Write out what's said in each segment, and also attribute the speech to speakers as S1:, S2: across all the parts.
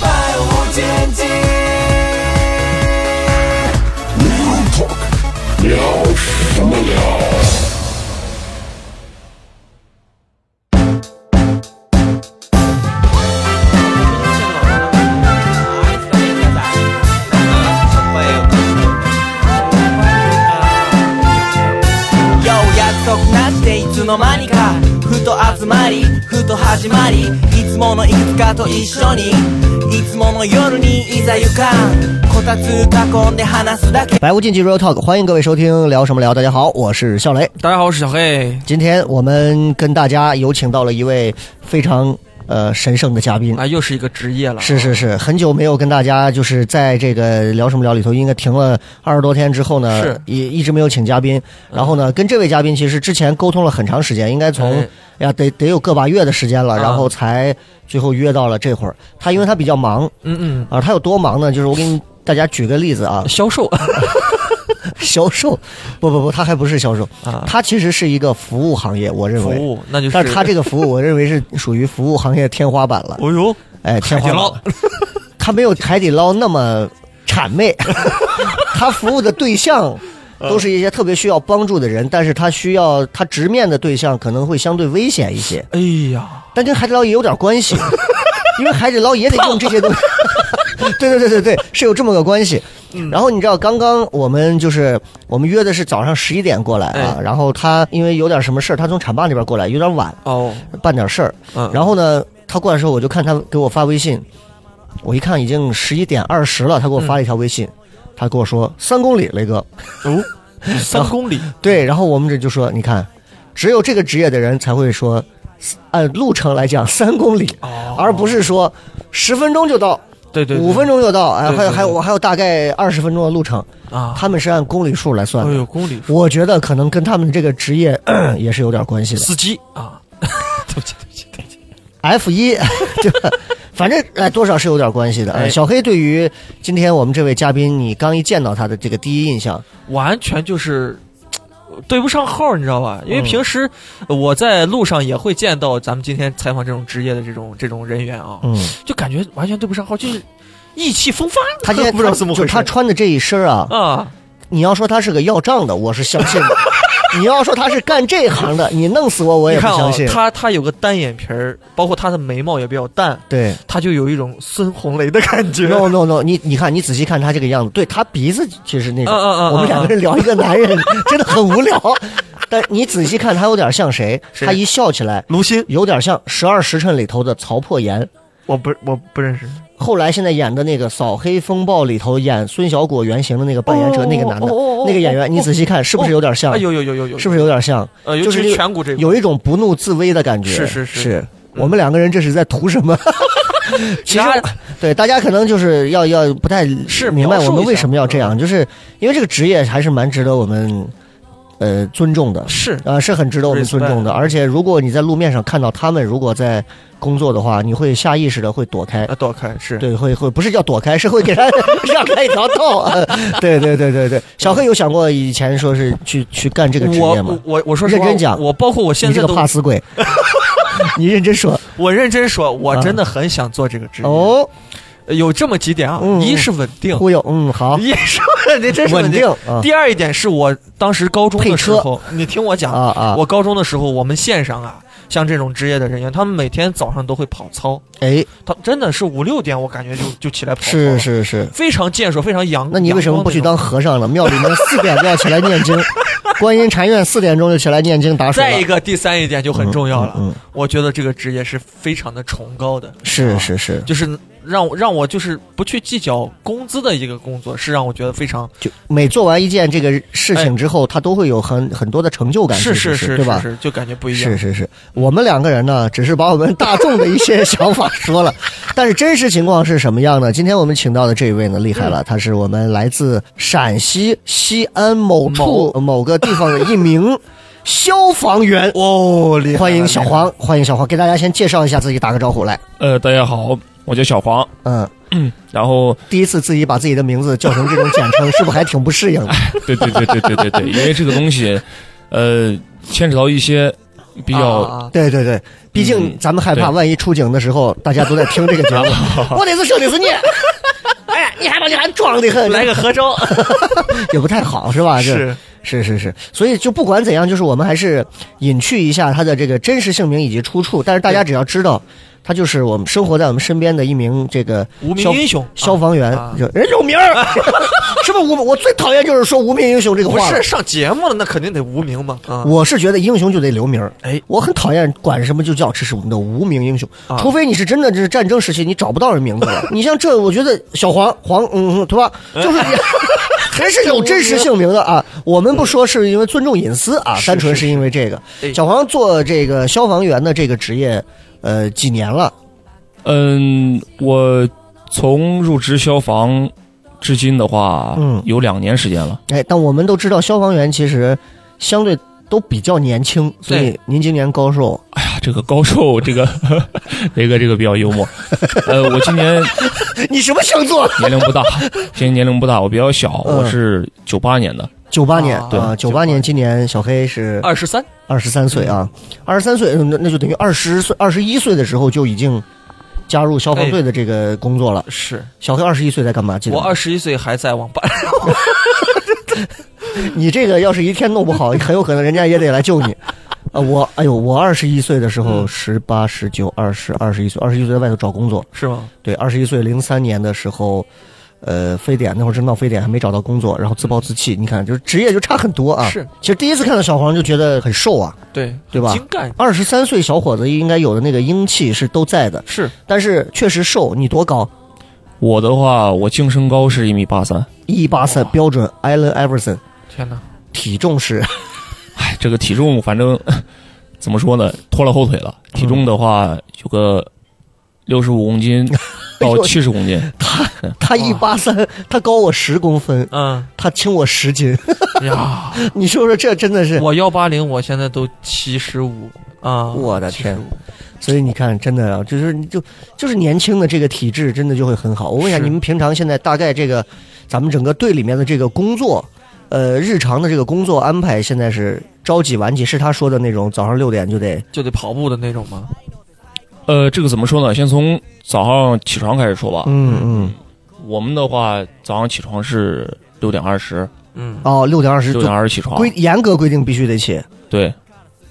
S1: 百无禁忌。よう約束なしでいつの間にかふと集まりふと始まりいつものいつかと一緒にいつもの夜にいざ行かんこたつ囲んで話すだけ
S2: 百无禁忌 Real Talk，欢迎各位收听聊什么聊。大家好，我是笑雷。
S3: 大家好，我是小黑。
S2: 今天我们跟大家有请到了一位非常呃神圣的嘉宾。
S3: 啊，又是一个职业了。
S2: 是是是，很久没有跟大家就是在这个聊什么聊里头，应该停了二十多天之后呢，
S3: 是嗯
S2: 也一直没有请嘉宾。然后呢，跟这位嘉宾其实之前沟通了很长时间，应该从、
S3: 哎
S2: 哎呀得得有个把月的时间了，
S3: 啊
S2: 然后才最后约到了这会儿。他因为他比较忙
S3: 嗯嗯，
S2: 啊，他有多忙呢？就是我给你大家举个例子啊，
S3: 销售
S2: 销 售，不不不，他还不是销售，
S3: 啊，
S2: 他其实是一个服务行业，我认
S3: 服
S2: 为。
S3: 务，哦那就是。
S2: 但是他这个服务，我认为是属于服务行业天花板了。
S3: 哦呦，
S2: 哎，天花板了。他没有海底捞那么谄 媚，他服务的对象都是一些特别需要帮助的人，但是他需要他直面的对象可能会相对危险一些，
S3: 哎呀，
S2: 但跟海底捞也有点关系，因为海底捞也得用这些东西。对对对对对，是有这么个关系。然后你知道，刚刚我们就是我们约的是早上十一点过来啊，然后他因为有点什么事儿，他从浐灞那边过来，有点晚，
S3: 哦，
S2: 办点事儿。
S3: 嗯，
S2: 然后呢，他过来的时候，我就看他给我发微信，我一看已经十一点二十了，他给我发了一条微信，他跟我说三公里，雷哥。
S3: 哦，三公里，
S2: 对，然后我们这就说，你看，只有这个职业的人才会说，按路程来讲三公里，
S3: 哦
S2: 而不是说十分钟就到，
S3: 对对，对
S2: 五分钟就到，哎，
S3: 对
S2: 还有
S3: 对
S2: 还有
S3: 对
S2: 我还有大概二十分钟的路程，
S3: 啊，
S2: 他们是按公里数来算
S3: 哎
S2: 的。
S3: 呦，公里数
S2: 我觉得可能跟他们这个职业 咳也是有点关系的。
S3: 司机啊， 对不起对不起对不起，
S2: F 一， 就反正哎，多少是有点关系的。哎，
S3: 哎
S2: 小黑对于今天我们这位嘉宾，你刚一见到他的这个第一印象，
S3: 完全就是。对不上号，你知道吧？因
S2: 嗯
S3: 为平时我在路上也会见到咱们今天采访这种职业的这种这种人员啊，
S2: 嗯，
S3: 就感觉完全对不上号，就是意气风发。
S2: 他今天
S3: 不知道怎么
S2: 就
S3: 回
S2: 是
S3: 事
S2: 他穿的这一身啊，
S3: 啊，
S2: 你要说他是个要账的，我是相 信的。你要说他是干这行的，你弄死我我也
S3: 你
S2: 不
S3: 看啊
S2: 相，信。
S3: 他他有个单眼皮儿，包括他的眉毛也比较淡，
S2: 对
S3: 他就有一种孙红雷的感觉。
S2: ，no no no，你你看你仔细看他这个样子，对他鼻子其实那种，
S3: 嗯嗯嗯嗯
S2: 我们两个人聊一个男 人真的很无聊，但你仔细看他有点像谁？
S3: 谁
S2: 他一笑起来
S3: 卢鑫，
S2: 有点像《十二时辰》里头的曹破岩。
S3: 我不我不认识
S2: 后来现在演的那个《扫黑风暴》里头演孙小果原型的那个扮演者，
S3: 哦
S2: 那个男的
S3: 哦哦哦，
S2: 那个演员，你仔细看是不是有点像
S3: 啊，？有有有有有，
S2: 是不是有点像？
S3: 呃，尤
S2: 就
S3: 其
S2: 是
S3: 是颧骨这个，
S2: 有一种不怒自威的感觉。
S3: 是是
S2: 是
S3: 是嗯
S2: 我们两个人这是在图什 么？其实
S3: 大家，
S2: 对大家可能就是要要不太
S3: 是
S2: 明白
S3: 描
S2: 我
S3: 述一下
S2: 们为什么要这样，就是因为这个职业还是蛮值得我们呃尊重的。
S3: 是
S2: 啊、是很值得我们
S3: Respect
S2: 尊重的。而且，如果你在路面上看到他们，如果在工作的话，你会下意识的会躲开。
S3: 啊，躲开是
S2: 对，会会不是叫躲开，是 会给他让开一条道。 啊。对对对对对，小黑有想过以前说是去去干这个职
S3: 我
S2: 业吗
S3: 我？我我说实话，
S2: 认真讲
S3: 我包括我现
S2: 你这
S3: 在
S2: 个
S3: 都
S2: 怕死 鬼，你认真说
S3: 我认真说，我
S2: 啊
S3: 真的很想做这个职业。
S2: 哦，
S3: 有这么几点啊
S2: 嗯，嗯
S3: 一是稳定，
S2: 忽悠，嗯，好，
S3: 一是稳定，这是
S2: 稳
S3: 定
S2: 定。啊
S3: 第二一点是我当时高中
S2: 配
S3: 的时
S2: 车
S3: 候，你听我讲
S2: 啊，啊！
S3: 我高中的时候，我们县上啊，像这种职业的人员，他们每天早上都会跑操，
S2: 哎，
S3: 他真的是五六点，我感觉就就起来跑操
S2: 是
S3: 了，
S2: 是是，
S3: 非常健硕，非常阳。
S2: 那你为什么不去
S3: 阳光
S2: 当和尚呢？庙里面四点就要起来念经，观音禅院四点钟就起来念经打
S3: 那种？
S2: 水
S3: 再一
S2: 了。
S3: 个，第三一点就很重要了。
S2: 嗯，嗯
S3: 我觉得这个职业是非常的崇高的，
S2: 是
S3: 啊
S2: 是是，
S3: 就是让我让我就是不去计较工资的一个工作，是让我觉得非常
S2: 就每做完一件这个事情之后，他都会有很很多的成就感，
S3: 是
S2: 其实
S3: 是
S2: 是
S3: 是
S2: 对吧？
S3: 是，就感觉不一样
S2: 是。是是，我们两个人呢，只是把我们大众的一些想法说 了，但是真实情况是什么样呢？今天我们请到的这一位呢，厉害了，他是我们来自陕西西安某处 某个地方的一名 消防员。
S4: 哦，厉害了
S2: 欢迎小。 黄，欢迎小黄，给大家先介绍一下自己，打个招呼来。
S4: 呃，大家好，我叫小黄。
S2: 嗯，
S4: 然后，
S2: 第一次自己把自己的名字叫成这种简称，是不是还挺不适应的？
S4: 对对对对对对对，因为这个东西，呃，牵扯到一些比较
S3: 啊
S2: 对对对，毕竟
S4: 嗯
S2: 咱们害怕
S4: 对
S2: 万一出警的时 候，大家都在听这个节目，我得是说的是你，哎，你还把你还装的很，
S3: 来个合照，
S2: 也不太好是吧？这
S3: 是
S2: 是是是，所以就不管怎样，就是我们还是隐去一下他的这个真实姓名以及出处，但是大家只要知道，他就是我们生活在我们身边的一名这个
S3: 无名
S2: 消
S3: 英雄，
S2: 消防员
S3: 啊，
S2: 就人有名儿， 是不是无？我最讨厌就是说无名英雄这个
S3: 不
S2: 话了
S3: 是。上节目了，那肯定得无名嘛。啊，
S2: 我是觉得英雄就得留名儿，
S3: 哎
S2: 我很讨厌管什么就叫这是我们的无名英雄，
S3: 啊
S2: 除非你是真的就是战争时期你找不到人名字 了。你像这，我觉得小黄黄，嗯，对吧？就是 你还是有真实姓名的啊。我们不说是因为尊重隐私啊，单纯是因为这个。
S3: 哎
S2: 小黄做这个消防员的这个职业，呃，几年了？
S4: 嗯，我从入职消防至今的话，
S2: 嗯
S4: 有两年时间了。
S2: 哎，但我们都知道消防员其实相对都比较年轻，所以您今年高寿？
S4: 哎呀，这个高寿，这个雷哥这个比较幽默。呃，我今年
S2: 你什么星座？
S4: 年龄不大，今年年龄不大，我比较小，
S2: 嗯
S4: 我是九八年的。
S2: 九八年
S3: 啊
S2: 啊，九八
S3: 98
S2: 年，今年小黑是
S3: 二十三，
S2: 二十三岁啊，二十三岁，嗯那那就等于二十岁、二十一岁的时候就已经加入消防队的这个工作了。
S3: 是
S2: 小黑二十一岁在干嘛？记得
S3: 我
S2: 吗
S3: 二十一岁还在网吧。
S2: 你这个要是一天弄不好， 很有可能人家也得来救你。啊，我哎呦，我二十一岁的时
S3: 嗯
S2: 候，十八、十九、二十、二十一岁，二十一岁在外头找工作。
S3: 是吗？
S2: 对，二十一岁零三年的时候，呃，非典那会儿正闹非典，还没找到工作，然后自暴自弃。你看，就是职业就差很多啊。
S3: 嗯是，
S2: 其实第一次看到小黄就觉得很瘦啊，
S3: 对
S2: 对吧
S3: 精干
S2: 二十三岁小伙子应该有的那个英气是都在的。
S3: 是
S2: 但是确实瘦，你多高？
S4: 我的话，我净身高是一米八三。
S2: 一八三标准，Allen Iverson，
S3: 天哪，
S2: 体重 是
S4: 哎，这个体重反正怎么说呢，拖了后腿了。体重的话，有个六十五公 斤
S2: 哎
S4: 到七十公斤。
S2: 嗯他一八三，他高我十公分，
S3: 嗯
S2: 他轻我十斤。
S3: 哎呀，
S2: 你说说这真的是，
S3: 我幺八零，我现在都七十五啊！
S2: 我的天
S3: 75，
S2: 所以你看，真的啊，就是你就就是年轻的这个体质，真的就会很好。我问一下，
S3: 是
S2: 你们平常现在大概这个咱们整个队里面的这个工作，呃，日常的这个工作安排，现在是朝几晚几？是他说的那种早上六点就得
S3: 就得跑步的那种吗？
S4: 呃，这个怎么说呢？先从早上起床开始说吧。
S2: 嗯嗯
S4: 我们的话，早上起床是六点二十，
S3: 嗯，
S2: 哦，六点二十
S4: 六
S2: 就
S4: 点二十起床。
S2: 规严格规定必须得起
S4: 对，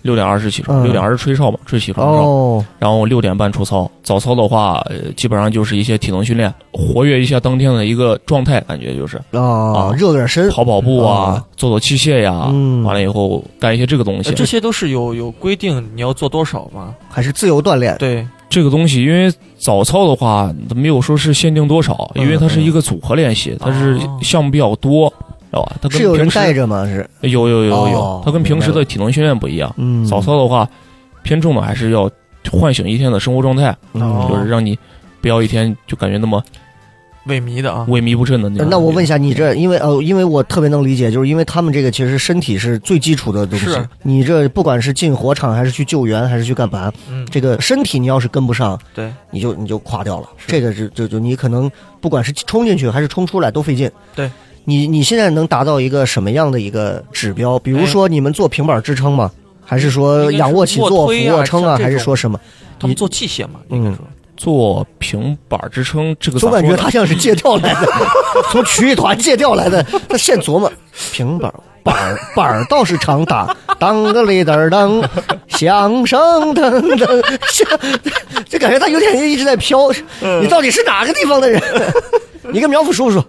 S4: 六点二十起床，
S2: 嗯
S4: 六点二十吹哨嘛，吹起床哨。
S2: 哦。
S4: 然后六点半出操。早操的话，呃，基本上就是一些体能训练，活跃一下当天的一个状态，感觉就是
S2: 啊
S4: 啊，
S2: 热点身，
S4: 跑跑步啊
S2: 啊，
S4: 做做器械呀。
S2: 嗯
S4: 完了以后干一些这个东西
S3: 呃，这些都是有有规定，你要做多少吗？
S2: 还是自由锻炼。
S3: 对，
S4: 这个东西，因为早操的话，它没有说是限定多少，
S2: 嗯
S4: 因为它是一个组合练习，它是项目比较多，知道吧？它跟
S2: 是有人
S4: 平时
S2: 带着吗？是，
S4: 有有有
S2: 哦
S4: 有，它跟平时
S2: 明白
S4: 的体能训练不一样。
S2: 嗯
S4: 早操的话，偏重的还是要唤醒一天的生活状态，
S2: 嗯
S4: 就是让你不要一天就感觉那么
S3: 萎靡的啊，
S4: 萎靡不振的那种。
S2: 那我问一下，你这因为呃，因为我特别能理解，就是因为他们这个其实身体是最基础的东西
S3: 是。
S2: 你这不管是进火场还是去救援还是去干嘛，
S3: 嗯，
S2: 这个身体你要是跟不上，
S3: 对
S2: 你就你就垮掉了。这个是就就你可能不管是冲进去还是冲出来都费劲。
S3: 对，
S2: 你你现在能达到一个什么样的一个指标？比如说你们做平板支撑吗？还是说
S3: 哎应该是
S2: 仰卧起坐、
S3: 卧
S2: 俯
S3: 推啊
S2: 卧撑啊？
S3: 像这种
S2: 还是说什么？
S3: 他们做器械嘛，
S2: 嗯
S3: 应该说
S4: 做平板支撑这个咋
S2: 总
S4: 说呢，
S2: 感觉他像是借调来 的，从曲艺团借调来的。他现琢磨平板儿板儿板儿倒是常打，当个里噔儿当，响声噔噔，响就感觉他有点一直在飘。
S4: 嗯
S2: 你到底是哪个地方的人？你跟苗阜说说。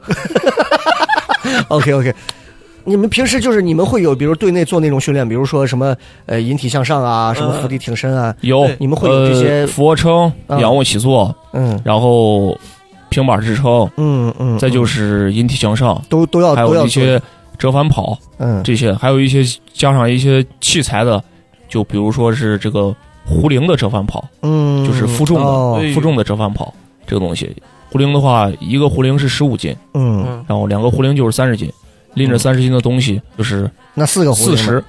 S2: OK OK，你们平时就是你们会有，比如队内做那种训练，比如说什么呃引体向上啊，什么
S3: 嗯
S2: 伏地挺身啊，
S4: 有
S3: 对
S2: 你们会有这些
S4: 呃俯卧撑、
S2: 嗯
S4: 仰卧起坐，
S2: 嗯
S4: 然后平板支撑，
S2: 嗯嗯，
S4: 再就是引体向上，
S2: 都都要
S4: 还
S2: 哦都要
S4: 有一
S2: 做
S4: 些折返跑
S2: 嗯
S4: 这些，还有一些加上一些器材的，就比如说是这个壶铃的折返跑，
S2: 嗯，
S4: 就是负重的
S2: 哦
S3: 对
S4: 负重的折返跑这个东西。壶铃的话，一个壶铃是十五斤，
S2: 嗯，
S3: 嗯，
S4: 然后两个壶铃就是三十斤，拎着
S2: 嗯
S4: 三十斤的东西就是
S2: 那四个
S4: 四十，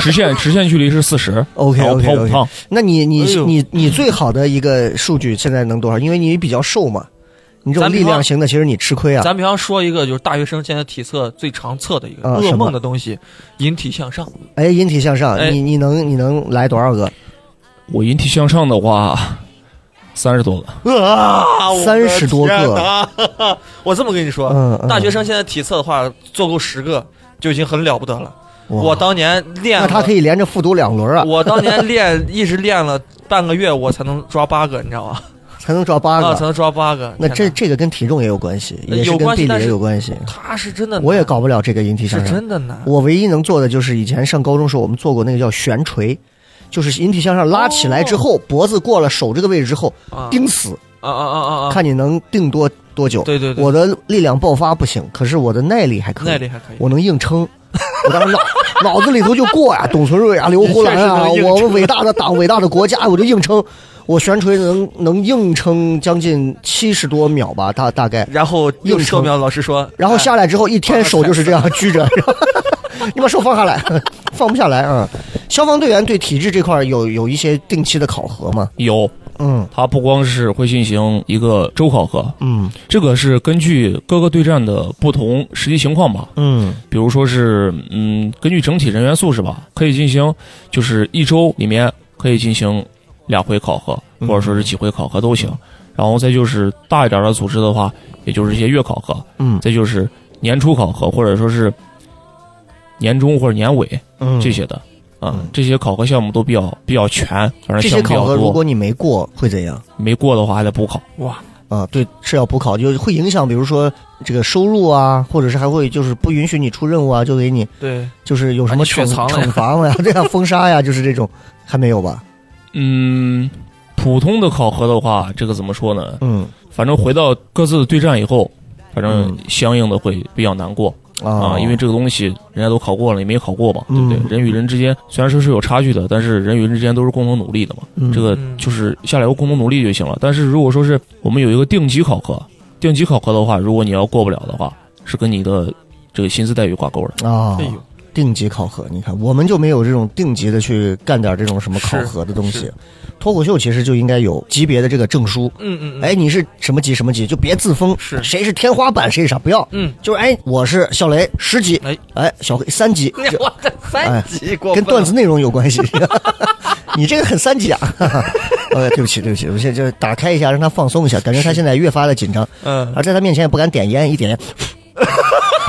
S4: 直线直线距离是四十，
S2: ，OK
S4: 然后跑
S2: OK
S4: 五
S2: OK，
S4: 趟，
S2: 那你你
S3: 哎呦
S2: 你你最好的一个数据现在能多少？因为你比较瘦嘛，你这种
S3: 咱比
S2: 力量
S3: 方
S2: 型的其实你吃亏啊。
S3: 咱比方说一个就是大学生现在体测最常测的一个
S2: 啊
S3: 噩
S2: 什么
S3: 梦的东西，引体向上，
S2: 哎，引体向上，
S3: 哎
S2: 你你能你能来多少个？
S4: 我引体向上的话，三十多个。
S3: 啊，我的
S2: 30多个
S3: 天哪 我这么跟你说，
S2: 嗯，嗯
S3: 大学生现在体测的话，做够十个就已经很了不得了。我
S2: 哇，
S3: 当年练
S2: 那
S3: 了，
S2: 他可以连着复读两轮啊，
S3: 我当年练一直练了半个月，我才能抓八个，你知道吗？
S2: 才能抓八
S3: 啊，才
S2: 个。
S3: 能抓八个。
S2: 那这
S3: 天
S2: 这个跟体重也有关系，
S3: 呃
S2: 也是
S3: 有
S2: 跟
S3: 关系
S2: 地
S3: 但
S2: 理也
S3: 是
S2: 有关系。
S3: 哪他是真的难，
S2: 我也搞不了这个引体
S3: 是
S2: 向上，
S3: 真的难。
S2: 我唯一能做的就是以前上高中时候我们做过那个叫悬垂，就是引体向上拉起来之后，脖子过了手这个位置之后
S3: 哦啊
S2: 钉死，
S3: 啊啊啊啊啊！
S2: 看你能定多多久。
S3: 对对对，
S2: 我的力量爆发不行，可是我的耐力还可以，
S3: 耐力还可以。
S2: 我能硬撑。我当时脑脑子里头就过呀，董存瑞啊，刘胡兰啊，
S3: 你确实能硬
S2: 我们伟大的党、伟大的国家，我就硬撑。我悬垂能能硬撑将近七十多秒吧，大大概。
S3: 然后
S2: 硬
S3: 又
S2: 撑
S3: 十多秒，老师说，
S2: 然后下
S3: 哎
S2: 来之后，一天手就是这样举 着， 你把手放下来， 放不下来啊。消防队员对体质这块儿有有一些定期的考核嘛？
S4: 有，
S2: 嗯
S4: 它不光是会进行一个周考核，
S2: 嗯
S4: 这个是根据各个对战的不同实际情况吧，
S2: 嗯
S4: 比如说是嗯，根据整体人员素质吧，可以进行就是一周里面可以进行两回考核，
S2: 嗯
S4: 或者说是几回考核都行。然后再就是大一点的组织的话，也就是一些月考核，
S2: 嗯
S4: 再就是年初考核，或者说是年中或者年尾
S2: 嗯，
S4: 这些的。啊、
S2: 嗯
S4: 这些考核项目都比较比较全，反正
S2: 这
S4: 项
S2: 些
S4: 目比
S2: 考
S4: 较
S2: 核，如
S4: 多
S2: 果。你没过会怎样？
S4: 没过的话还得补考。
S3: 哇，
S2: 啊，对，是要补考，就是会影响，比如说这个收入啊，或者是还会就是不允许你出任务啊，就给你
S3: 对，
S2: 就是有什
S3: 把
S2: 么
S3: 你
S2: 惩
S3: 雪藏了呀
S2: 惩罚嘛呀， 对啊，封杀呀，就是这种，还没有吧？
S4: 嗯，普通的考核的话，这个怎么说呢？
S2: 嗯
S4: 反正回到各自的对战以后，反正
S2: 嗯
S4: 相应的会比较难过、
S2: 啊
S4: 啊，因为这个东西人家都考过了，你没考过嘛，对
S2: 嗯
S4: 不对？人与人之间虽然说是有差距的，但是人与人之间都是共同努力的嘛，
S2: 嗯
S4: 这个
S3: 嗯
S4: 就是下来后共同努力就行了。但是如果说是我们有一个定级考核，定级考核的话，如果你要过不了的话，是跟你的这个薪资待遇挂钩的。
S2: 啊
S3: 哎，呦，
S2: 定级考核，你看我们就没有这种定级的去干点这种什么考核的东
S3: 是
S2: 西。脱口秀其实就应该有级别的这个证书，
S3: 嗯嗯嗯，
S2: 哎，你是什么级什么级，就别自封，
S3: 是
S2: 谁是天花板，谁是啥，不要。
S3: 嗯，
S2: 就是哎，我是小雷十级，
S3: 哎
S2: 哎，小黑三级，
S3: 哎呀 我这
S2: 哎
S3: 三级过分
S2: 跟
S3: 了
S2: 段子内容有关系。 你这个很三级 啊！呃，对不起，对不起，我现在就打开一下，让他放松一下，感觉他现在越发的紧张，
S3: 嗯
S2: 而在他面前也不敢点烟，一点烟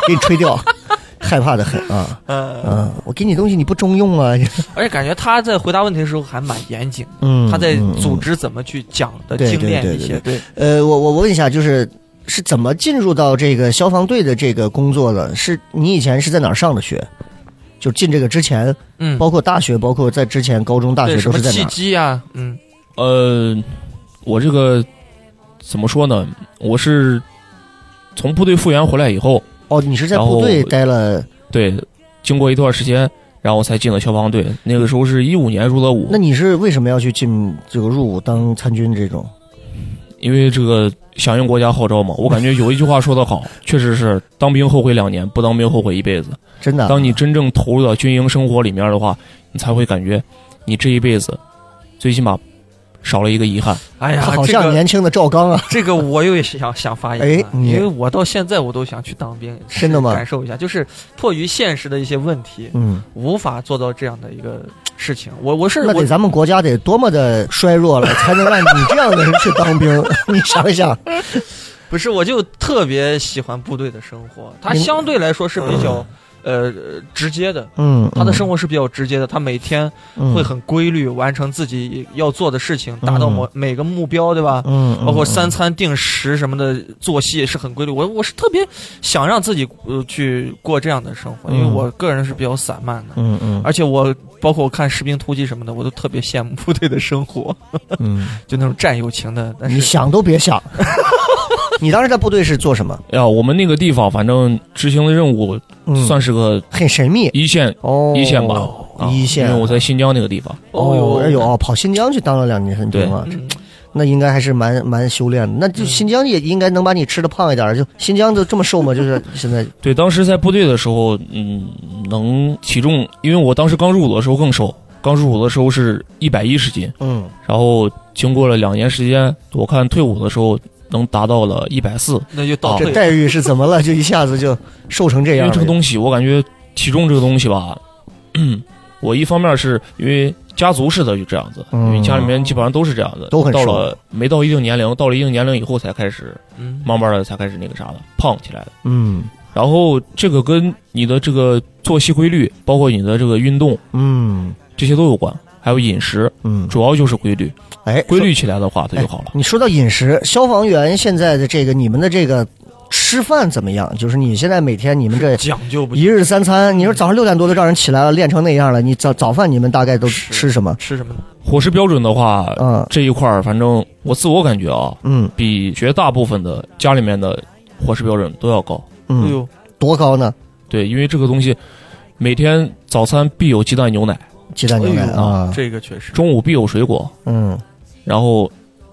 S2: 给你吹掉， 害怕的很啊
S3: 嗯，
S2: 啊！我给你东西你不中用 啊！
S3: 而且感觉他在回答问题的时候还蛮严谨，
S2: 嗯，
S3: 他在
S2: 嗯
S3: 组织怎么去讲的
S2: 对
S3: 精炼
S2: 对对
S3: 一些，对，
S2: 呃，我我问一下，就是是怎么进入到这个消防队的这个工作的？是你以前是在哪儿上的学？就进这个之前，
S3: 嗯，
S2: 包括大学，包括在之前高中、大学
S3: 对
S2: 都
S3: 什么
S2: 是在哪
S3: 契
S2: 儿？
S3: 机啊，嗯
S4: 呃，我这个怎么说呢？我是从部队复员回来以后，
S2: 哦，你是在
S4: 然后
S2: 部队待了？
S4: 对，经过一段时间，然后才进了消防队。那个时候是一五年入的伍
S2: 那，你是为什么要去进这个入伍当参军这种？
S4: 因为这个响应国家号召嘛。我感觉有一句话说 得好，确实是当兵后悔两年，不当兵后悔一辈子。
S2: 真的啊、
S4: 当你真正投入到军营生活里面的话，你才会感觉你这一辈子最起码少了一个遗憾。
S3: 哎呀，
S2: 他好
S3: 这
S2: 像
S3: 个
S2: 年轻的赵刚啊，
S3: 这个我又想想发言了
S2: 哎，你
S3: 因为我到现在我都想去当兵，
S2: 真的吗
S3: 感？受一下，就是迫于现实的一些问题，
S2: 嗯，
S3: 无法做到这样的一个事情。我我是
S2: 那
S3: 我
S2: 得咱们国家得多么的衰弱 了，才能让你这样的人去当兵？ 你想一想，
S3: 不是我就特别喜欢部队的生活，它
S2: 你
S3: 相对来说是比较呃直接的，
S2: 嗯，
S3: 他的生活是比较直接的，他每天
S2: 活
S3: 会很规律完成自己要做的事情，达到某每个目标，对吧？
S2: 嗯，嗯
S3: 包括三餐定时什么的，作息也是很规律。我我是特别想让自己呃去过这样的生活，因为
S2: 嗯
S3: 我个人是比较散漫的，
S2: 嗯嗯
S3: 而且我包括我看《士兵突击》什么的，我都特别羡慕部队的生活，
S2: 嗯，
S3: 就那种战友情的。但
S2: 你
S3: 是
S2: 想都别 想。你当时在部队是做什么？
S4: 哎呀，我们那个地方反正执行的任务
S2: 嗯，
S4: 算是个
S2: 很神秘
S4: 一线，
S2: 哦，
S4: 一线吧啊
S2: 一
S3: 哦
S2: 线
S4: 因为我在新疆那个地方，
S2: 哦，哎
S3: 呦
S2: 呦，，哦跑新疆去当了两年很兵啊，
S3: 嗯
S2: 那应该还是蛮蛮修炼的。那就
S3: 嗯
S2: 新疆也应该能把你吃的胖一点儿，就新疆都这么瘦吗？就是 现在，
S4: 对，当时在部队的时候，嗯，能体重，因为我当时刚入伍的时候更瘦，刚入伍的时候是一百一十斤，
S2: 嗯，
S4: 然后经过了两年时间，我看退伍的时候能达到了一百四，
S3: 那就倒
S4: 啊
S3: 退
S2: 这
S3: 了。
S2: 待遇是怎么了？就 一下子就瘦成这
S4: 因
S2: 样
S4: 为
S2: 了？
S4: 这个东西，我感觉体重这个东西吧，嗯我一方面是因为家族式的就这样子，
S2: 嗯
S4: 因为家里面基本上都是这样子，
S2: 都很
S4: 到
S2: 瘦
S4: 了没到一定年龄，到了一定年龄以后才开始
S3: 嗯
S4: 慢慢的才开始那个啥的胖起来的。
S2: 嗯
S4: 然后这个跟你的这个作息规律，包括你的这个运动，
S2: 嗯
S4: 这些都有关，还有饮食，
S2: 嗯，
S4: 主要就是规律。
S2: 哎，
S4: 规律起来的话，它就好了。
S2: 你说到饮食，消防员现在的这个你们的这个吃饭怎么样？就是你现在每天你们这
S3: 讲究不
S2: 一日三餐，你说早上六点多都让人起来了，练成那样了，你早早饭你们大概都
S3: 是
S2: 吃什么？
S3: 吃什么呢？
S4: 伙食标准的话，
S2: 嗯
S4: 这一块儿，反正我自我感觉啊，
S2: 嗯
S4: 比绝大部分的家里面的伙食标准都要高。
S3: 哎
S2: 嗯，
S3: 呦，
S2: 多高呢？
S4: 对，因为这个东西，每天早餐必有鸡蛋牛奶，
S2: 鸡蛋牛奶
S3: 哎呦
S2: 啊，
S3: 这个确实
S4: 中午必有水果，
S2: 嗯
S4: 然后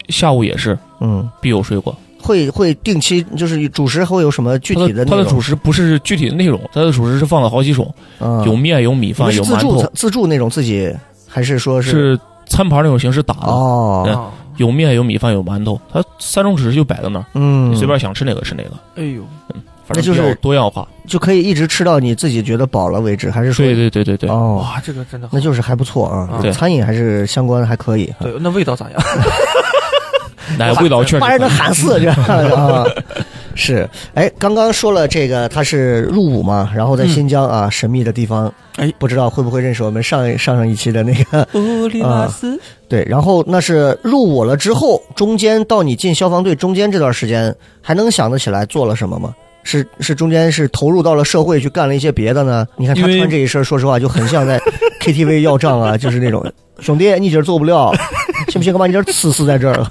S4: 下午也是
S2: 嗯，
S4: 必有水果。
S2: 会会定期就是主食会有什么具
S4: 它
S2: 体
S4: 的
S2: 内
S4: 它的主
S2: 容？
S4: 食不是具体的内容，它的主食是放了好几种，
S2: 嗯
S4: 有面、有米
S2: 你们
S4: 饭、
S2: 是
S4: 有
S2: 自
S4: 馒
S2: 助
S4: 头
S2: 餐，自助那种自己，还是说
S4: 是餐盘那种形式打的，
S2: 哦，
S3: 啊，
S4: 有面、有米饭、有馒头，它三种主食就摆在那儿，
S2: 嗯
S4: 你，随便想吃哪个吃哪个，
S3: 哎呦，
S4: 反
S2: 那就
S4: 正比
S2: 是
S4: 较多样化。
S2: 就可以一直吃到你自己觉得饱了为止，还是说
S4: 对对对对对，
S2: 哦，
S3: 哇，这个真的好
S2: 那就是还不错啊，
S3: 啊
S4: 对
S2: 餐饮还是相关还可以。
S3: 对，那味道咋 样？
S4: 奶味道确实
S2: 把
S4: 可以。
S2: 人能喊死 这样的啊！是，哎，刚刚说了这个，他是入伍嘛，然后
S4: 嗯
S2: 在新疆啊，神秘的地方，
S3: 哎，
S2: 不知道会不会认识我们上一上上一期的那个
S3: 乌里
S2: 马
S3: 斯，
S2: 对，然后那是入伍了之后，中间到你进消防队中间这段时间，还能想得起来做了什么吗？是是，中间是投入到了社会去干了一些别的呢？你看他
S4: 因为
S2: 穿这一身，说实话就很像在 KTV 要账啊，就是那种兄弟，你今儿做不了，信不信？干嘛你今儿死死在这儿了？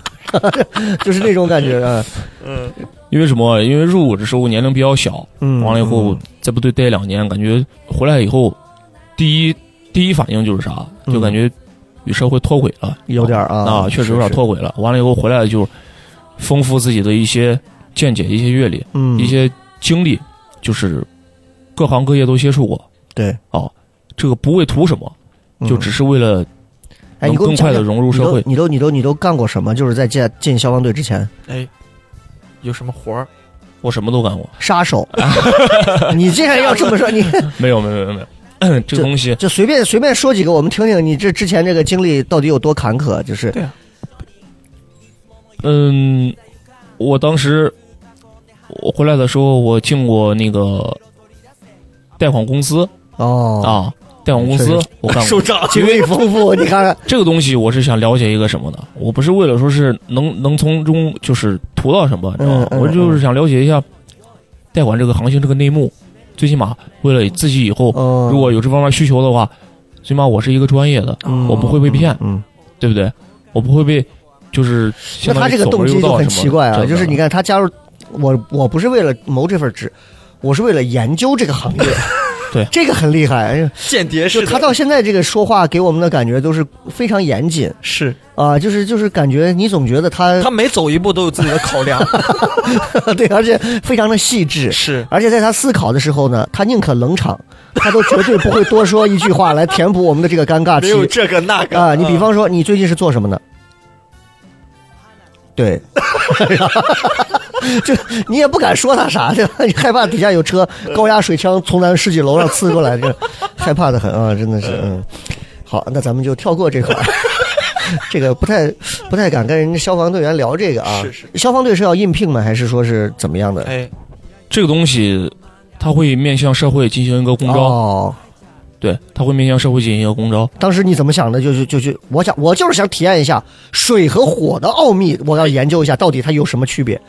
S2: 就是那种感觉啊，
S3: 嗯，
S4: 因为什么？因为入伍的时候年龄比较小，
S2: 嗯，
S4: 完了以后在部队待两年，感觉回来以后，第一第一反应就是啥？
S2: 嗯
S4: 就感觉与社会脱轨了，
S2: 有点儿啊，
S4: 啊，确实有点
S2: 是，
S4: 脱轨了。完了以后回来就丰富自己的一些见解、一些阅历、
S2: 是嗯，
S4: 一些经历，就是各行各业都接触过。
S2: 对，
S4: 哦，这个不为图什么，
S2: 嗯
S4: 就只是为了
S2: 哎，
S4: 能
S2: 你给我
S4: 更
S2: 们讲
S4: 快的
S2: 讲
S4: 融入社会。
S2: 你都你都你都你都干过什么？就是在进进消防队之前，
S3: 哎，有什么活儿？
S4: 我什么都干过，
S2: 杀 手，你竟然要这么说，你
S4: 没有，没有，没有，没有。这个东西，
S2: 就随便随便说几个，我们听听你这之前这个经历到底有多坎坷？就是
S4: 嗯，我当时我回来的时候，我进过那个贷款公司
S2: 哦，
S4: 啊，贷款公司
S2: 确实
S4: 我干过。
S3: 长
S2: 经历丰富，你 看看，
S4: 这个东西我是想了解一个什么呢？我不是为了说是能能从中就是图到什么，你知道吗？
S2: 嗯嗯
S4: 我就是想了解一下贷款这个行情这个内幕，最起码为了自己以后
S2: 嗯，
S4: 如果有这方面需求的话，最起码我是一个专业的，
S2: 嗯
S3: 哦
S4: 我不会被骗，
S2: 嗯，
S4: 对不对？我不会被就是
S2: 那
S4: 相当
S2: 他
S4: 于
S2: 这个
S4: 走
S2: 动
S4: 而
S2: 机
S4: 又
S2: 就
S4: 道
S2: 很
S4: 什么
S2: 奇怪
S4: 这
S2: 啊，
S4: 样
S2: 就是
S4: 的
S2: 你看他加入我，我不是为了谋这份职，我是为了研究这个行业，
S4: 对
S2: 这个很厉害，哎呀，
S3: 间谍
S2: 就他到现在这个说话给我们的感觉都是非常严谨
S3: 是
S2: 啊，就是就是感觉你总觉得 他
S3: 他每走一步都有自己的考 量，
S2: 对，而且非常的细致，
S3: 是
S2: 而且在他思考的时候呢，他宁可冷场，他都绝对不会多说一句话来填补我们的这个尴尬期
S3: 这个那
S2: 啊。你比方说，你最近是做什么呢？对， 就你也不敢说他啥，对吧？你害怕底下有车高压水枪从咱十几楼上呲过来，这 害怕的很啊，真的是嗯。好，那咱们就跳过这块儿。 这个不太不太敢跟人家消防队员聊这个啊，
S3: 是是
S2: 消防队是要应聘吗？还是说是怎么样的？
S3: 哎，
S4: 这个东西他会面向社会进行一个公招，
S2: 哦，
S4: 对，他会面向社会进行一个公招。
S2: 当时你怎么想的？就就就就，我想我就是想体验一下水和火的奥秘，我要研究一下到底它有什么区别。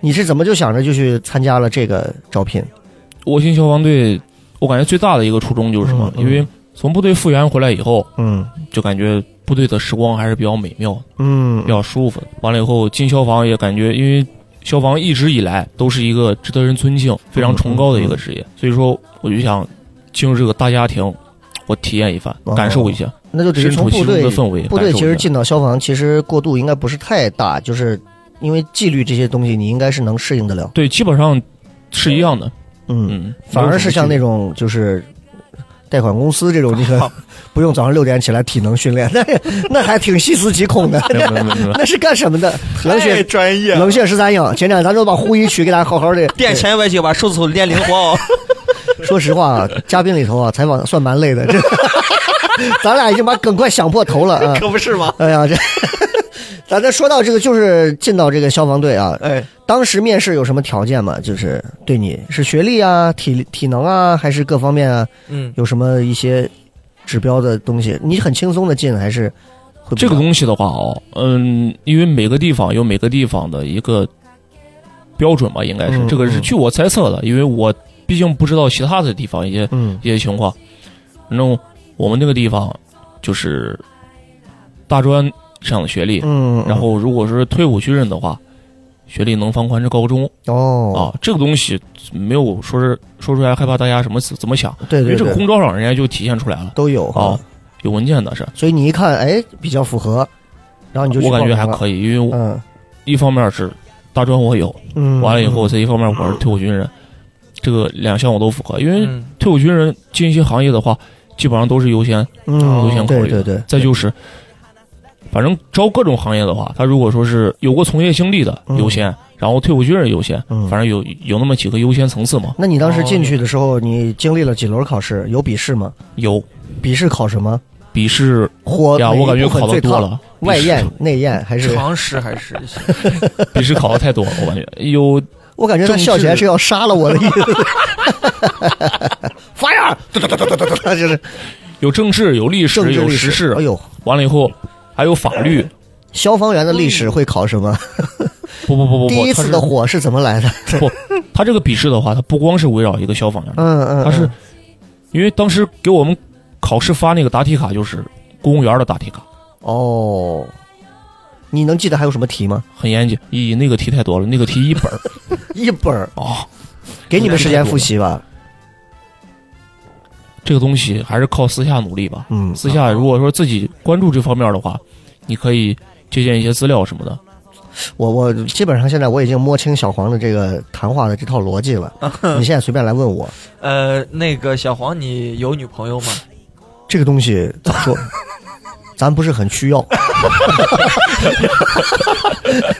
S2: 你是怎么就想着就去参加了这个招聘？
S4: 我新消防队，我感觉最大的一个初衷就是什么？
S2: 嗯嗯
S4: 因为从部队复员回来以后，
S2: 嗯
S4: 就感觉部队的时光还是比较美妙的，
S2: 嗯
S4: 比较舒服的。完了以后进消防也感觉，因为消防一直以来都是一个值得人
S2: 嗯
S4: 尊敬、非常崇高的一个职业，所以说我就想进入这个大家庭，我体验一番，
S2: 哦
S4: 感受一下，
S2: 那就直接
S4: 身
S2: 从部
S4: 处其中
S2: 队
S4: 的氛围。
S2: 部队
S4: 感受
S2: 其
S4: 一
S2: 实
S4: 下
S2: 进到消防，其实过渡应该不是太大，就是因为纪律这些东西，你应该是能适应得了。
S4: 对，基本上是一样的。
S2: 嗯，
S4: 嗯，
S2: 反而是像那
S4: 种
S2: 种就是贷款公司这 种，你可不用早上六点起来体能训练，那那还挺细思极恐的。
S4: 没有没有没有没 有
S2: 那是干什么的？冷
S3: 太
S2: 血
S3: 专业了
S2: 冷。血十三影，前两咱都把呼一曲给大家好好的
S3: 练前外九把手指头练灵活哦。
S2: 说实话啊，嘉宾里头啊，采访算蛮累的，这 咱俩已经把梗快想破头了啊！
S3: 可不是吗？
S2: 哎呀，这咱再说到这个，就是进到这个消防队啊，
S3: 哎，
S2: 当时面试有什么条件吗？就是对你是学历啊、体体能啊，还是各方面啊，
S3: 嗯，
S2: 有什么一些指标的东西？你很轻松的进，还是会
S4: 这个东西的话哦，嗯，因为每个地方有每个地方的一个标准吧，应该是、
S2: 嗯
S4: 这个是
S2: 嗯
S4: 据我猜测的，因为我毕竟不知道其他的地方一些
S2: 嗯
S4: 一些情况。反正我们那个地方就是大专上的学历，
S2: 嗯，
S4: 然后如果是退伍军人的话，学历能放宽至高中、
S2: 哦
S4: 啊，这个东西没有说是说出来害怕大家什么怎么想，
S2: 对
S4: 因为
S2: 对
S4: 这个
S2: 对，哦
S4: 公招上人家就体现出来了
S2: 都有
S4: 啊，有文件的是，
S2: 所以你一看，哎，比较符合，然后你就去
S4: 我感觉还
S2: 报名了
S4: 可以，因为我
S2: 嗯
S4: 一方面是大专我有，
S2: 嗯，
S4: 完了以后，这一方面我是退伍军人，这个两项我都符合。因为
S3: 嗯
S4: 退伍军人进一些行业的话，基本上都是优先。
S2: 嗯，
S4: 优先考
S2: 对
S4: 虑
S2: 对对，
S4: 再就是，反正招各种行业的话，他如果说是有过从业经历的
S2: 嗯
S4: 优先，然后退伍军人优先，
S2: 嗯
S4: 反正有有那么几个优先层次嘛。
S2: 那你当时进去的时候，你经历了几轮考试？有笔试吗？
S4: 有
S2: 笔试考什么？
S4: 笔试
S2: 火
S4: 呀，
S2: 哪一
S4: 我感觉
S2: 部分
S4: 考的
S2: 最
S4: 多
S2: 烫，
S4: 了，
S2: 外 验、内验还是？
S3: 常识还是
S4: 笔试考的太多了，我感觉有
S2: 我感觉他
S4: 政治
S2: 笑起来是要杀了我的意思。 发呀！他 就是
S4: 有政治，有历
S2: 政
S4: 史，
S2: 治
S4: 有
S2: 历
S4: 时
S2: 史。哎
S4: 事，
S2: 呦，
S4: 完了以后还有法 律。
S2: 消防员的历史会考什么？
S4: 不不不不不，
S2: 第一
S4: 它
S2: 次
S4: 嗯是
S2: 的火是怎么来的？
S4: 他这个笔试的话，他不光是围绕一个消防员，
S2: 嗯嗯，
S4: 他是
S2: 嗯
S4: 因为当时给我们考试发那个答题卡就是公务员的答题卡，
S2: 哦。你能记得还有什么题吗？
S4: 很严谨。咦，那个题太多了，那个题 一本儿
S2: 一本儿，
S4: 啊、
S2: 给你们时间复习吧。
S4: 这个东西还是靠私下努力吧。
S2: 嗯，
S4: 私下如果说自己关注这方面的话，你可以借鉴一些资料什么的。
S2: 我我基本上现在我已经摸清小黄的这个谈话的这套逻辑了。你现在随便来问我，
S3: 呃，那个小黄，你有女朋友吗？
S2: 这个东西咋 说？咱不是很需 要，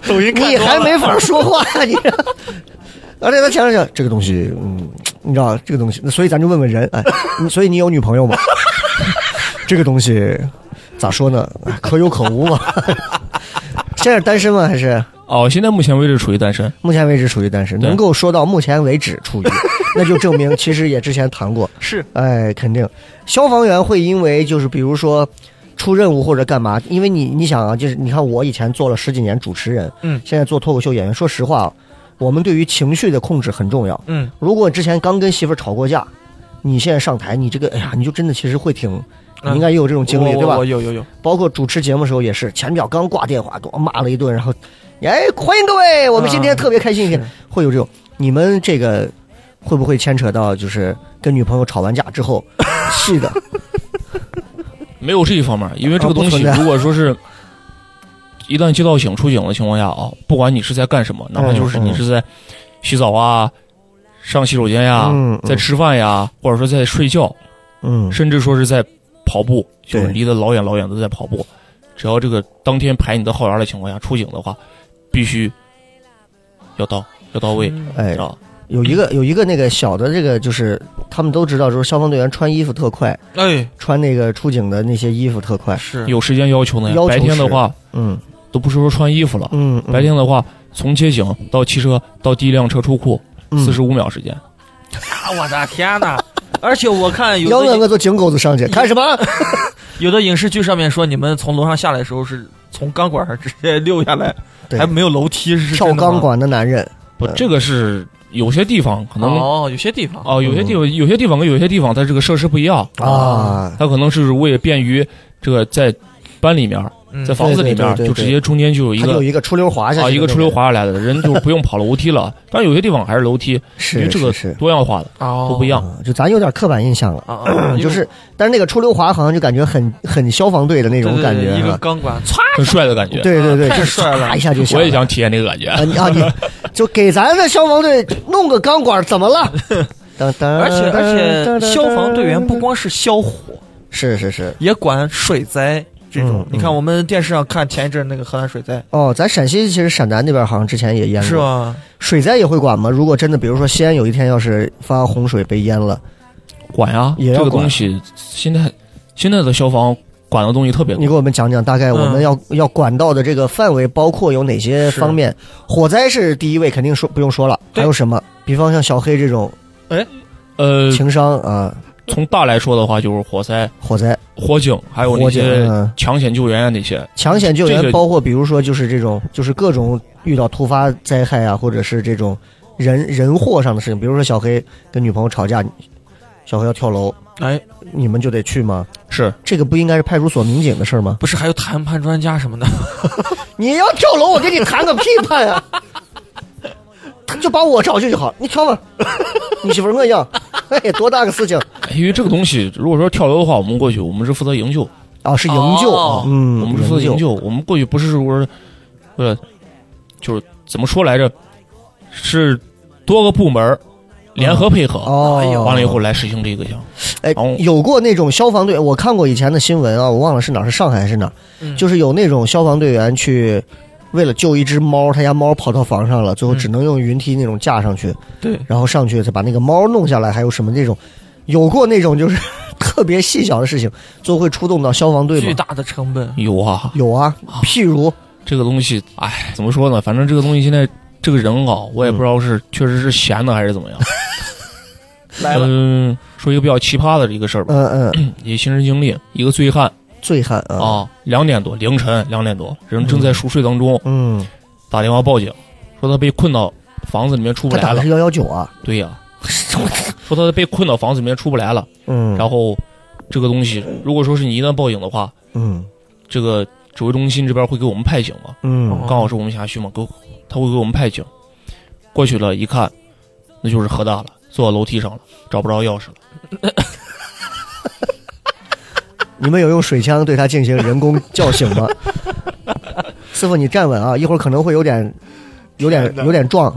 S3: 抖音
S2: 你还没法说话，你。 而且他想想想，这个东西，嗯，你知道这个东西，那所以咱就问问人，哎，你所以你有女朋友吗？ 这个东西咋说呢？哎可有可无嘛。 现在单身吗？还是
S4: 哦，现在目前为止处于单身，
S2: 目前为止属于单身？
S4: 对
S2: 能够说到目前为止 处于，那就证明其实也之前谈过，
S3: 是
S2: 哎，肯定，消防员会因为就是比如说出任务或者干嘛，因为你你想啊，就是你看我以前做了十几年主持人，
S3: 嗯
S2: 现在做脱口秀演员，说实话啊，我们对于情绪的控制很重要。
S3: 嗯，
S2: 如果之前刚跟媳妇儿吵过架，你现在上台，你这个哎呀，你就真的其实会挺，你应该也有这种经历、
S3: 嗯我
S2: 对吧
S3: 我？有有有，
S2: 包括主持节目时候也是，前脚刚挂电话给我骂了一顿，然后，哎，欢迎各位，我们今天特啊别开心，
S3: 是
S2: 会有这种。你们这个会不会牵扯到就是跟女朋友吵完架之 后气的？
S4: 没有这一方面，因为这个东
S2: 啊不
S4: 西
S2: 存在
S4: 如果说是。一旦接到警出警的情况下啊，不管你是在干什么，哪怕就是
S2: 嗯嗯
S4: 你是在洗澡啊、上洗手间呀、
S2: 嗯嗯
S4: 在吃饭呀，或者说在睡觉，
S2: 嗯，
S4: 甚至说是在跑步，就是
S2: 对
S4: 离得老远老远的在跑步。只要这个当天排你的号员的情况下出警的话，必须要到要到位
S3: 嗯
S2: 哎，
S4: 啊！
S2: 有一个有一个那个小的这个就是他们都知道，就是消防队员穿衣服特快，
S3: 哎，
S2: 穿那个出警的那些衣服特快。
S3: 是
S4: 有时间要求呢
S2: 哎要求，
S4: 白天
S2: 是
S4: 的话
S2: 嗯
S4: 都不是说穿衣服了，
S2: 嗯，嗯
S4: 白天的话从接警到汽车到第一辆车出库
S2: 嗯
S4: 四十五秒时间，
S3: 啊，我的天哪！而且我看有
S2: 要
S3: 的
S2: 让我做井狗子上去看什么？
S3: 有的影视剧上面说，你们从楼上下来的时候是从钢管上直接溜下来，
S2: 对
S3: 还没有楼梯，是
S2: 跳
S3: 真的吗
S2: 钢。管的男人，
S4: 不，这个是有些地方可能
S3: 哦，有些地方
S4: 哦，有些地方
S2: 嗯
S4: 有些地方跟有些地方它这个设施不一样
S2: 啊，
S4: 它可能是为便于这个在班里面儿，
S3: 嗯
S4: 在房子里面儿
S2: 对对对对
S4: 就直接中间就有一
S2: 他有
S4: 个
S2: 一个出溜滑下去
S4: 啊
S2: 的那，
S4: 一个出溜滑下来的人就不用跑楼梯了。但有些地方还是楼梯，因
S2: 是
S4: 为这个
S2: 是是
S4: 多样化的
S3: 哦
S4: 都不一样。
S2: 啊，就咱有点刻板印象了。
S3: 啊啊，
S2: 就
S3: 一
S2: 是，但是那个出溜滑好像就感觉很很消防队的那
S3: 个
S2: 种
S3: 对对
S2: 感
S3: 对
S2: 觉
S3: 一个
S2: 啊，
S3: 钢管，唰
S4: 很帅的感觉。
S2: 对对对，
S3: 太
S2: 就是
S3: 帅了
S2: 唰一下就响
S4: 我也
S2: 了
S4: 想体验那个感觉。
S2: 啊，你啊，你就给咱的消防队弄个钢管，怎么了？ 当当，
S3: 而且而
S2: 当
S3: 且，消防队员不光是消火，
S2: 是是是
S3: 也管水灾这种
S2: 嗯。
S3: 你看我们电视上看前一阵那个河南水灾，
S2: 哦，咱陕西其实陕南那边好像之前也淹过，
S3: 是？啊吧？
S2: 水灾也会管吗？如果真的，比如说西安有一天要是发洪水被淹了，
S4: 管呀，
S2: 也要
S4: 这个
S2: 管
S4: 东西现在现在的消防管的东西特别多
S2: 你。给我们讲讲大概我
S4: 嗯
S2: 们要、要管到的这个范围包括有哪些方面？火灾是第一位，肯定说不用说了，还
S3: 对
S2: 有什么？比方像小黑这种
S4: 呃，
S2: 情商啊、
S4: 从大来说的话，就是火灾、
S2: 火灾、
S4: 火警，还有那
S2: 火警、
S4: 些
S2: 嗯
S4: 抢险救援啊那些。
S2: 抢险救
S4: 这
S2: 援
S4: 个
S2: 包括比如说就是这种，就是各种遇到突发灾害啊，或者是这种人人祸上的事情，比如说小黑跟女朋友吵架，小黑要跳楼，
S3: 哎，
S2: 你们就得去吗？
S4: 是
S2: 这个不应该是派出所民警的事儿吗？
S3: 不是还有谈判专家什么的，
S2: 你要跳楼，我给你谈个屁判啊！他就把我找去就好，你跳吧，你媳妇儿我养，哎，多大个事情
S4: 因为这个东西，如果说跳楼的话，我们过去我们是负责营救，
S2: 啊？是营救，
S3: 哦
S2: 嗯，
S4: 我们是负责营
S2: 营救，
S4: 救，我们过去不是说为了就是怎么说来着，是多个部门儿联合配合，
S2: 哦，
S4: 完了以后来实行这个项目。
S2: 哎
S4: 然后，
S2: 有过那种消防队，我看过以前的新闻啊，我忘了是哪儿，是上海还是哪儿，
S3: 嗯
S2: 就是有那种消防队员去为了救一只猫，他家猫跑到房上了，最后
S3: 嗯
S2: 只能用云梯那种架上去，
S3: 对，
S2: 然后上去再把那个猫弄下来，还有什么那种，有过那种就是 特别细小的事情，最后会出动到消防队
S3: 巨
S2: 吗？
S3: 大的成本。
S4: 有啊，
S2: 有啊，譬如
S4: 这个东西，哎，怎么说呢？反正这个东西现在这个人啊，我也不知道是、确实是闲的还是怎么样。
S3: 来了
S4: 嗯，说一个比较奇葩的一个事儿吧，
S2: 嗯嗯，
S4: 也亲身经历，一个醉汉
S2: 醉汉啊，
S4: 啊，两点多凌晨两点多，人正在熟睡当中，
S2: 嗯，
S4: 打电话报警，说他被困到房子里面出不
S2: 他
S4: 来
S2: 打的
S4: 了
S2: 是。幺幺九啊，
S4: 对 呀、说他被困到房子里面出不来了。
S2: 嗯，
S4: 然后这个东西，如果说是你一旦报警的话，
S2: 嗯
S4: 这个指挥中心这边会给我们派警嘛？
S2: 嗯
S3: 哦
S4: 刚好是我们辖区嘛，给我他会给我们派警。过去了，一看，那就是河大了，坐到楼梯上了，找不着钥匙了。
S2: 你们有用水枪对他进行人工叫醒 吗？师傅，你站稳啊，一会儿可能会有点、有点、有点撞，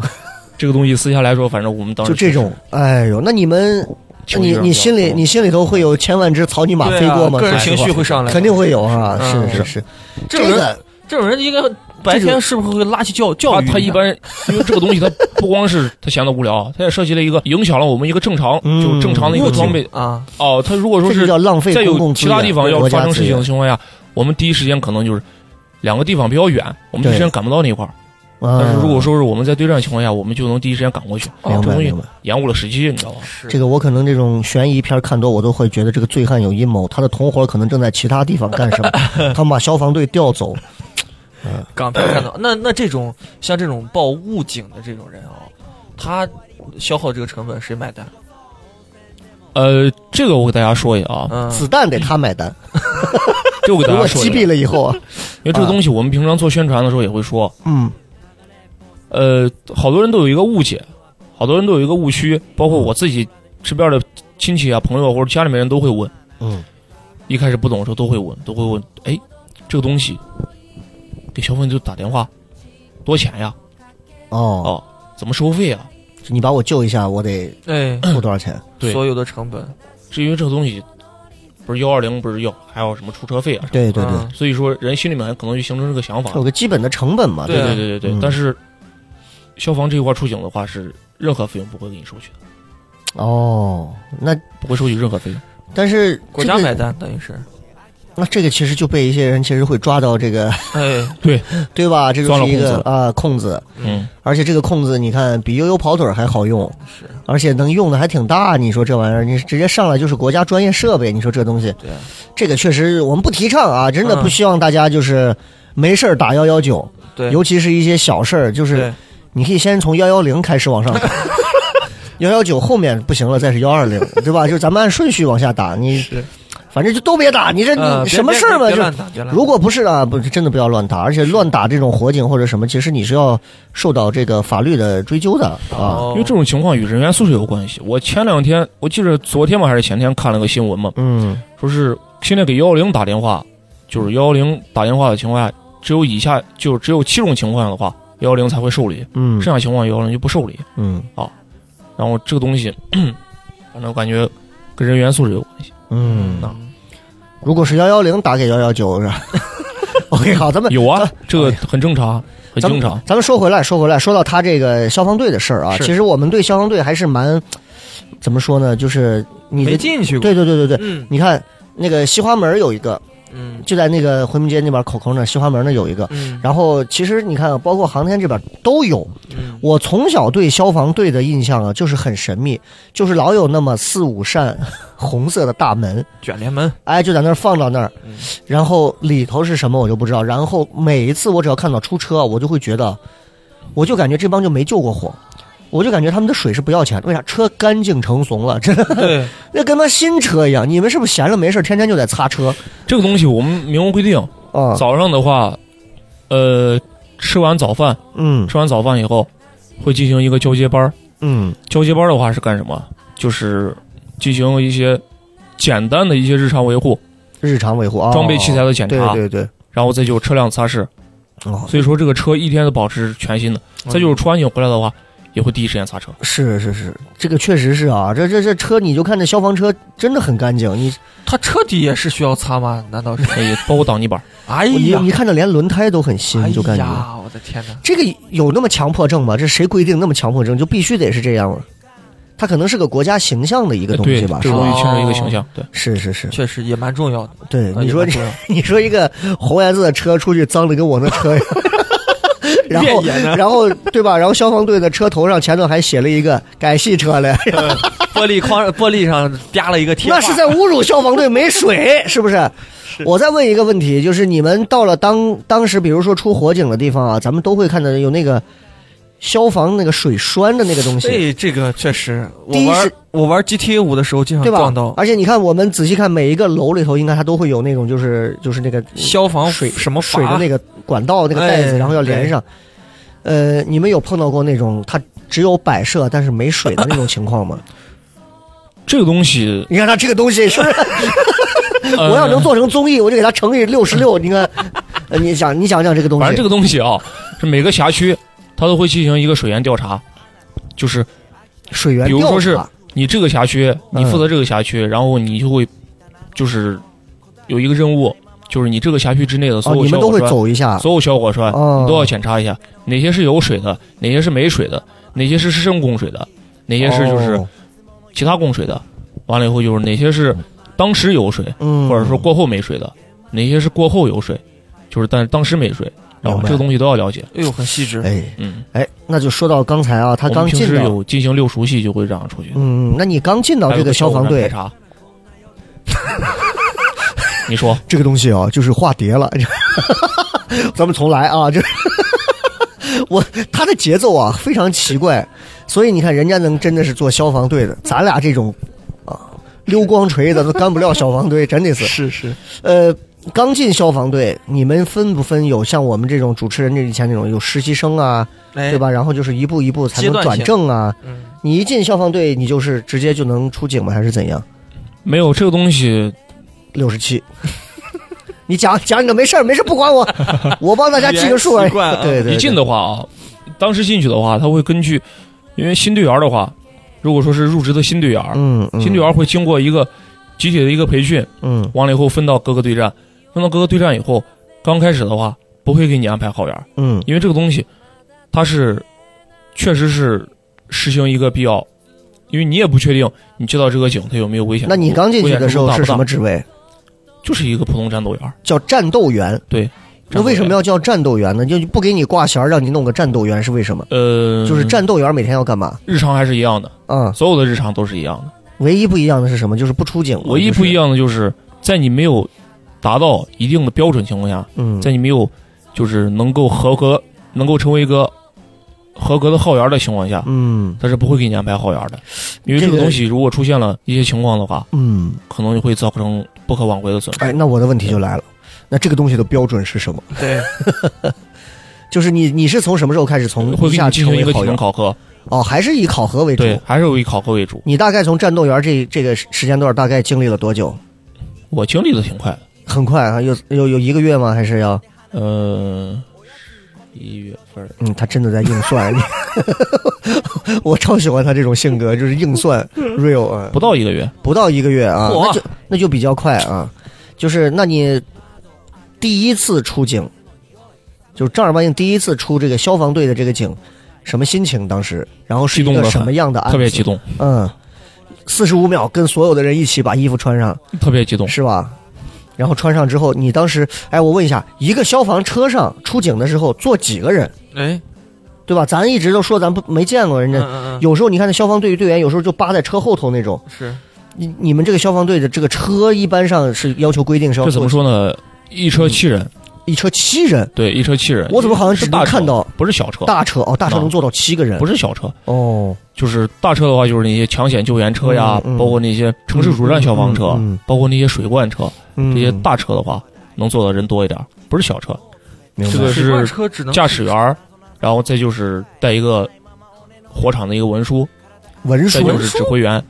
S4: 这个东西私下来说，反正我们当时
S2: 就这种。哎呦，那你们，
S4: 确实
S2: 你
S4: 情绪上
S2: 你
S4: 比较
S2: 心里
S4: 高
S2: 你心里头会有千万只草泥马
S3: 对
S2: 飞过
S3: 啊，
S2: 吗？
S3: 个
S2: 说
S3: 人
S2: 实
S3: 情绪
S2: 话
S3: 会上来，
S2: 肯定会有啊，
S3: 嗯
S2: 是是是，
S3: 这种
S2: 这
S3: 人
S2: 个
S3: 这种人应该白天是不是会拉起教教
S4: 他
S3: 育你？
S4: 他一般因为这个东西，他不光是他闲得无聊，他也涉及了一个影响了我们一个正常
S2: 嗯
S4: 就正常的一个装备
S3: 啊，
S4: 哦。他如果说
S2: 这就是叫浪费
S4: 在
S2: 公
S4: 有
S2: 共
S4: 其
S2: 资
S4: 他
S2: 源
S4: 地方要
S2: 国家
S4: 发生
S2: 资
S4: 事情
S2: 源
S4: 的情况下，我们第一时间可能就是两个地方比较远，我们第一时间赶不到那一块儿。
S2: 啊
S4: 但是如果说是我们在对战情况下，我们就能第一时间赶过去。
S2: 明
S4: 这
S2: 白
S4: 东西
S2: 明白，
S4: 延误了时机，你知
S3: 哦
S4: 道吧？
S2: 这个我可能这种悬疑片看多，我都会觉得这个醉汉有阴谋，他的同伙可能正在其他地方干 什么，他们把消防队调走。
S3: 港片看到。那那这种像这种报误警的这种人啊、他消耗这个成本谁买单？
S4: 呃，这个我给大家说一下啊，
S3: 嗯，
S2: 子弹得他买单，
S4: 这个我给
S2: 如
S4: 大家
S2: 果
S4: 说
S2: 击
S4: 一下，
S2: 毙了以后啊，
S4: 因为这个东西我们平常做宣传的时候也会说，
S2: 嗯
S4: 呃，好多人都有一个误解，好多人都有一个误区，包括我自己身边的亲戚啊、朋友或者家里面人都会问，
S2: 嗯，
S4: 一开始不懂的时候都会问，都会问，哎，这个东西给消费者打电话多少钱呀？
S2: 哦，
S4: 哦，怎么收费啊？
S2: 你把我救一下，我得
S3: 哎，
S2: 付多少钱？
S4: 对
S3: 所有的成本，
S4: 是因为这个东西不是幺二零不是要，还有什么出车费啊？
S2: 对对对，
S3: 嗯
S4: 所以说人心里面可能就形成这个想法
S2: 它，有个基本的成本嘛。
S3: 对
S4: 对对对对，
S2: 嗯
S4: 但是消防这一块出警的话，是任何费用不会给你收取的，
S2: 哦，那
S4: 不会收取任何费用。
S2: 但是
S3: 国
S2: 这
S3: 家
S2: 个
S3: 买单等于是，
S2: 那这个其实就被一些人其实会抓到这个，
S3: 哎，
S2: 对吧？这就
S4: 钻了
S2: 是一
S4: 空子
S2: 个
S4: 了
S2: 啊空子，
S4: 嗯，
S2: 而且这个空子你看比悠悠跑腿儿还好用，
S3: 是
S2: 而且能用的还挺大。你说这玩意儿，你直接上来就是国家专业设备，你说这东西，
S3: 对啊
S2: 这个确实我们不提倡啊，真的
S3: 嗯
S2: 不希望大家就是没事儿打幺幺九，
S3: 对，
S2: 尤其是一些小事儿，就是
S3: 对
S2: 你可以先从幺幺零开始往 上打，幺幺九后面不行了再是幺二零，对吧？就咱们按顺序往下打，你
S3: 是
S2: 反正就都别打，你这
S3: 呃
S2: 你
S3: 别
S2: 什么
S3: 别
S2: 事儿嘛
S3: 别
S2: 就
S3: 乱打别乱打
S2: 如果不是啊，不是真的不要乱打，而且乱打这种火警或者什么，其实你是要受到这个法律的追究的啊。
S3: 哦
S4: 因为这种情况与人员素质有关系。我前两天，我记得昨天吧还是前天看了个新闻嘛，
S2: 嗯
S4: 说是现在给幺幺零打电话，就是幺幺零打电话的情况下，只有以下就是只有七种情况的话，幺幺零才会受理，
S2: 嗯
S4: 剩下情况幺幺零就不受理。
S2: 嗯
S4: 然后这个东西， 反正我感觉跟人员素质有关系。
S2: 嗯
S4: 啊，
S2: 如果是幺幺零打给幺幺九 是吧？OK，好，咱们
S4: 有啊，这个很正常，很
S2: 咱
S4: 正
S2: 们
S4: 常。
S2: 咱们说回来，说回来，说到他这个消防队的事儿啊，
S3: 是
S2: 其实我们对消防队还是蛮怎么说呢？就是你
S3: 没
S2: 的
S3: 进去过，
S2: 对对对对对，
S3: 嗯
S2: 你看那个西华门有一个，
S3: 嗯
S2: 就在那个回民街那边口口那儿西华门那有一个。
S3: 嗯，
S2: 然后其实你看，包括航天这边都有。
S3: 嗯
S2: 我从小对消防队的印象啊，就是很神秘，就是老有那么四五扇红色的大门，
S3: 卷帘 门，
S2: 哎，就在那儿放到那儿
S3: 嗯，
S2: 然后里头是什么我就不知道。然后每一次我只要看到出车，我就会觉得，我就感觉这帮就没救过火，我就感觉他们的水是不要钱的。为啥？车干净成怂了， 真的，
S3: 对，
S2: 那跟他新车一样。你们是不是闲了没事儿天天就在擦车
S4: 这个东西我们明文规定，
S2: 啊？
S4: 早上的话，呃，吃完早饭，
S2: 嗯
S4: 吃完早饭以后，会进行一个交接班儿。
S2: 嗯
S4: 交接班的话是干什么？就是进行一些简单的一些日常维护、
S2: 日常维护啊，
S4: 装备器材的检
S2: 对
S4: 查，
S2: 对对，
S4: 然后再就是车辆擦拭。
S2: 哦，
S4: 所以说这个车一天都保持全新的。
S2: 嗯
S4: 再就是出安检回来的话，也会第一时间擦车。
S2: 是是是，这个确实是啊，这这这车你就看这消防车真的很干净，你
S3: 它车底也是需要擦吗？难道是？
S4: 哎，包括挡泥板，
S3: 哎
S2: 你
S3: 呀，
S2: 你看着连轮胎都很新，就
S3: 哎
S2: 感觉。
S3: 呀，我的天哪！
S2: 这个有那么强迫症吗？这谁规定那么强迫症就必须得是这样了？它可能是个国家形象的一个东
S3: 哎
S4: 对，
S2: 西
S4: 这
S2: 吧哦
S4: 个？东西牵扯一个形象。对，
S2: 是是是，
S3: 确实也蛮重要的。
S2: 对，
S3: 呃
S2: 你说
S3: 也
S2: 你
S3: 蛮重要的
S2: 你说一个红颜色的车出去脏的跟我那车一样，然后
S3: 越野呢
S2: 然后对吧？然后消防队的车头上前头还写了一个“改系车嘞
S3: 玻璃框玻璃上压了一个”，贴画，
S2: 那是在侮辱消防队没水，是不是？我再问一个问题，就是你们到了当当时，比如说出火警的地方啊，咱们都会看到有那个消防那个水栓的那个东西，
S3: 对，这个确实，
S2: 第
S3: 我
S2: 一
S3: 玩
S2: 是
S3: 我玩 GTA 五的时候经常
S2: 对吧
S3: 撞到？
S2: 而且你看，我们仔细看每一个楼里头，应该它都会有那种就是就是那个
S3: 消防
S2: 水
S3: 什么
S2: 水的那
S3: 个，
S2: 个管道那个袋子，
S3: 哎
S2: 然后要连上。呃，你们有碰到过那种它只有摆设但是没水的那种情况吗？
S4: 这个东西，
S2: 你看它这个东西是不是？
S4: 呃
S2: 我要能做成综艺，我就给它乘以六十六。你看，呃你想你想想这个东
S4: 反正
S2: 西，
S4: 这个东西啊，是每个辖区它都会进行一个水源调查，就是
S2: 水源哦
S4: 比如
S2: 掉
S4: 说是
S2: 了
S4: 你这个辖区，你负责这个辖区，
S2: 嗯
S4: 然后你就会就是有一个任务，就是你这个辖区之内的
S2: 哦，
S4: 所有
S2: 你
S4: 小
S2: 们都
S4: 火
S2: 会
S4: 栓，
S2: 走一下。
S4: 所有小火栓、
S2: 啊哦
S4: 你都要检查一下，哪些是有水的，哪些是没水的，哪些是市政供水的，哪些是就是
S2: 哦
S4: 其他供水的。完了以后就是哪些是当时有水，
S2: 嗯，
S4: 或者说过后没水的，哪些是过后有水，就是但是当时没水，然后
S2: 明白
S4: 这个东西都要了解。
S3: 哎呦，很细致。
S2: 哎
S4: 嗯，
S2: 哎，那就说到刚才啊，他
S4: 我们
S2: 刚
S4: 平
S2: 进
S4: 时
S2: 到
S4: 有进行六熟悉就会让人出去。
S2: 嗯，那你刚进到
S4: 还有
S2: 这个消防队
S4: 排，查。 你说
S2: 这个东西啊，就是化蝶了。 咱们重来啊，这 我他的节奏啊非常奇怪，所以你看人家能真的是做消防队的，咱俩这种啊溜光锤的都干不了消防队，真的是。
S3: 是是，
S2: 呃，刚进消防队，你们分不分有像我们这种主持人这以前那种有实习生啊，
S3: 哎，
S2: 对？吧？然后就是一步一步才
S3: 阶
S2: 能
S3: 段
S2: 转
S3: 性
S2: 正啊。
S3: 嗯，
S2: 你一进消防队，你就是直接就能出警吗？还是怎样？
S4: 没有这个东西，
S2: 六十七。 你讲讲你的，没事儿，没事儿不管我，我帮大家记个数而已。
S3: 语言习惯啊
S2: 对对对，
S4: 一进的话啊，当时进去的话，他会根据，因为新队员的话，如果说是入职的新队员，
S2: 嗯，嗯
S4: 新队员会经过一个集体的一个培训，
S2: 嗯
S4: 完了以后分到各个对战，分到各个对战以后，刚开始的话不会给你安排好员，
S2: 嗯
S4: 因为这个东西它是确实是实行一个必要，因为你也不确定你接到这个警它有没有危险。
S2: 那你刚进去的时候
S4: 危险
S2: 是
S4: 程度大
S2: 什
S4: 不
S2: 么
S4: 大？
S2: 职位？
S4: 就是一个普通战斗员。
S2: 叫战斗员。
S4: 对，
S2: 那为什么要叫战斗员呢？就不给你挂弦儿，让你弄个战斗员是为什么？
S4: 呃，
S2: 就是战斗员每天要干嘛？
S4: 日常还是一样的，
S2: 啊、
S4: 所有的日常都是一样的。
S2: 唯一不一样的是什么？就是不出警。
S4: 唯一
S2: 啊就是
S4: 不一，样的就是在你没有达到一定的标准情况下，
S2: 嗯，
S4: 在你没有就是能够合格，能够成为一个合格的号员的情况下，
S2: 嗯
S4: 他是不会给你安排号员的，因为
S2: 这
S4: 这
S2: 个
S4: 个东西如果出现了一些情况的话，
S2: 嗯，
S4: 可能会造成不可挽回的损失。
S2: 哎，那我的问题就来了，那这个东西的标准是什么？
S3: 对，
S2: 就是你你是从什么时候开始从
S4: 会
S2: 一
S4: 给
S2: 下
S4: 你进行一个体
S2: 成为
S4: 能
S2: 好
S4: 考核，
S2: 友哦，还是以考核为主？
S4: 对，还是以考核为主。
S2: 你大概从战斗员这这个时间段大概经历了多久？嗯
S4: 我经历的挺快的，
S2: 很快啊，有有有一个月吗？还是要？
S4: 呃，一月份
S2: 嗯，他真的在硬算， 我超喜欢他这种性格，就是硬算 real 啊，
S4: 不到一个月，
S2: 不到一个月啊，
S3: 嚯
S2: 那就那就比较快啊，就是那你第一次出警，就正儿八经第一次出这个消防队的这个警，什么心情？当时，然后是一
S4: 激动
S2: 个
S4: 得很
S2: 什么样的案子？
S4: 特别激，动，
S2: 嗯，四十五秒跟所有的人一起把衣服穿上，
S4: 特别激动。
S2: 是吧？然后穿上之后，你当时，哎，我问一下，一个消防车上出警的时候坐几个人，
S3: 哎，
S2: 对吧？咱一直都说咱不没见过人
S3: 嗯
S2: 家，
S3: 嗯嗯，
S2: 有时候你看那消防队队员，有时候就扒在车后头那种。
S3: 是
S2: 你你们这个消防队的这个车，一般上是要求规定是要嗯
S4: 这怎么
S2: 坐
S4: 说呢？一车七人，
S2: 一车七人，
S4: 对，一车七人。
S2: 我怎么好像
S4: 是
S2: 只
S4: 大
S2: 能
S4: 车
S2: 看到
S4: 不是小车，
S2: 大车哦，大车能坐到七个人，
S4: 不
S2: 是
S4: 是小车，
S2: 哦，
S4: 就是大车的话，就是那些抢险救援车呀，
S2: 嗯嗯
S4: 包括那些城市主战消防车，
S2: 嗯嗯嗯嗯
S4: 包括那些水罐车，
S2: 这
S4: 这些大车的话，能坐的人多一点，不是小车。这个
S3: 水罐
S4: 是
S3: 车只能
S4: 驾驶员儿，然后再就是带一个火场的一个文书，
S2: 文
S4: 再
S2: 书
S4: 就是指挥员。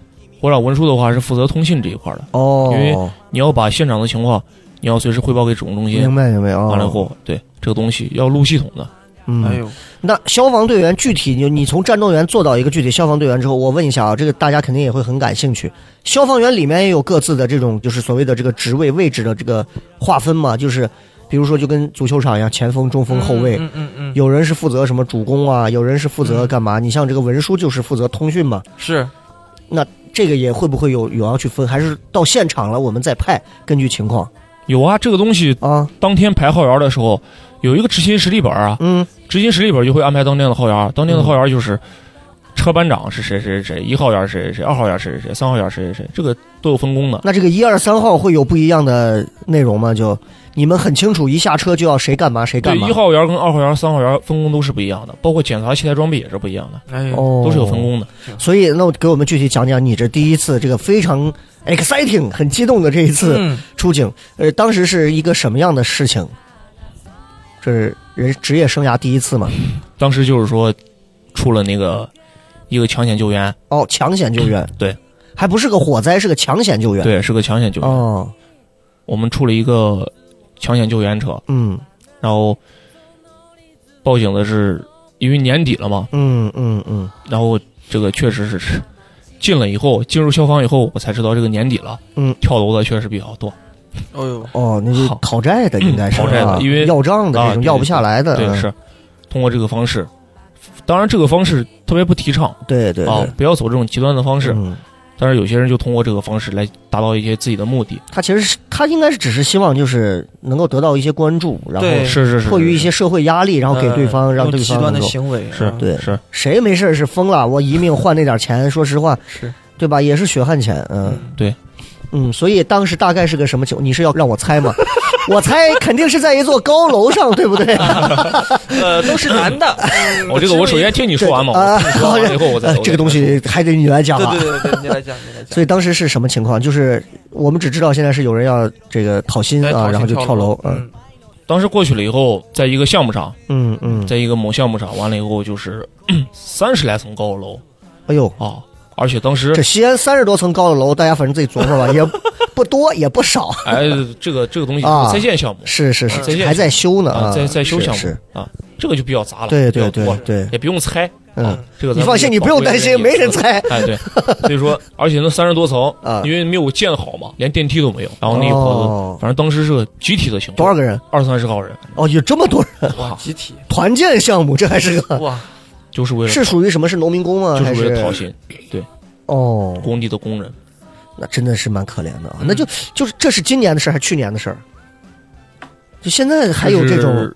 S4: 火场文书的话是负责通信这一块儿的，因
S2: 哦
S4: 为，你要把现场的情况，你要随时汇报给指挥中心。
S2: 明白明白哦。
S4: 完了以后，对这个东西要录系统的。
S2: 嗯，
S3: 哎呦，
S2: 那消防队员具体，你你从战斗员做到一个具体消防队员之后，我问一下啊，这个大家肯定也会很感兴趣。消防员里面也有各自的这种就是所谓的这个职位位置的这个划分嘛，就是比如说就跟足球场一样，前锋、中锋、后卫，
S3: 嗯嗯嗯，嗯
S2: 有人是负责什么主攻啊，有人是负
S4: 嗯
S2: 责干嘛？你像这个文书就是负责通讯嘛，
S3: 是
S2: 这个也会不会有有要去分，还是到现场了我们再派，根据情况
S4: 有啊，这个东西
S2: 啊，
S4: 当天排号员的时候，有一个执勤实力本儿啊，
S2: 嗯
S4: 执勤实力本儿就会安排当天的号员，当天的号员就是车班长是谁谁谁，一号员是谁谁，二号员是谁谁，三号员是谁谁，这个都有分工的。
S2: 那这个一二三号会有不一样的内容吗？就你们很清楚，一下车就要谁干嘛谁
S4: 对，
S2: 干嘛
S4: 一，号员跟二号员、三号员分工都是不一样的，包括检查器材装备也是不一样的，
S3: 哎呦，
S2: 哦，
S4: 都是有分工的。
S2: 所以，那我给我们具体讲讲你这第一次这个非常 exciting、很激动的这一次
S3: 嗯
S2: 出警，呃，当时是一个什么样的事情？这是人职业生涯第一次嘛？
S4: 当时就是说，出了那个一个抢险救援，
S2: 哦，抢险救援，
S4: 嗯对，
S2: 还不是个火灾，是个抢险救援。，
S4: 对，是个抢险救援。
S2: 哦，
S4: 我们出了一个抢险救援车，
S2: 嗯
S4: 然后报警的是因为年底了嘛，
S2: 嗯嗯嗯，
S4: 然后这个确实是进了以后，进入消防以后，我才知道这个年底了，
S2: 嗯，
S4: 跳楼的确实比较多，
S3: 哎呦，
S2: 哦，那就
S4: 好
S2: 讨债的应该是
S4: 嗯讨债的
S2: 啊
S4: 因为
S2: 要账的
S4: 啊
S2: 这种
S4: 对
S2: 要不下来的，
S4: 对，
S2: 嗯
S4: 是通过这个方式。当然，这个方式特别不提倡
S2: 对对
S4: 啊
S2: 对，，
S4: 不要走这种极端的方式。
S2: 嗯
S4: 但是有些人就通过这个方式来达到一些自己的目的，
S2: 他其实是他应该是只是希望就是能够得到一些关注，然后
S3: 对
S4: 哦是是是，嗯
S2: 迫于一些社会压力，然后给对方
S3: 呃
S2: 让
S3: 用
S2: 对
S3: 极
S2: 方
S3: 端的
S2: 能够
S3: 行为，
S4: 是
S3: 嗯
S2: 对
S4: 是，
S2: 谁没事儿是疯了？我一命换那点钱，说实话，
S3: 是，
S2: 对吧？也是血汗钱，嗯
S3: 嗯
S2: 嗯，所以当时大概是个什么情况？你是要让我猜吗？ 我猜肯定是在一座高楼上，对不对？
S3: 呃，都是男 的
S2: 嗯
S4: 哦
S3: 嗯
S4: 我这个我首先听你说完嘛，
S2: 对
S4: 我听你说完了以后我再
S2: 呃
S4: 我再
S2: 啊这个东西还得你来讲
S3: 对
S2: 啊
S3: 对。对对对，你来讲，你来讲，
S2: 所以当时是什么情况？就是我们只知道现在是有人要这个讨薪
S3: 哎
S2: 啊，
S3: 讨
S2: 然后
S3: 薪
S2: 就跳楼。嗯
S3: 嗯，
S4: 当时过去了以后，在一个项目上，
S2: 嗯嗯。
S4: 在一个某项目上完了以后就是三十来层高楼
S2: 哎呦，
S4: 啊，而且当时
S2: 这西安三十多层高的楼，大家反正自己琢 磨吧，也不多也不少。
S4: 哎这个这个东西
S2: 啊
S4: 是在线项目
S2: 是是是
S4: 啊在，
S2: 还在修呢
S4: 啊，
S2: 啊，
S4: 在在修
S2: 是
S4: 项
S2: 是
S4: 目啊，这个就比较杂了，
S2: 对
S4: 比较
S2: 对
S4: 多
S2: 对
S4: 了
S2: 对，
S4: 也不用猜，啊
S2: 嗯，
S4: 这个咱
S2: 你
S4: 们
S2: 放心，你不用担心，没人
S4: 保护
S2: 猜。
S4: 哎，对，所以说，而且那三十多层
S2: 啊，
S4: 因为没有建好嘛，连电梯都没有。然后那一伙
S2: 哦
S4: 子，反正当时是个集体的行动，
S2: 多少个人？
S4: 二三十号人，
S2: 哦，有这么多人，
S3: 哇，集体，
S2: 团建项目，这还是个
S3: 哇，
S4: 就是为了
S2: 是属于什么？是农民工吗？
S4: 就
S2: 还
S4: 是为了讨薪，
S2: 哦，
S4: 工地的工人。嗯
S2: 那真的是蛮可怜的啊。那就就是这是今年的事儿还是去年的事儿？就现在还有这种，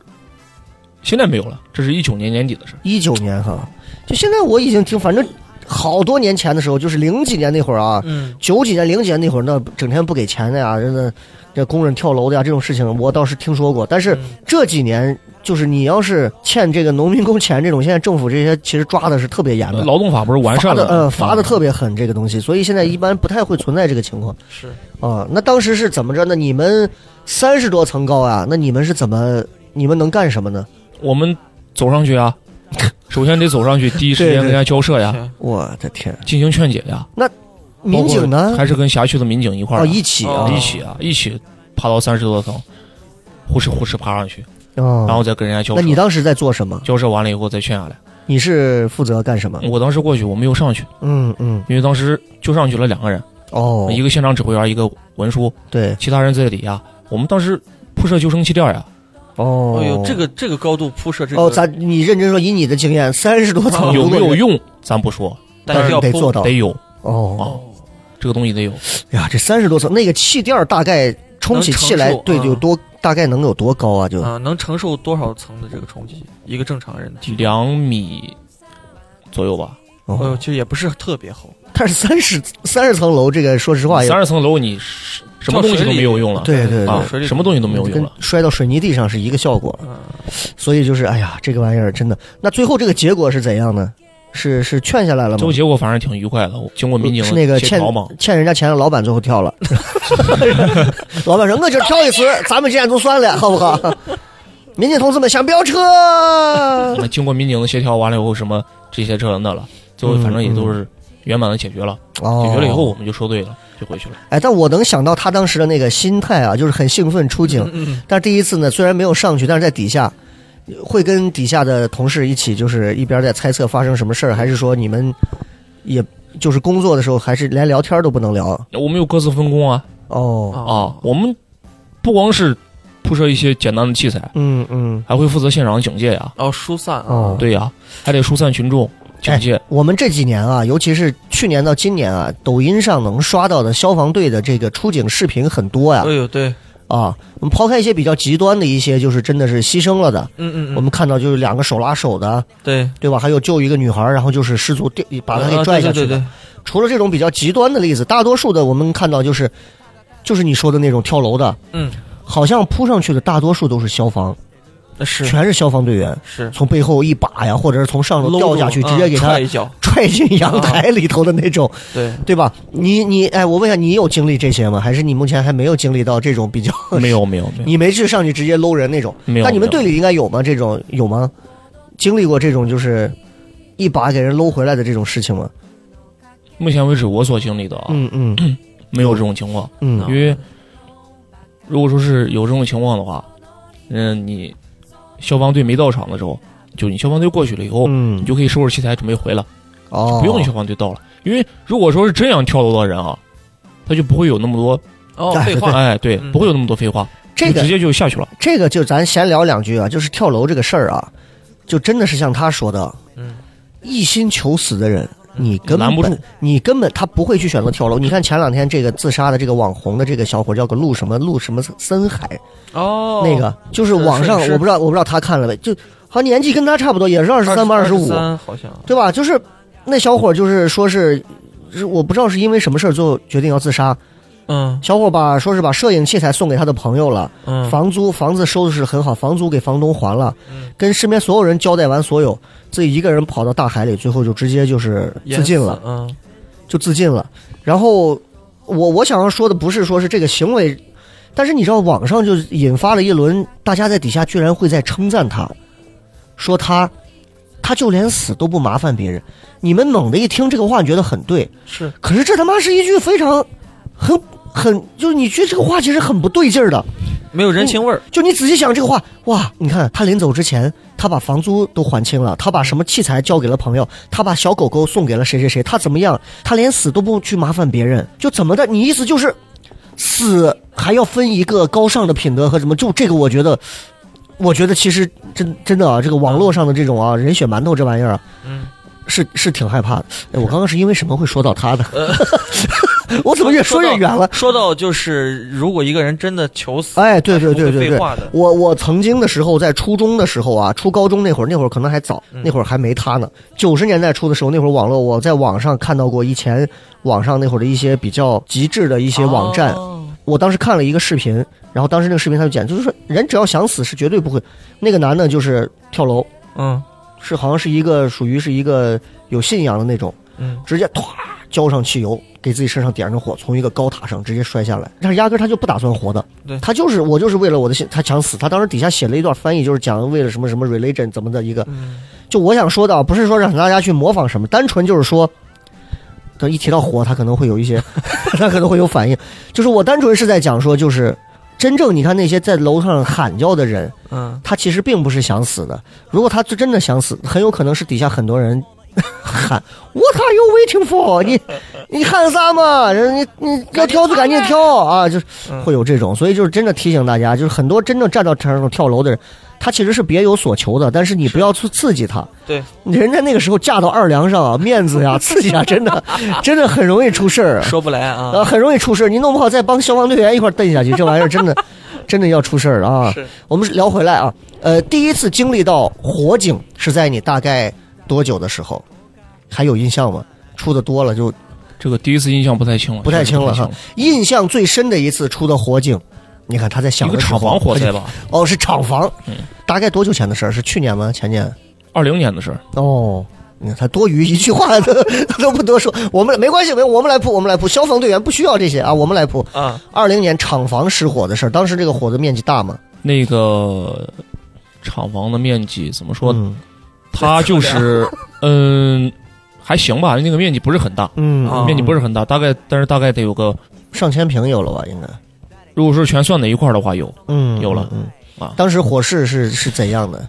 S4: 现在没有了，这是一九年年底的事儿。
S2: 一九年哈，就现在我已经听，反正好多年前的时候，就是零几年那会儿啊，
S3: 嗯，
S2: 九几年、零几年那会儿，那整天不给钱的呀，真的，这工人跳楼的呀，这种事情我倒是听说过。但是
S3: 嗯
S2: 这几年，就是你要是欠这个农民工钱这种，现在政府这些其实抓的是特别严的，
S4: 劳动法不是完善
S2: 哎罚的
S4: 了吗？
S2: 呃罚的
S4: 啊
S2: 特别狠这个东西，所以现在一般不太会存在这个情况
S3: 是
S2: 啊。那当时是怎么着呢？你们三十多层高啊，那你们是怎么？你们能干什么呢？
S4: 我们走上 去啊，首先得走上去，第一时间
S2: 对对
S4: 跟人家交涉呀，
S3: 天
S2: 我的天，
S4: 进行劝解呀。
S2: 民警
S4: 包括
S2: 呢？
S4: 还是跟辖区的民警一块
S2: 哦，
S4: 儿啊、
S2: 一起啊
S3: 哦，
S4: 一起啊，一起爬到三十多层，呼哧呼哧爬上去，
S2: 哦，
S4: 然后再跟人家交
S2: 那
S4: 涉。
S2: 你当时嗯在做什么？
S4: 交涉完了以后再劝下来。
S2: 你是负责干什么？
S4: 我当时过去，我没有上去，
S2: 嗯嗯，
S4: 因为当时就上去了两个人，
S2: 哦，
S4: 一个现场指挥员，一个文书，
S2: 对，
S4: 其他人在底下。我们当时铺设救生气垫啊呀，
S2: 哦，
S3: 哎呦，这个这个高度铺设这个
S2: 哦，咱你认真说，以你的经验，三十多层
S4: 有没有
S2: 用？
S4: 用咱不说，
S2: 但
S3: 是
S2: 是
S3: 要
S2: 得做
S3: 铺
S2: 到
S4: 得有
S2: 哦
S4: 啊，这个东西得有。
S2: 呀，这三十多层那个气垫儿大概充起气来
S3: 能承，受
S2: 对，
S3: 嗯
S2: 有多大概能有多高啊？就
S3: 啊，能承受多少层的这个冲击？一个正常人的体重，
S4: 两米左右吧。
S3: 哎呦，
S2: 哦，
S3: 其实也不是特别厚，
S2: 但是三十三十层楼，这个说实话也
S4: 三十层楼你是什么东西都没有用了，
S2: 对对
S4: 啊
S3: 水里，
S4: 什么东西都没有用
S2: 跟
S4: 了。
S2: 摔到水泥地上是一个效果，
S3: 嗯，
S2: 所以就是哎呀，这个玩意儿真的。那最后这个结果是怎样呢？是是劝下来了
S4: 最
S2: 吗
S4: 后？结果反正挺愉快的，我经过民警
S2: 是那个
S4: 协
S2: 欠
S4: 调嘛，
S2: 欠人家钱的老板最后 跳了，老板说：“我今儿跳一次，咱们这样就算了，好不好？”民警同志们想飙车，
S4: 那经过民警的协调完了以后，什么这些这那了，最后反正也都是圆满的解决了。解
S2: 解
S4: 决了以后，我们就说对了，就回去了。
S2: 哎，但我能想到他当时的那个心态啊，就是很兴奋出警。但是第一次呢，虽然没有上去，但是在底下会跟底下的同事一起，就是一边在猜测发生什么事儿，还是说你们也就是工作的时候，还是连聊天都不能聊？
S4: 我们有各自分工啊
S2: 哦，
S4: 啊
S3: 啊，，
S4: 我们不光是铺设一些简单的器材，
S2: 嗯嗯，
S4: 还会负责现场警戒呀，
S3: 哦，疏散
S2: 哦哎
S3: 啊，
S4: 对呀，还得疏散群众警戒。
S2: 我们这几年啊，尤其是去年到今年啊，抖音上能刷到的消防队的这个出警视频很多呀
S3: 哎。呦，对，
S2: 啊，我们抛开一些比较极端的一些，就是真的是牺牲了的，
S3: 嗯嗯，嗯
S2: 我们看到就是两个手拉手的，
S3: 对，
S2: 对吧？还有救一个女孩儿，然后就是失足掉，把她
S3: 啊
S2: 给拽下去
S3: 对
S2: 的。
S3: 对对
S2: 除了这种比较极端的例子，大多数的我们看到就是，就是你说的那种跳楼的，
S3: 嗯，
S2: 好像扑上去的大多数都是消防，
S3: 那是
S2: 全是消防队员，
S3: 是
S2: 从背后一把呀，或者是从上头
S3: 搂
S2: 掉
S3: 住
S2: 下去，
S3: 啊
S2: 直接给他
S3: 踹一啊脚，
S2: 踹进阳台里头的那种，
S3: 对，
S2: 对吧？你你哎，我问一下，你有经历这些吗？还是你目前还没有经历到这种比较？
S4: 没，有没有没有
S2: 你没去上去直接搂人那种。
S4: 没有。
S2: 那你们
S4: 没有
S2: 队里应该有吗？这种有吗？经历过这种就是一把给人搂回来的这种事情吗？
S4: 目前为止我所经历的啊，
S2: 嗯嗯
S4: 没有这种情况，
S2: 嗯
S4: 因为如果说是有这种情况的话，嗯，你消防队没到场的时候，就你消防队过去了以后，
S2: 嗯
S4: 你，就可以收拾器材准备回来，
S2: 哦，
S4: 不用消防队到了。因为如果说是真想跳楼的人啊，他就不会有那么多
S3: 哦，
S2: 哎
S3: 废
S2: 对
S3: 话，
S4: 哎，对，
S3: 嗯
S4: 不会有那么多废话，
S2: 这
S4: 就
S2: 个
S4: 直接就下去了。
S2: 这个就咱闲聊两句啊，就是跳楼这个事儿啊，就真的是像他说的，
S3: 嗯，
S2: 一心求死的人，你根本
S4: 拦不住，
S2: 你根本他不会去选择跳楼。你看前两天这个自杀的这个网红的这个小伙叫个陆什么陆什么森海，
S3: 哦，
S2: 那个就是网上
S3: 是是
S2: 我不知道我不知道他看了没，就好像年纪跟他差不多，也是二十三吧二十五，
S3: 三好像，
S2: 对吧？就是那小伙就是说是。是我不知道是因为什么事儿，最后决定要自杀。
S3: 嗯
S2: 小伙把说是把摄影器材送给他的朋友了，
S3: 嗯，
S2: 房租房子收的是很好，房租给房东还了，
S3: 嗯
S2: 跟身边所有人交代完所有，自己一个人跑到大海里，最后就直接就是
S3: 淹
S2: 自尽
S3: 死
S2: 了，，
S3: 嗯，
S2: 就自尽了。然后我我想要说的不是说是这个行为，但是你知道网上就引发了一轮，大家在底下居然会在称赞他，说他他就连死都不麻烦别人。你们猛地一听这个话，你觉得很对，
S3: 是
S2: 可是这他妈是一句非常很很就是你觉得这个话其实很不对劲儿的。
S3: 没有人情味儿，
S2: 就你仔细想这个话，哇，你看他临走之前，他把房租都还清了，他把什么器材交给了朋友，他把小狗狗送给了谁谁谁，他怎么样？他连死都不去麻烦别人，就怎么的？你意思就是死还要分一个高尚的品德和什么？就这个，我觉得，我觉得其实真真的啊，这个网络上的这种啊人血馒头这玩意儿啊，
S3: 嗯，
S2: 是是挺害怕的。哎我刚刚是因为什么会说到他的？ 我怎么越说越远了？
S3: 说到就是，如果一个人真的求死，
S2: 哎，对对对对
S3: 不会废
S2: 对
S3: 话的，
S2: 我我曾经的时候，在初中的时候啊，初高中那会儿，那会儿可能还早，
S3: 嗯
S2: 那会儿还没他呢。九十年代初的时候，那会儿网络，我在网上看到过以前网上那会儿的一些比较极致的一
S3: 一
S2: 些网站，
S3: 哦
S2: 我当时看了一个视频，然后当时那个视频他就讲，就是说人只要想死是绝对不会。那个男的就是跳楼，
S3: 嗯
S2: 是好像是一个属于是一个有信仰的那种，
S3: 嗯，
S2: 直接唰浇上汽油，给自己身上点上火，从一个高塔上直接摔下来。但是压根儿他就不打算活的，
S3: 对
S2: 他就是我就是为了我的信，他想死。他当时底下写了一段翻译，就是讲为了什么什么 religion 怎么的一个。
S3: 嗯
S2: 就我想说的啊，不是说让大家去模仿什么，单纯就是说。他一提到火，他可能会有一些， 他可能会有反应。就是我单纯是在讲说，就是真正你看那些在楼上喊叫的人，
S3: 嗯，
S2: 他其实并不是想死的。如果他真的想死，很有可能是底下很多人 喊 “What are you waiting for？” 你你喊啥嘛？人你你要跳就赶紧跳啊！就是
S3: 嗯
S2: 会有这种，所以就是真的提醒大家，就是很多真正站到台上跳楼的人，他其实是别有所求的，但是你不要去刺激他。
S3: 对，
S2: 人在那个时候架到二梁 上啊，面子呀、刺激啊，真的真的很容易出事儿啊。
S3: 说不来啊
S2: 啊，，很容易出事儿，你弄不好再帮消防队员一块儿蹬下去，这玩意儿真的，真的要出事儿啊！
S3: 是
S2: 我们聊回来啊，呃，第一次经历到火警是在你大概多久的时候？还有印象吗？出的多了就
S4: 这个第一次印象不太清了，
S2: 不太清了哈
S4: 不太清。
S2: 印象最深的一次出的火警，你看他在想
S4: 一个
S2: 的时候
S4: 厂房火灾？吧，
S2: 哦，是厂房。
S4: 嗯
S2: 大概多久前的事儿？是去年吗？前年？
S4: 二零年的事儿。
S2: 哦。你看他多余一句话 都都不多说，我们没关系，没我们来铺，我们来铺，消防队员不需要这些啊，我们来铺。
S3: 啊，
S2: 二零年厂房失火的事儿，当时这个火的面积大吗？
S4: 那个厂房的面积怎么说？
S2: 嗯
S4: 它 就是嗯，还行吧，那个面积不是很大，
S2: 嗯，
S3: 啊
S4: 面积不是很大，大概但是大概得有个，
S2: 上千平有了吧？应该
S4: 如果说全算在一块儿的话，有。
S2: 嗯
S4: 有了
S2: 嗯
S4: 啊
S2: 当时火势是是怎样的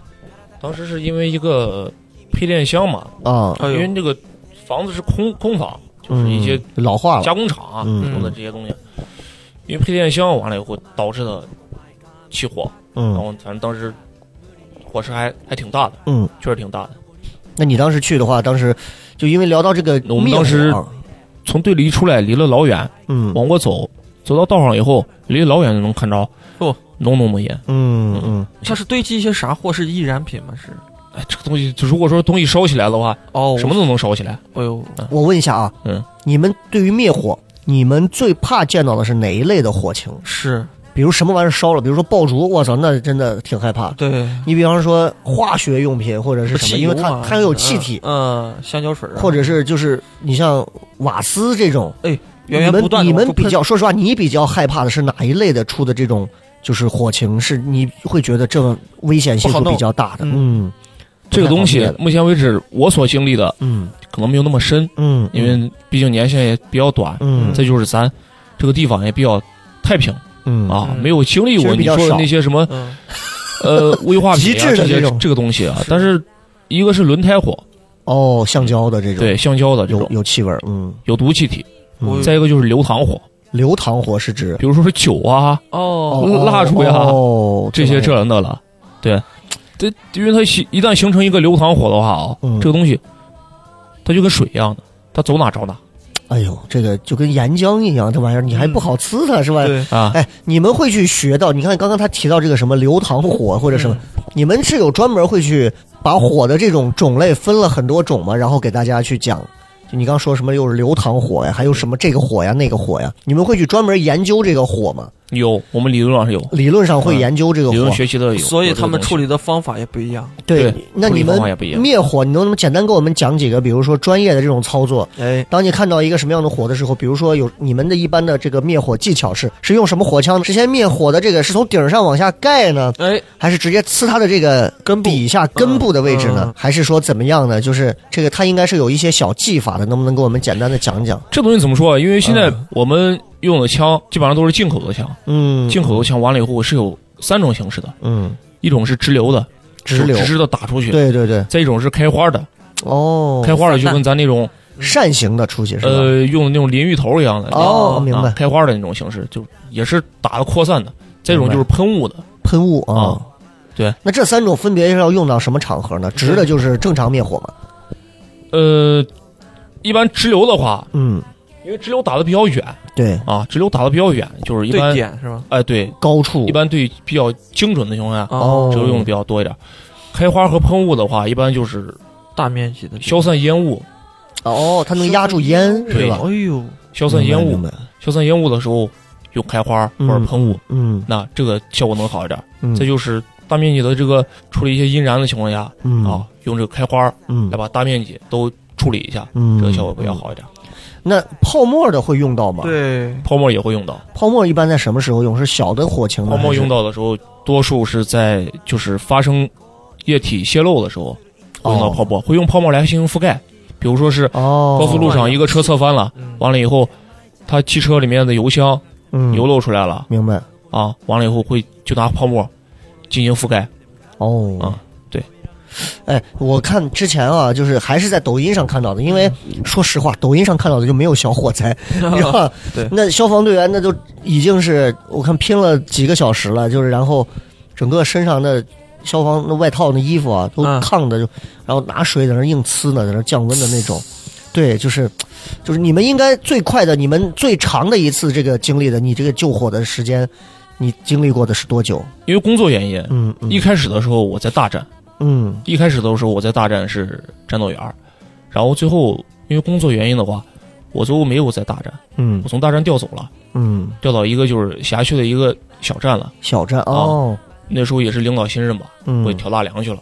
S4: 当时是因为一个配电箱嘛，
S2: 啊？
S3: 哎
S4: 因为
S3: 呦，
S4: 这个房子是空空房，就是一些
S2: 嗯老化了，
S4: 加工厂啊
S2: 嗯
S4: 什么的这些东西，因为配电箱完了以后导致的起火，然
S2: 嗯
S4: 后反正当时火势还还挺大的，
S2: 嗯。
S4: 确实挺大的。
S2: 那你当时去的话，当时就因为聊到这个灭火，
S4: 我们当时从队里一出来，离了老远，
S2: 嗯
S4: 往过走，走到道上以后，离老远就能看着，
S3: 哦
S4: 浓浓的烟。
S2: 嗯嗯
S3: 它是堆积一些啥货？是易燃品吗？是
S4: 哎，这个东西，就如果说东西烧起来的话，
S3: 哦，
S4: 什么都能烧起来。
S3: 我？哎呦，
S2: 我问一下啊，
S4: 嗯，
S2: 你们对于灭火，你们最怕见到的是哪一类的火情？
S3: 是
S2: 比如什么玩意儿烧了，比如说爆竹，我操，那真的挺害怕。
S3: 对，
S2: 你比方说化学用品或者是什么，
S3: 汽
S2: 因
S4: 啊
S3: 油
S2: 为它
S3: 嘛
S2: 它有气体，
S3: 嗯，嗯香蕉水啊
S2: 或者是就是你像瓦斯这种，
S3: 源源不断
S2: 你
S3: 地
S2: 们你
S3: 往出
S2: 们比
S3: 喷
S2: 较，说实话，你比较害怕的是哪一类的出的这种就是火情？是你会觉得这个危险系
S3: 不
S2: 数
S3: 好弄
S2: 比较大的？嗯
S3: 嗯
S4: 这个东
S2: 不太
S4: 西
S2: 好，
S4: 目前为止我所经历的
S2: 嗯
S4: 可能没有那么深，
S2: 嗯，
S4: 因为毕竟年限也比较短。
S2: 嗯
S4: 再就是咱这个地方也比较太平
S2: 嗯
S4: 啊，
S3: 嗯
S4: 没有经历
S2: 其
S4: 过
S2: 实比
S4: 你
S2: 较
S4: 说的
S2: 少
S4: 那些什么
S3: 嗯，
S4: 呃危化品
S2: 极
S4: 啊
S2: 致的
S4: 这
S2: 这
S4: 些
S2: 种
S4: 这个东西啊
S3: 是。
S4: 但是一个是轮胎火，
S2: 哦，橡胶的这种
S4: 对橡胶的这
S2: 有
S4: 种
S2: 有气味儿，嗯，
S4: 有毒气体，
S3: 我
S2: 嗯
S4: 再一个就是流淌火，
S2: 流淌火是指
S4: 比如说是酒啊
S3: 哦，
S2: 哦
S4: 蜡烛呀
S2: 哦，
S4: 这些这了那了，对，这因为它形一旦形成一个流淌火的话啊，
S2: 嗯
S4: 这个东西它就跟水一样的，它走哪着哪
S2: 哎呦，这个就跟岩浆一样，这玩意儿你还
S4: 嗯
S2: 不好呲它是吧？
S3: 对，
S4: 啊。
S2: 哎，你们会去学到？你看刚刚他提到这个什么流淌火或者
S4: 嗯
S2: 什么，你们是有专门会去把火的这种种类分了很多种吗？然后给大家去讲。就你刚说什么又是流淌火呀，还有什么这个火呀那个火呀？你们会去专门研究这个火吗？
S4: 有，我们理论上是有，
S2: 理论上会研究这个
S4: 理
S2: 火
S4: 论，学习的有，
S3: 嗯所以他们处
S4: 理
S3: 理的方法也不一样。
S2: 对
S4: 对。
S2: 那你
S4: 处理
S2: 们
S4: 方法也不一样
S2: 灭火，你能不能简单给我们讲几个，比如说专业的这种操作？
S3: 哎，
S2: 当你看到一个什么样的火的时候，比如说有你们的一般的这个灭火技巧是是用什么火枪？是先灭火的这个是从顶上往下盖呢，
S3: 哎，
S2: 还是直接刺它的这个
S3: 根部
S2: 底下根部的位置呢？
S3: 嗯嗯
S2: 还是说怎么样呢？就是这个它应该是有一些小技法的，能不能给我们简单的讲讲？
S4: 这东西怎么说啊？因为现在
S3: 嗯
S4: 我们用的枪基本上都是进口的枪，
S2: 嗯，
S4: 进口的枪完了以后是有三种形式的，
S2: 嗯，
S4: 一种是直流的，
S2: 直流
S4: 直，直的打出去；
S2: 对对对，
S4: 再一种是开花的，
S2: 哦，
S4: 开花的就
S3: 散弹
S4: 跟咱那种
S2: 扇形的出去是吧？
S4: 呃用的那种淋浴头一样的，
S2: 哦，
S3: 啊
S2: 明白
S4: 啊，开花的那种形式，就也是打的扩散的。再一种
S2: 明白
S4: 就是喷雾的
S2: 喷雾啊。
S4: 啊，
S2: 那这三种分别是要用到什么场合呢？直的就是正常灭火嘛。
S4: 呃，一般直流的话，
S2: 嗯
S4: 因为直流打的比较远
S2: 对，
S4: 啊，直流打的比较远，就是一
S3: 对
S4: 般
S3: 点是吧？
S4: 哎对，
S2: 高处
S4: 一般对比较精准的情况下，
S3: 哦
S4: 直流用的比较多一点。开花和喷雾的话，一般就是
S3: 大面积的
S4: 消散烟雾，
S2: 哦，它能压住烟
S4: 对
S2: 是吧？
S3: 哎呦，
S4: 消散烟雾
S2: 明白，明白
S4: 消散烟雾的时候用开花或者喷雾，
S2: 嗯
S4: 那这个效果能好一点。
S2: 嗯，
S4: 再就是大面积的这个处理一些阴燃的情况下，
S2: 嗯
S4: 啊，用这个开花
S2: 嗯
S4: 来把大面积都处理一下，
S2: 嗯，
S4: 这个效果比较好一点。
S2: 嗯。那泡沫的会用到吗？，
S3: 对，
S4: 泡沫也会用到，
S2: 泡沫一般在什么时候用？是小的火情呢
S4: 泡沫
S2: 还是
S4: 用到的时候，多数是在就是发生液体泄漏的时候会用到泡沫，会用泡沫来进行覆盖，比如说是
S2: 哦，
S4: 高速路上一个车侧翻了，
S3: 嗯
S4: 完了以后，它汽车里面的油箱
S2: 嗯
S4: 油漏出来了
S2: 明白
S4: 啊，完了以后会就拿泡沫进行覆盖，
S2: 哦
S4: 啊对。
S2: 哎，我看之前啊，就是还是在抖音上看到的，因为
S4: 嗯
S2: 说实话，抖音上看到的就没有小火灾， 你知道吧？
S3: 对
S2: 哦那消防队员那就已经是我看拼了几个小时了，就是然后整个身上的消防那外套那衣服啊都
S3: 嗯
S2: 烫的就，然后拿水在那硬呲呢，在那降温的那种。对，就是，就是你们应该最快的，你们最长的一次这个经历的，你这个救火的时间，你经历过的是多久？
S4: 因为工作原因。
S2: 嗯嗯
S4: 一开始的时候我在大战，
S2: 嗯
S4: 一开始的时候我在大战是战斗员儿，然后最后因为工作原因的话，我最后没有在大战，
S2: 嗯
S4: 我从大战调走了，
S2: 嗯，
S4: 调到一个就是辖区的一个小站了。
S2: 小站哦，
S4: 那时候也是领导新任吧，
S2: 嗯
S4: 我也调大梁去了。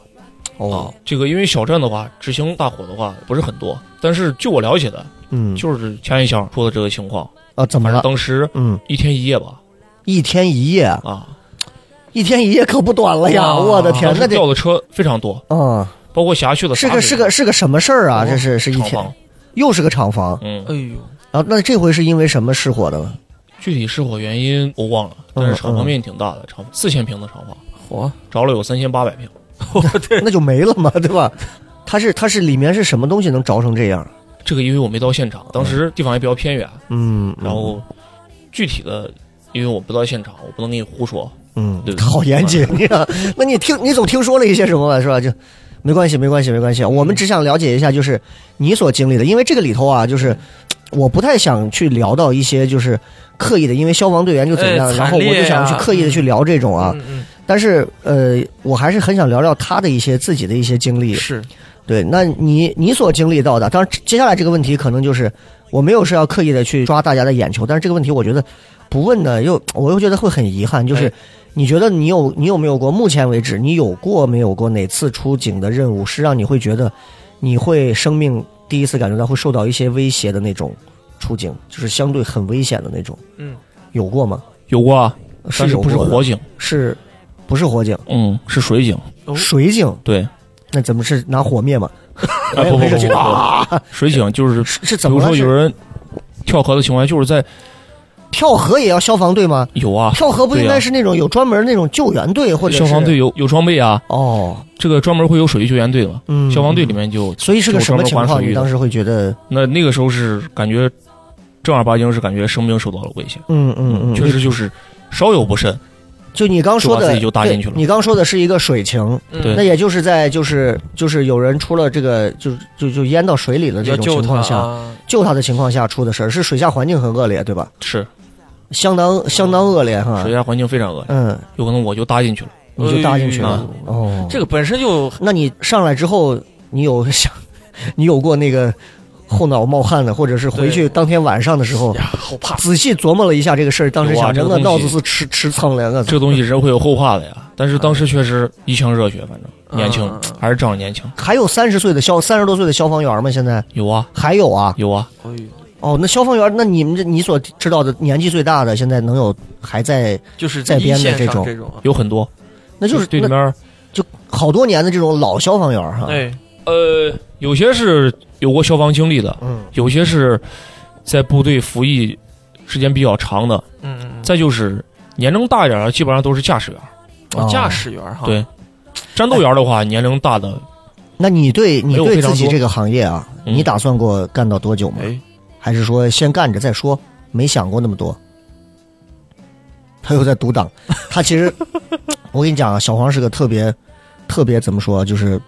S2: 哦，
S4: 这个因为小站的话，执行大火的话不是很多，但是据我了解的，
S2: 嗯，
S4: 就是前一箱说的这个情况，
S2: 啊，怎么
S4: 反正
S2: 了？
S4: 当时
S2: 嗯，
S4: 一天一夜吧，
S2: 一天一夜，
S4: 啊，
S2: 一天一夜可不短了呀！
S3: 哇
S2: 我的天
S4: 当，时
S2: 那得
S4: 掉的车非常多，
S2: 嗯，
S4: 包括辖区的
S2: 是
S4: 洒
S2: 个
S4: 水
S2: 是个是个什么事儿啊？
S4: 哦
S2: 这是是一
S4: 厂
S2: 天
S4: 房，
S2: 又是个厂房，
S4: 嗯
S3: 哎，呦，
S2: 然后那这回是因为什么失火的了？
S4: 具体失火原因我忘了，但
S2: 嗯
S4: 是厂
S2: 嗯
S4: 房面积挺大的，厂四千平的厂房。
S3: 火，
S4: 着了有三千八百平。
S2: 那就没了嘛， 对吧？它是它是里面是什么东西能着成这样？
S4: 这个因为我没到现场，当时地方也比较偏远，
S2: 嗯，
S4: 然后具体的，因为我不到现场，我不能给你胡说。
S2: 嗯
S4: 对，对
S2: 好严谨你啊！那你听你总听说了一些什么吧，是吧？就没关系，没关系，没关系。我们只想了解一下，就是你所经历的，因为这个里头啊，就是我不太想去聊到一些就是刻意的，因为消防队员就怎样，
S3: 哎
S2: 然后我就想
S3: 惨烈
S2: 去
S3: 啊
S2: 刻意的去聊这种啊。
S3: 嗯
S2: 但是呃，我还是很想聊聊他的一些自己的一些经历
S3: 嗯，。是
S2: 对，那你你所经历到的，当然接下来这个问题可能就是我没有是要刻意的去抓大家的眼球，但是这个问题我觉得不问呢，又我又觉得会很遗憾，就是
S3: 哎
S2: 你觉得你有你有没有过目前为止你有过没有过哪次出警的任务是让你会觉得你会生命第一次感觉到会受到一些威胁的那种出警，就是相对很危险的那种，
S3: 嗯，
S2: 有过吗？
S4: 有过啊，但
S2: 有
S4: 不
S2: 过
S4: 是
S2: 的
S4: 火警，
S2: 是不是火警？
S4: 嗯，是水警。
S3: 哦
S2: 水警
S4: 对，
S2: 那怎么是拿火灭吗？
S4: 啊不不
S2: 没
S4: 不
S2: 事
S4: 不
S2: 去啊
S4: 不，水警就是，
S2: 是是
S4: 比
S2: 怎么
S4: 如
S2: 了？
S4: 说
S2: 是
S4: 有人跳河的情况下，就是在
S2: 跳河也要消防队吗？
S4: 有啊，
S2: 跳河不应
S4: 对
S2: 该
S4: 啊
S2: 是那种有专门那种救援队或者是
S4: 消防队有有装备啊，
S2: 哦，
S4: 这个专门会有水域救援队的嘛，
S2: 嗯，
S4: 消防队里面就有
S2: 所以是个什么
S4: 有专门
S2: 情
S4: 管
S2: 况？
S4: 水域
S2: 你
S4: 的
S2: 当时会觉得，
S4: 那那个时候是感觉正儿八经是感觉生命受到了威胁，
S2: 嗯嗯嗯，
S4: 确实就是稍有不慎，
S2: 就，就你刚说
S4: 就把
S2: 的，
S4: 自己就搭进去了
S2: 对你刚说的是一个水情，
S3: 嗯
S4: 对
S2: 那也就是在就是就是有人出了这个就就就淹到水里的这
S3: 要
S2: 种
S3: 救
S2: 情
S3: 他
S2: 况下，
S3: 啊，
S2: 救他的情况下出的事儿，是水下环境很恶劣，对吧？
S4: 是
S2: 相当相当恶劣哈
S4: 水，下环境非常恶劣，
S2: 嗯，
S4: 有可能我就搭进去了。
S2: 你就搭进去
S4: 哎
S2: 了
S4: 呦，
S2: 哦，
S3: 这个本身就
S2: 那你上来之后，你有想， 你有过那个后脑冒汗的，或者是回去当天晚上的时候
S3: 呀，好怕，
S2: 仔细琢磨了一下这个事儿，当时
S4: 有啊
S2: 想着
S4: 这个
S2: 那
S4: 东
S2: 脑
S4: 西
S2: 子是吃吃苍凉啊，
S4: 这个东西人会有后怕的呀。但是当时确实一腔热血，反正
S2: 啊
S4: 年轻
S3: 嗯
S4: 还是仗着年轻。
S2: 还有三十岁的消三十多岁的消防员吗？现在
S4: 有啊，
S2: 还有啊？
S4: 有啊，
S3: 哎呦，
S2: 哦，那消防员，那你们这你所知道的年纪最大的，现在能有还在，
S3: 就是
S2: 在编
S3: 一
S2: 的
S3: 线
S2: 这
S3: 上
S2: 种
S3: 这种啊，
S4: 有很多，
S2: 那哎就是
S4: 队里
S2: 那
S4: 面
S2: 好多年的这种老消防员哈。啊
S3: 哎，
S4: 呃，有些是有过消防经历的，
S2: 嗯
S4: 有些是在部队服役时间比较长的，
S3: 嗯嗯
S4: 再就是年龄大一点的，基本上都是驾驶员。
S3: 嗯，
S2: 哦
S3: 驾驶员哈，
S4: 对战斗员的
S2: 哎
S4: 话，年龄大的
S2: 哦那你对你
S4: 没有
S2: 对
S4: 非常
S2: 自己
S4: 多
S2: 这个行业啊，
S4: 嗯
S2: 你打算过干到多久吗？
S3: 哎，
S2: 还是说先干着再说，没想过那么多。他又在独挡，他其实，我跟你讲啊，小黄是个特别，特别怎么说，啊就是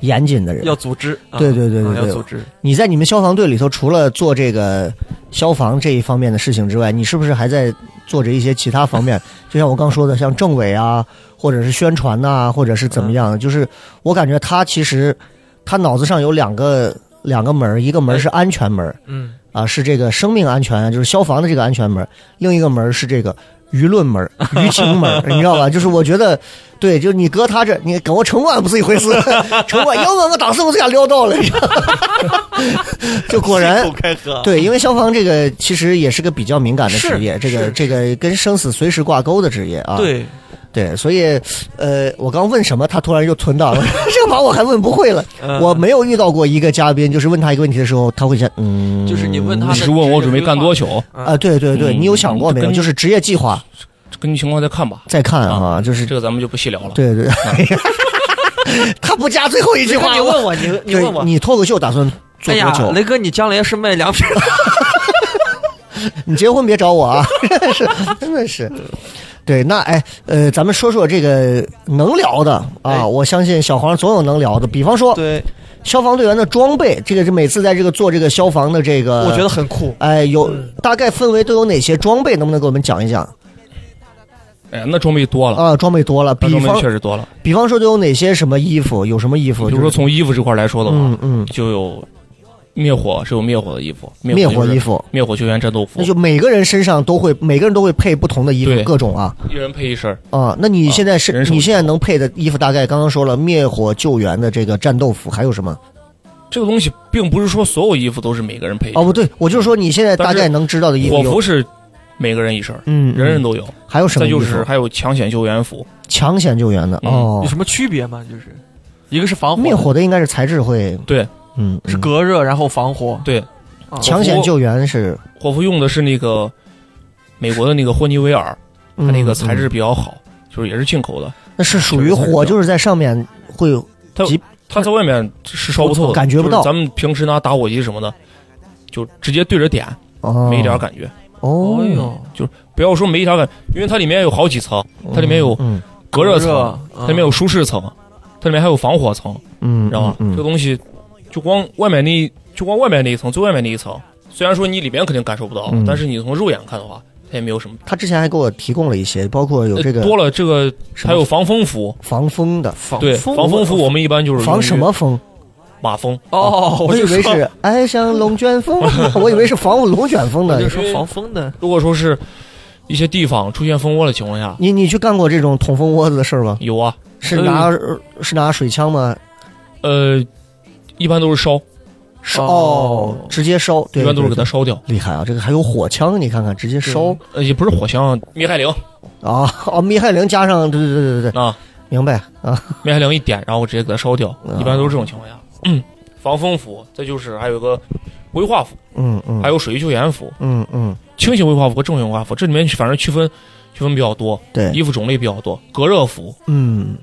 S2: 严谨的人
S3: 要。组织，啊
S2: 对对对对
S3: 啊要
S2: 对
S3: 组织，
S2: 你在你们消防队里头，除了做这个消防这一方面的事情之外，你是不是还在做着一些其他方面？就像我刚说的，像政委啊，或者是宣传呐、或者是怎么样？就是我感觉他其实他脑子上有两个两个门儿，一个门儿是安全门儿
S3: 嗯
S2: 啊，是这个生命安全，啊就是消防的这个安全门儿；另一个门儿是这个舆论门儿、舆情门儿，你 知道吧？就是我觉得，对，就是你搁他这，你跟我城管不是一回事， 城管要问我当时我就想撂倒了，你 知道吧就果然
S3: 口开河，
S2: 对，因为消防这个其实也是个比较敏感的职业，
S3: 是
S2: 这
S3: 是
S2: 个
S3: 是
S2: 这个跟生死随时挂钩的职业啊。
S3: 对，
S2: 对，所以呃，我刚问什么，他突然又存档了， 这个忙我还问不会了。
S3: 嗯
S2: 我没有遇到过一个嘉宾，就是问他一个问题的时候，他会先嗯，
S3: 就是你问他
S4: 你
S3: 的
S4: 是问我准备干多久？
S2: 啊，对对对，
S4: 嗯
S2: 你有想过没有？
S4: 跟
S2: 就是职业计划
S4: 根据情况再看吧。
S2: 再看啊，就是
S4: 这个咱们就不细聊了。
S2: 对对， 他不加最后一句话，
S3: 你问我，你你问
S2: 对
S3: 我，
S2: 你脱口秀打算做
S3: 哎
S2: 多
S3: 呀
S2: 久，？
S3: 雷哥，你将来是卖凉皮儿的？
S2: 你结婚别找我啊， 是真的是。对，那哎，呃，咱们说说这个能聊的啊，
S3: 哎
S2: 我相信小黄总有能聊的。比方说
S3: 对，
S2: 消防队员的装备，这个是每次在这个做这个消防的这个，
S3: 我觉得很酷。
S2: 哎，有大概氛围都有哪些装备，能不能给我们讲一讲
S4: 哎呀，那装备
S3: 嗯
S4: 多了，
S2: 啊？装备多了，
S4: 那
S2: 比
S4: 装备
S2: 方
S4: 确实多了。
S2: 比方说都有哪些什么衣服，有什么衣服？
S4: 比如
S2: 就
S4: 说
S2: 是
S4: 从衣服这块来说的
S2: 嗯
S4: 话，
S2: 嗯，
S4: 就有灭火是有灭火的衣服，
S2: 灭火
S4: 就是
S2: 衣服，
S4: 灭火救援战斗服
S2: 那，就每个人身上都会，每个人都会配不同的衣服，
S4: 对
S2: 各种啊
S4: 一人配一身儿。
S2: 啊。那你现在是、
S4: 啊人手
S2: 你
S4: 一
S2: 现在能配的衣服大概刚刚说了，灭火救援的这个战斗服还有什么？
S4: 这个东西并不是说所有衣服都是每个人配一身
S2: 哦，不对，我就是说你现在大概能知道的衣服
S4: 火
S2: 有，
S4: 服是每个人一身儿，
S2: 嗯，
S4: 人人
S2: 都
S4: 都有。
S2: 还有什么
S4: 再
S2: 衣服？
S4: 就是还有抢险救援服，
S2: 抢险救援的
S4: 嗯
S2: 哦
S3: 有，什么区别吗？就是一个是防火的，
S2: 灭火的应该是材质会
S4: 对，
S2: 嗯，嗯
S3: 是隔热，然后防火。
S4: 对
S3: 啊，
S2: 抢险救援是
S4: 火服用的是那个美国的那个霍尼韦尔，它那个材，质
S2: 嗯
S4: 比较好，就是也是进口的。
S2: 嗯那是属于火，就是在上面会
S4: 它在外面是烧不透的，
S2: 感觉不到
S4: 就是咱们平时拿打火机什么的，就直接对着点，
S2: 哦，
S4: 没一点感觉。
S2: 哦
S3: 哎，呦，
S4: 不要说没啥感，因为它里面有好几层，它里面有
S2: 嗯
S4: 隔热层，它
S2: 啊
S3: 它
S4: 里面有舒适层，它里面还有防火层，
S2: 嗯，
S4: 你知道吗？
S2: 嗯
S4: 这个东西就光外面那一就光外面那一层，最外面那一层，虽然说你里边肯定感受不到，
S2: 嗯
S4: 但是你从肉眼看的话，它也没有什么。
S2: 他之前还给我提供了一些，包括有这
S4: 呃
S2: 个
S4: 多了这个
S2: 什么
S4: 还有防风服，
S2: 防风的，
S3: 防
S4: 对，
S3: 风
S4: 防风服我们一般就是用
S2: 防
S4: 于
S2: 什么风？
S4: 马风，
S3: 哦，
S2: 我以
S3: 就
S2: 为
S3: 说
S2: 是爱上龙卷风，我以为是防龙卷风
S3: 我
S2: 的
S3: 就。 说防风的，
S4: 如果说是一些地方出现蜂窝的情况下，
S2: 你你去干过这种捅蜂窝子的事儿吗？
S4: 有啊，
S2: 是拿、是拿水枪吗？
S4: 呃，一般都是烧，
S2: 烧、
S3: 哦
S2: 直接烧，对
S4: 一般都是给
S2: 对
S4: 它烧掉。
S2: 对厉害啊！这个还有火枪，你看看，直接烧
S4: 呃，也不是火枪，灭害灵
S2: 啊！哦，密害灵加上，对对对对对，
S4: 啊，
S2: 明白啊？
S4: 灭害灵一点，然后直接给它烧掉，
S2: 啊
S4: 一般都是这种情况下。嗯防风服，再就是还有一个规划服，
S2: 嗯嗯，
S4: 还有水域救援服，
S2: 嗯嗯，
S4: 轻型规划服和重型规划服，这里面反正区分区分比较多，
S2: 对，
S4: 衣服种类比较多，隔热服
S2: 嗯，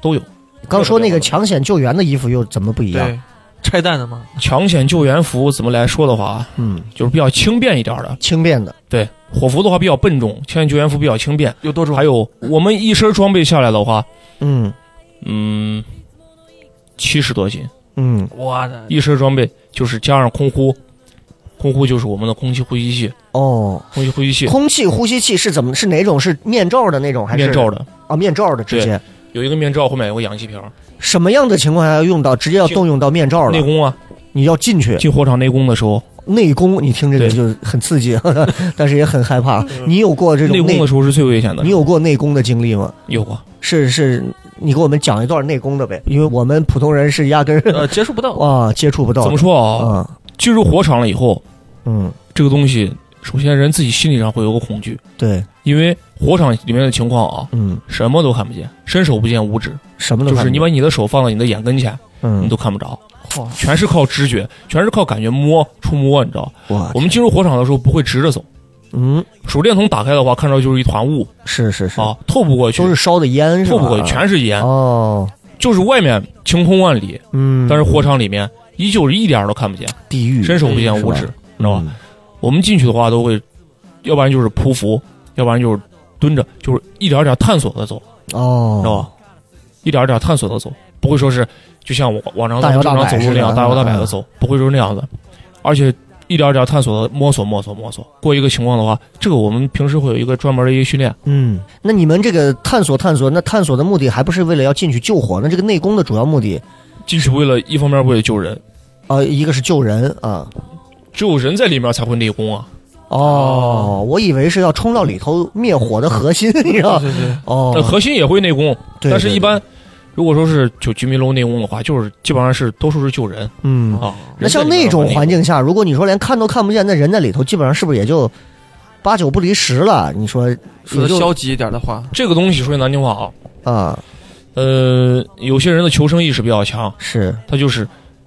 S4: 都有。
S2: 刚说那个抢险救援的衣服又怎么不一样？
S3: 对，拆弹的吗？
S4: 抢险救援服怎么来说的话，啊
S2: 嗯，
S4: 就是比较轻便一点的。
S2: 轻便的，
S4: 对，火服的话比较笨重，抢险救援服比较轻便。
S3: 有多种？
S4: 还有我们一身装备下来的话，
S2: 嗯
S4: 嗯，七十多斤，
S2: 嗯，
S3: 我的
S4: 一身装备就是加上空呼，空呼就是我们的空气呼吸器，
S2: 哦，
S4: 空气呼吸器
S2: 空气呼吸器是怎么是哪种？是面罩的那种还是
S4: 面罩的，
S2: 啊？面罩的直接
S4: 有一个面罩后面有个氧气瓶儿，
S2: 什么样的情况下要用到？直接要动用到面罩
S4: 内
S2: 了？
S4: 功啊，
S2: 你要进去
S4: 进火场内功的时候，
S2: 内功，你听这个
S4: 对嗯
S2: 就很刺激， 但是也很害怕。你有过这种
S4: 内功的时候是最危险的
S2: 你。有过内功的经历吗？
S4: 有啊，
S2: 是是，你给我们讲一段内功的呗，因为我们普通人是压根儿
S3: 呃接触不到，
S2: 啊接触不到的。
S4: 怎么说啊？
S2: 啊？
S4: 进入火场了以后，
S2: 嗯，
S4: 这个东西，首先人自己心理上会有个恐惧，
S2: 对，
S4: 因为火场里面的情况啊，
S2: 嗯，
S4: 什么都看不见，伸手不见五指，
S2: 什么都
S4: 就是
S2: 看
S4: 你
S2: 不
S4: 把
S2: 见
S4: 你的手放到你的眼跟前，你
S2: 嗯，
S4: 都看不着，
S3: 哇
S4: 全是靠知觉，全是靠感觉摸触摸，你知道？
S2: 哇
S4: 我，们进入火场的时候不会直着走，
S2: 嗯，
S4: 手电筒打开的话，看到就是一团雾
S2: 是是是，
S4: 啊，透不过去
S2: 都，是烧的烟是吧？
S4: 透不过去，全是烟，
S2: 哦，
S4: 就是外面晴空万里，
S2: 嗯，
S4: 但是火场里面依旧是一点儿都看不见，
S2: 地狱
S4: 伸手不见
S2: 哎是吧
S4: 五指，你知道吧？
S2: 嗯
S4: 我们进去的话都会，要不然就是匍匐，要不然就是蹲着，就是一点儿一点儿探索的走，
S2: 哦，
S4: 知道吧？一点儿一点儿探索的走，不会说是就像我往常
S2: 大摇
S4: 正
S2: 大
S4: 常
S2: 摆
S4: 走
S2: 似
S4: 路
S2: 的
S4: 那样大摇大摆
S2: 嗯
S4: 的走，不会说是那样子。而且一一点儿一点儿探索的摸索摸索摸索，过一个情况的话，这个我们平时会有一个专门的一个训练。
S2: 嗯，那你们这个探索探索，那探索的目的还不是为了要进去救火？那这个内功的主要目的，
S4: 既是为了一方面为了救人，
S2: 呃，一个是救人啊。
S4: 只有人在里面才会内功啊。
S2: 哦，我以为是要冲到里头灭火的核心， 你知道吗？
S3: 对对，
S2: 哦
S4: 呃但，核心也会内功，
S2: 对
S4: 但是
S2: 对
S4: 一般如果说是就居民楼内功的话，就是基本上是多数是救人
S2: 嗯，
S4: 啊。
S2: 那像那种环境下，如果你说连看都看不见，那人在里头基本上是不是也就八九不离十了？你说
S3: 说
S2: 也
S3: 的
S2: 就
S3: 消极一点的话，
S4: 这个东西说句难听话啊，
S2: 啊，
S4: 呃，有些人的求生意识比较强，
S2: 是，
S4: 他就是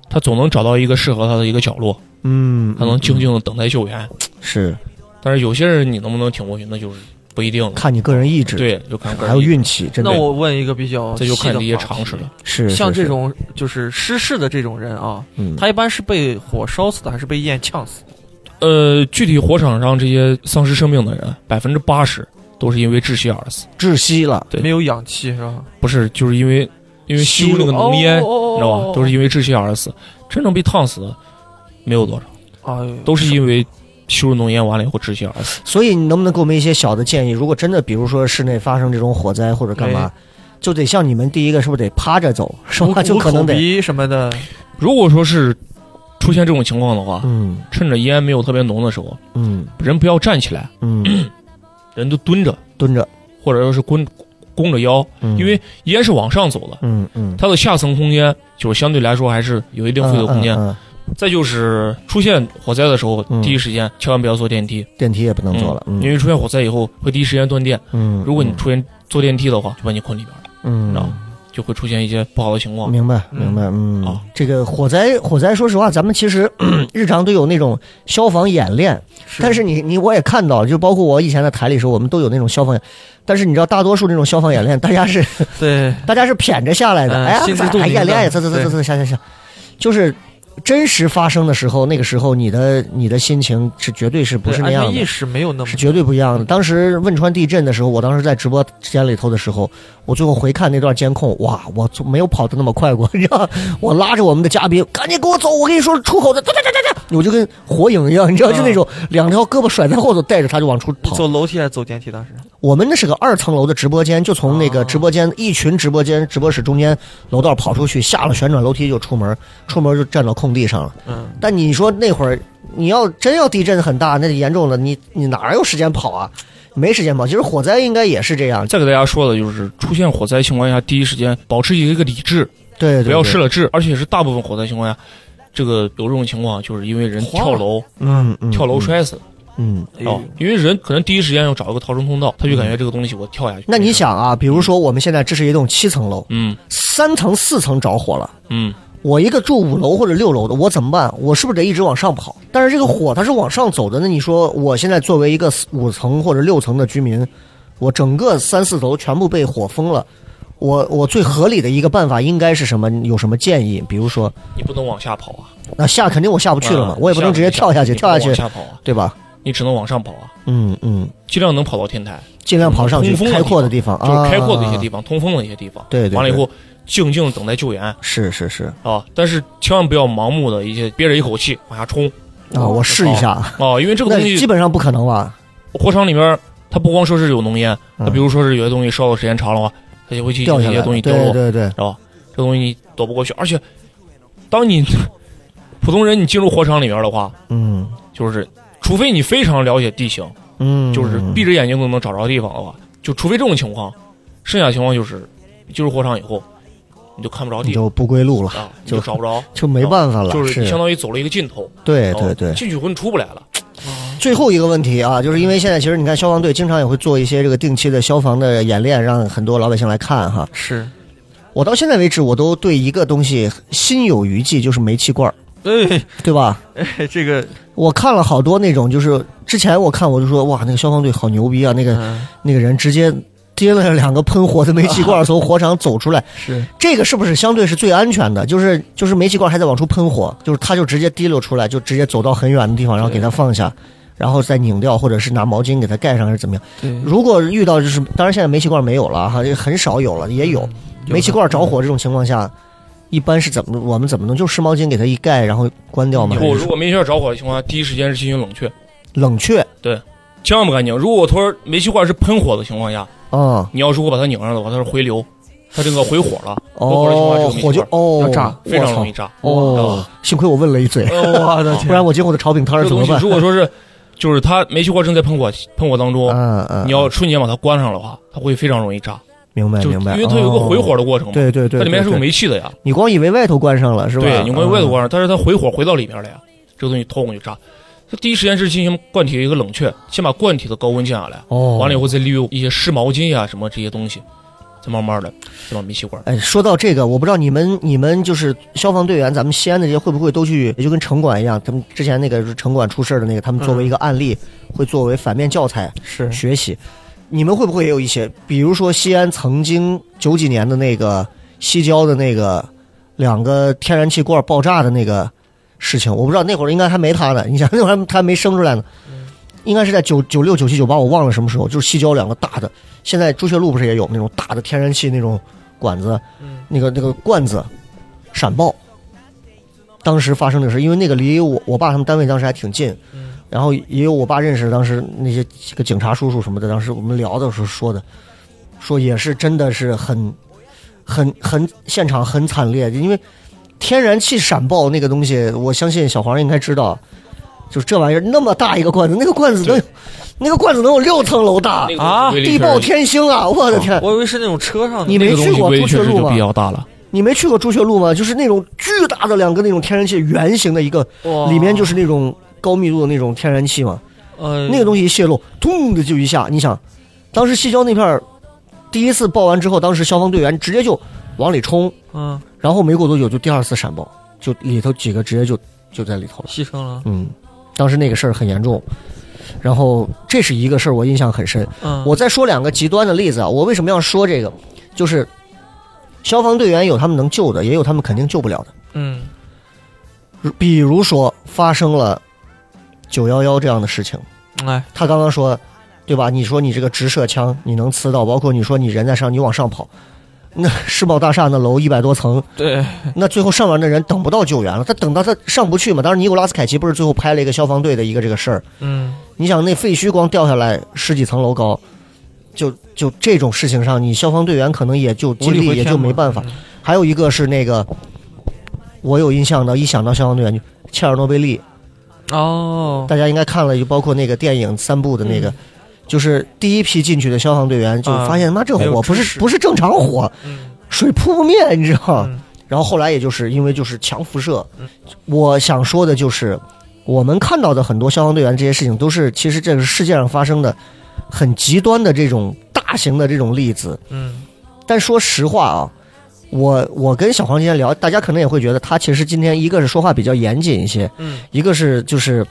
S4: 他总能找到一个适合他的一个角落，
S2: 嗯，
S4: 他能静静的等待救
S3: 嗯
S4: 援。
S2: 是
S4: 但是有些人你能不能挺过去，那就是不一定了。
S2: 看你个人意志，，
S4: 对，就看个人
S2: 还有运气，真的
S3: 那我问一个比较
S4: 这就
S3: 细
S4: 看
S3: 的
S4: 你一些
S3: 话题
S4: 常识了。
S2: 是
S3: 像
S2: 是
S3: 这种就是失事的这种人啊，
S2: 是嗯，
S3: 他一般是被火烧死的，还是被焰呛死？
S4: 呃，具体火场上这些丧失生命的人，百分之八十都是因为窒息而死，
S2: 窒息了，
S4: 对
S3: 没有氧气是吧？
S4: 不是就是因为因为吸入那个浓烟，
S3: 哦
S4: 你知道吧？都是因为窒息而死。真正被烫死的没有多少，
S3: 啊，
S4: 都是因为吸入浓烟完了以后窒息而死。
S2: 所以你能不能给我们一些小的建议？如果真的，比如说室内发生这种火灾或者干
S4: 哎
S2: 嘛，就得像你们第一个是不是得趴着走，是
S3: 捂
S2: 吧？就
S3: 捂
S2: 可能
S3: 口
S2: 得，
S3: 鼻什么的，
S4: 如果说是出现这种情况的话，
S2: 嗯
S4: 趁着烟没有特别浓的时候，
S2: 嗯
S4: 人不要站起来，
S2: 嗯，
S4: 人就蹲着，
S2: 蹲着，
S4: 或者说是弓弓着腰，
S2: 嗯
S4: 因为烟是往上走的，
S2: 嗯嗯，
S4: 它的下层空间就是相对来说还是有一定
S2: 嗯
S4: 飞的空间。
S2: 嗯嗯
S4: 再就是出现火灾的时候，
S2: 嗯
S4: 第一时间千万不要坐电梯，
S2: 电梯也不能坐了，
S4: 嗯因为出现火灾以后会第一时间断电。
S2: 嗯，
S4: 如果你出现坐电梯的话，就把你困里边了，
S2: 嗯，
S4: 知道吗？就会出现一些不好的情况。
S2: 明白，
S3: 嗯
S2: 明白，嗯，
S4: 啊
S2: 这个火灾，火灾，说实话，咱们其实 日常都有那种消防演练，但是你你我也看到了，就包括我以前在台里时候，我们都有那种消防，但是你知道，大多数那种消防演练，大家是
S3: 对
S2: 大家是谝着下来的，
S3: 嗯
S2: 哎呀，
S3: 心知
S2: 咋
S3: 肚
S2: 还
S3: 明的
S2: 演练呀，走走走走走，下下下，就是。真实发生的时候，那个时候你的你的心情是绝对是不
S3: 对
S2: 是那
S3: 安
S2: 样
S3: 全
S2: 的
S3: 意，识没有那么
S2: 是绝对不一样的。当时汶川地震的时候，我当时在直播间里头的时候，我最后回看那段监控，哇，我从没有跑得那么快过， 你知道吗，我拉着我们的嘉宾，赶紧跟我走，我跟你说出口的，哒哒哒哒哒，我就跟火影一样，你知道，就那种两条胳膊甩在后头，带着他就往出跑。
S3: 走楼梯还是走电梯？当时
S2: 我们那是个二层楼的直播间，就从那个直播间一群直播间直播室中间楼道跑出去，下了旋转楼梯就出门，出门就站到空地上了。
S3: 嗯，
S2: 但你说那会儿你要真要地震很大，那就严重了，你你哪有时间跑啊？没时间跑。其实火灾应该也是这样，
S4: 再给大家说的就是，出现火灾情况下，第一时间保持一个理智，
S2: 对对对，
S4: 不要失了智。而且是大部分火灾情况下，这个有这种情况，就是因为人
S3: 慌
S4: 跳楼，
S2: 嗯，嗯
S4: 跳楼，摔死。
S2: 嗯。
S3: 哎
S4: 哦嗯
S3: 呦，
S4: 因为人可能第一时间要找一个逃生通道，他就感觉这个东西我跳下去。
S2: 那
S4: 没
S2: 你
S4: 事，
S2: 想啊，比如说我们现在这是一栋七层楼，
S4: 嗯
S2: 三层、四层着火了，
S4: 嗯，
S2: 我一个住五楼或者六楼的，我怎么办？我是不是得一直往上跑？但是这个火它是往上走的，那你说我现在作为一个四五层或者六层的居民，我整个三四楼全部被火封了，我我最合理的一个办法应该是什么？你有什么建议？比如说，
S4: 你不能往下跑啊，
S2: 那下肯定我下不去了嘛，
S4: 啊
S2: 我也不能直接跳下去，
S4: 你不
S2: 跳
S4: 能
S2: 下
S4: 往
S2: 去
S4: 下跑啊，
S2: 对吧？
S4: 你只能往上跑啊，
S2: 嗯嗯，
S4: 尽量能跑到天台，
S2: 尽量跑上去，
S4: 嗯通风的
S2: 开阔的地
S4: 地
S2: 方，
S4: 就是开阔的一些
S2: 啊
S4: 地方，通风的一些地方。
S2: 对对对
S4: 完了以后静静地等待救援
S2: 是是是
S4: 啊，但是千万不要盲目的一些憋着一口气往下冲
S2: 啊，我试一下，
S4: 啊，哦因为这个
S2: 那
S4: 东
S2: 基
S4: 西
S2: 本上不可能吧？
S4: 火场里面它不光说是有浓烟，
S2: 嗯
S4: 它比如说是有些东西烧的时间长了话，它就会进
S2: 掉
S4: 行
S2: 下来
S4: 一些
S2: 了，
S4: 东西掉
S2: 对
S4: 落，
S2: 对对，
S4: 知道吧？这东西你躲不过去，而且当你 普通人你进入火场里面的话，
S2: 嗯
S4: 就是除非你非常了解地形，
S2: 嗯，
S4: 就是闭着眼睛都能找着地方的话，就除非这种情况，剩下情况就是你进入火场以后，你就看不着
S2: 你
S4: 地
S2: 就不归路了。
S4: 啊，你
S2: 就
S4: 就找不着，
S2: 就没办法了，
S4: 就是你相当于走了一个尽头。
S2: 对
S4: 哦
S2: 对对。
S4: 进去以后你出不来了。
S2: 最后一个问题啊，就是因为现在其实你看消防队经常也会做一些这个定期的消防的演练，让很多老百姓来看哈。
S3: 是，
S2: 我到现在为止，我都对一个东西心有余悸，就是煤气罐儿，
S3: 哎
S2: 对吧？
S3: 哎，这个
S2: 我看了好多那种，就是之前我看我就说哇，那个消防队好牛逼啊，那个
S3: 嗯
S2: 那个人直接掂了两个喷火的煤气罐儿从火场走出来，
S3: 是
S2: 这个是不是相对是最安全的？就是就是煤气罐还在往出喷火，就是它就直接滴溜出来，就直接走到很远的地方，然后给它放下，然后再拧掉，或者是拿毛巾给它盖上，还是怎么样？
S3: 对，
S2: 如果遇到就是，当然现在煤气罐没有了哈，这很少有了，也有
S3: 嗯
S2: 煤气罐着火这种情况下，一般是怎么我们怎么能就湿毛巾给它一盖，然后关掉吗？
S4: 嗯我如果没信号着火的情况下，第一时间是进行冷却，
S2: 冷却，
S4: 千万不干拧。如果我托煤气罐是喷火的情况下，
S2: 嗯，
S4: 你要如果把它拧上的话，它是回流，它这个回火了，火的
S2: 哦，
S4: 情况下这个
S2: 火就哦，
S3: 要炸
S4: 非常容易
S2: 我操。
S4: 炸。
S2: 哦，幸亏我问了一 嘴，
S3: 我的
S2: 不
S3: 天，
S2: 然我今后的炒饼
S4: 这
S2: 摊儿
S4: 个
S2: 怎
S4: 东
S2: 么
S4: 西
S2: 办？
S4: 如果说是，就是它煤气罐正在喷火喷火当中，
S2: 嗯嗯，
S4: 你要瞬间把它关上的话，它会非常容易炸，
S2: 明白
S4: 就
S2: 啊明白，
S4: 因为它有一个回火
S2: 哦，
S4: 的过程嘛，
S2: 对对对，
S4: 它里面是有
S2: 对对
S4: 煤气的呀，
S2: 你光以为外头关上了是吧？
S4: 对，你关外头
S2: 嗯
S4: 关上，但是它回火回到里面了呀，这个东西通就炸。它第一时间是进行罐体的一个冷却，先把罐体的高温降下来，
S2: 哦，
S4: 完了以后再利用一些湿毛巾呀、啊什么这些东西，再慢慢的再把煤气罐。
S2: 哎，说到这个，我不知道你们你们就是消防队员，咱们西安的这些会不会都去，也就跟城管一样，他们之前那个城管出事儿的那个，他们
S4: 嗯
S2: 作为一个案例，会作为反面教材
S3: 是
S2: 学习。你们会不会也有一些，比如说西安曾经九几年的那个西郊的那个两个天然气罐爆炸的那个事情？我不知道那会儿应该还没他呢，你 想那会儿他还没生出来呢，应该是在九九六九七九八，我忘了什么时候，就是西郊两个大的，现在朱雀路不是也有那种大的天然气那种管子，那个那个罐子闪爆。当时发生这个事，因为那个离我我爸他们单位当时还挺近，
S4: 嗯
S2: 然后也有我爸认识当时那些几个警察叔叔什么的，当时我们聊的时候说的，说也是真的是很很很现场很惨烈，因为天然气闪爆那个东西，我相信小黄应该知道，就是这玩意儿那么大一个罐子，那个罐子能有那个罐子能有六层楼大，
S4: 那个东西威力
S2: 地爆
S4: 确实哦
S2: 天星啊！我的天，
S3: 我以为是那种车上的
S2: 你
S4: 这
S2: 没
S4: 个东
S2: 去
S4: 西
S2: 过
S4: 威
S2: 朱
S4: 力
S2: 雀
S4: 确实
S2: 路
S4: 就
S2: 吗
S4: 比？较大了。
S2: 你没去过朱雀路吗？就是那种巨大的两个那种天然气圆形的一个，
S3: 哇
S2: 里面就是那种高密度的那种天然气嘛。
S3: 呃
S2: 那个东西一泄露，咚的就一下，你想，当时西郊那片儿第一次爆完之后，当时消防队员直接就往里冲，
S3: 嗯
S2: 然后没过多久就第二次闪爆，就里头几个直接就就在里头了。
S3: 牺牲了，
S2: 嗯，当时那个事儿很严重。然后这是一个事儿，我印象很深。
S3: 嗯
S2: 我再说两个极端的例子啊，我为什么要说这个？就是消防队员有他们能救的，也有他们肯定救不了的。
S3: 嗯
S2: 比如说发生了九幺幺这样的事情，
S3: 哎
S2: 他刚刚说，对吧？你说你这个直射枪你能呲到，包括你说你人在上，你往上跑，那世贸大厦那楼一百多层，
S3: 对
S2: 那最后上完的人等不到救援了，他等到他上不去嘛。当时尼古拉斯凯奇不是最后拍了一个消防队的一个这个事儿，
S3: 嗯
S2: 你想那废墟光掉下来十几层楼高，就就这种事情上，你消防队员可能也就
S3: 无
S2: 精
S3: 力
S2: 力
S3: 回
S2: 也
S3: 天
S2: 就
S3: 嘛
S2: 没办法。
S3: 嗯
S2: 还有一个是那个，我有印象的，一想到消防队员就切尔诺贝利，
S3: 哦
S2: 大家应该看了，就包括那个电影三部的
S3: 嗯
S2: 那个，就是第一批进去的消防队员就发现，妈、这
S3: 啊没有
S2: 火不
S3: 知
S2: 是
S3: 识
S2: 不是正常火，
S3: 嗯
S2: 水扑不灭，你知道？
S3: 嗯
S2: 然后后来也就是因为就是强辐射，我想说的就是，我们看到的很多消防队员这些事情都是其实这个世界上发生的很极端的这种大型的这种例子，
S3: 嗯
S2: 但说实话啊，我我跟小黄今天聊，大家可能也会觉得他其实今天一个是说话比较严谨一些，
S3: 嗯
S2: 一个是就是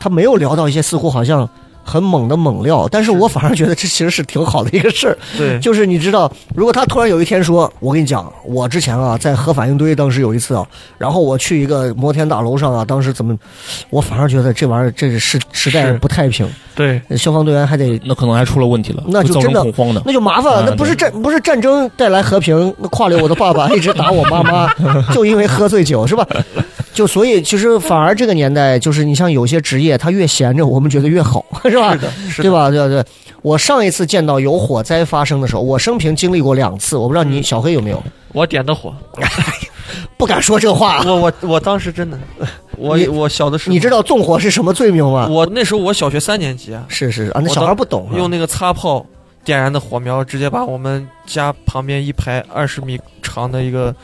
S2: 他没有聊到一些似乎好像很猛的猛料，但是我反而觉得这其实是挺好的一个事儿。
S3: 对
S2: 就是你知道，如果他突然有一天说，我跟你讲，我之前啊在核反应堆当时有一次啊，然后我去一个摩天大楼上啊，当时怎么，我反而觉得这玩意儿这是时时代
S3: 是
S2: 不太平，
S3: 对
S2: 消防队员还得
S4: 那可能还出了问题了，
S2: 那就
S4: 会造
S2: 真
S4: 成
S2: 的
S4: 恐慌的。
S2: 那就麻烦了
S4: 啊，
S2: 那不是战不是战争带来和平，那跨流我的爸爸一直打我妈妈， 就因为喝醉酒是吧？就所以其实反而这个年代，就是你像有些职业，他越闲着，我们觉得越好，是吧？
S3: 是
S2: 对吧？对啊吧对吧。我上一次见到有火灾发生的时候，我生平经历过两次，我不知道
S3: 嗯
S2: 你小黑有没有，
S3: 我点的火，
S2: 不敢说这话。
S3: 我我我当 时真的，我
S2: 你
S3: 我小的时候
S2: 你知道纵火是什么罪名吗？
S3: 我那时候我小学三年级啊，
S2: 是是啊，那
S3: 我
S2: 小孩
S3: 当
S2: 不懂啊，
S3: 用那个擦炮点燃的火苗，直接把我们家旁边一排二十米长的一个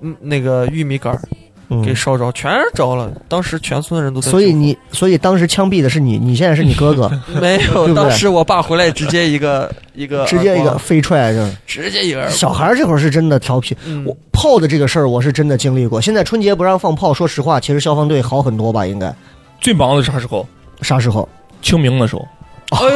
S3: 嗯那个玉米杆儿
S2: 嗯
S3: 给烧着，全是着了。当时全村人都在救火。
S2: 所以你所以当时枪毙的是你，你现在是你哥 哥，
S3: 没
S2: 对不
S3: 有？
S2: 对
S3: 当时我爸回来直接一个一个
S2: 直接一
S3: 耳
S2: 个
S3: 光
S2: 飞踹就是。
S3: 直接一个耳 光
S2: 小孩儿这会儿是真的调皮，
S3: 嗯
S2: 我炮的这个事儿，我是真的经历过。现在春节不让放炮，说实话，其实消防队好很多吧？应该
S4: 最忙的是啥时候？
S2: 啥时候？
S4: 清明的时候，
S3: 哎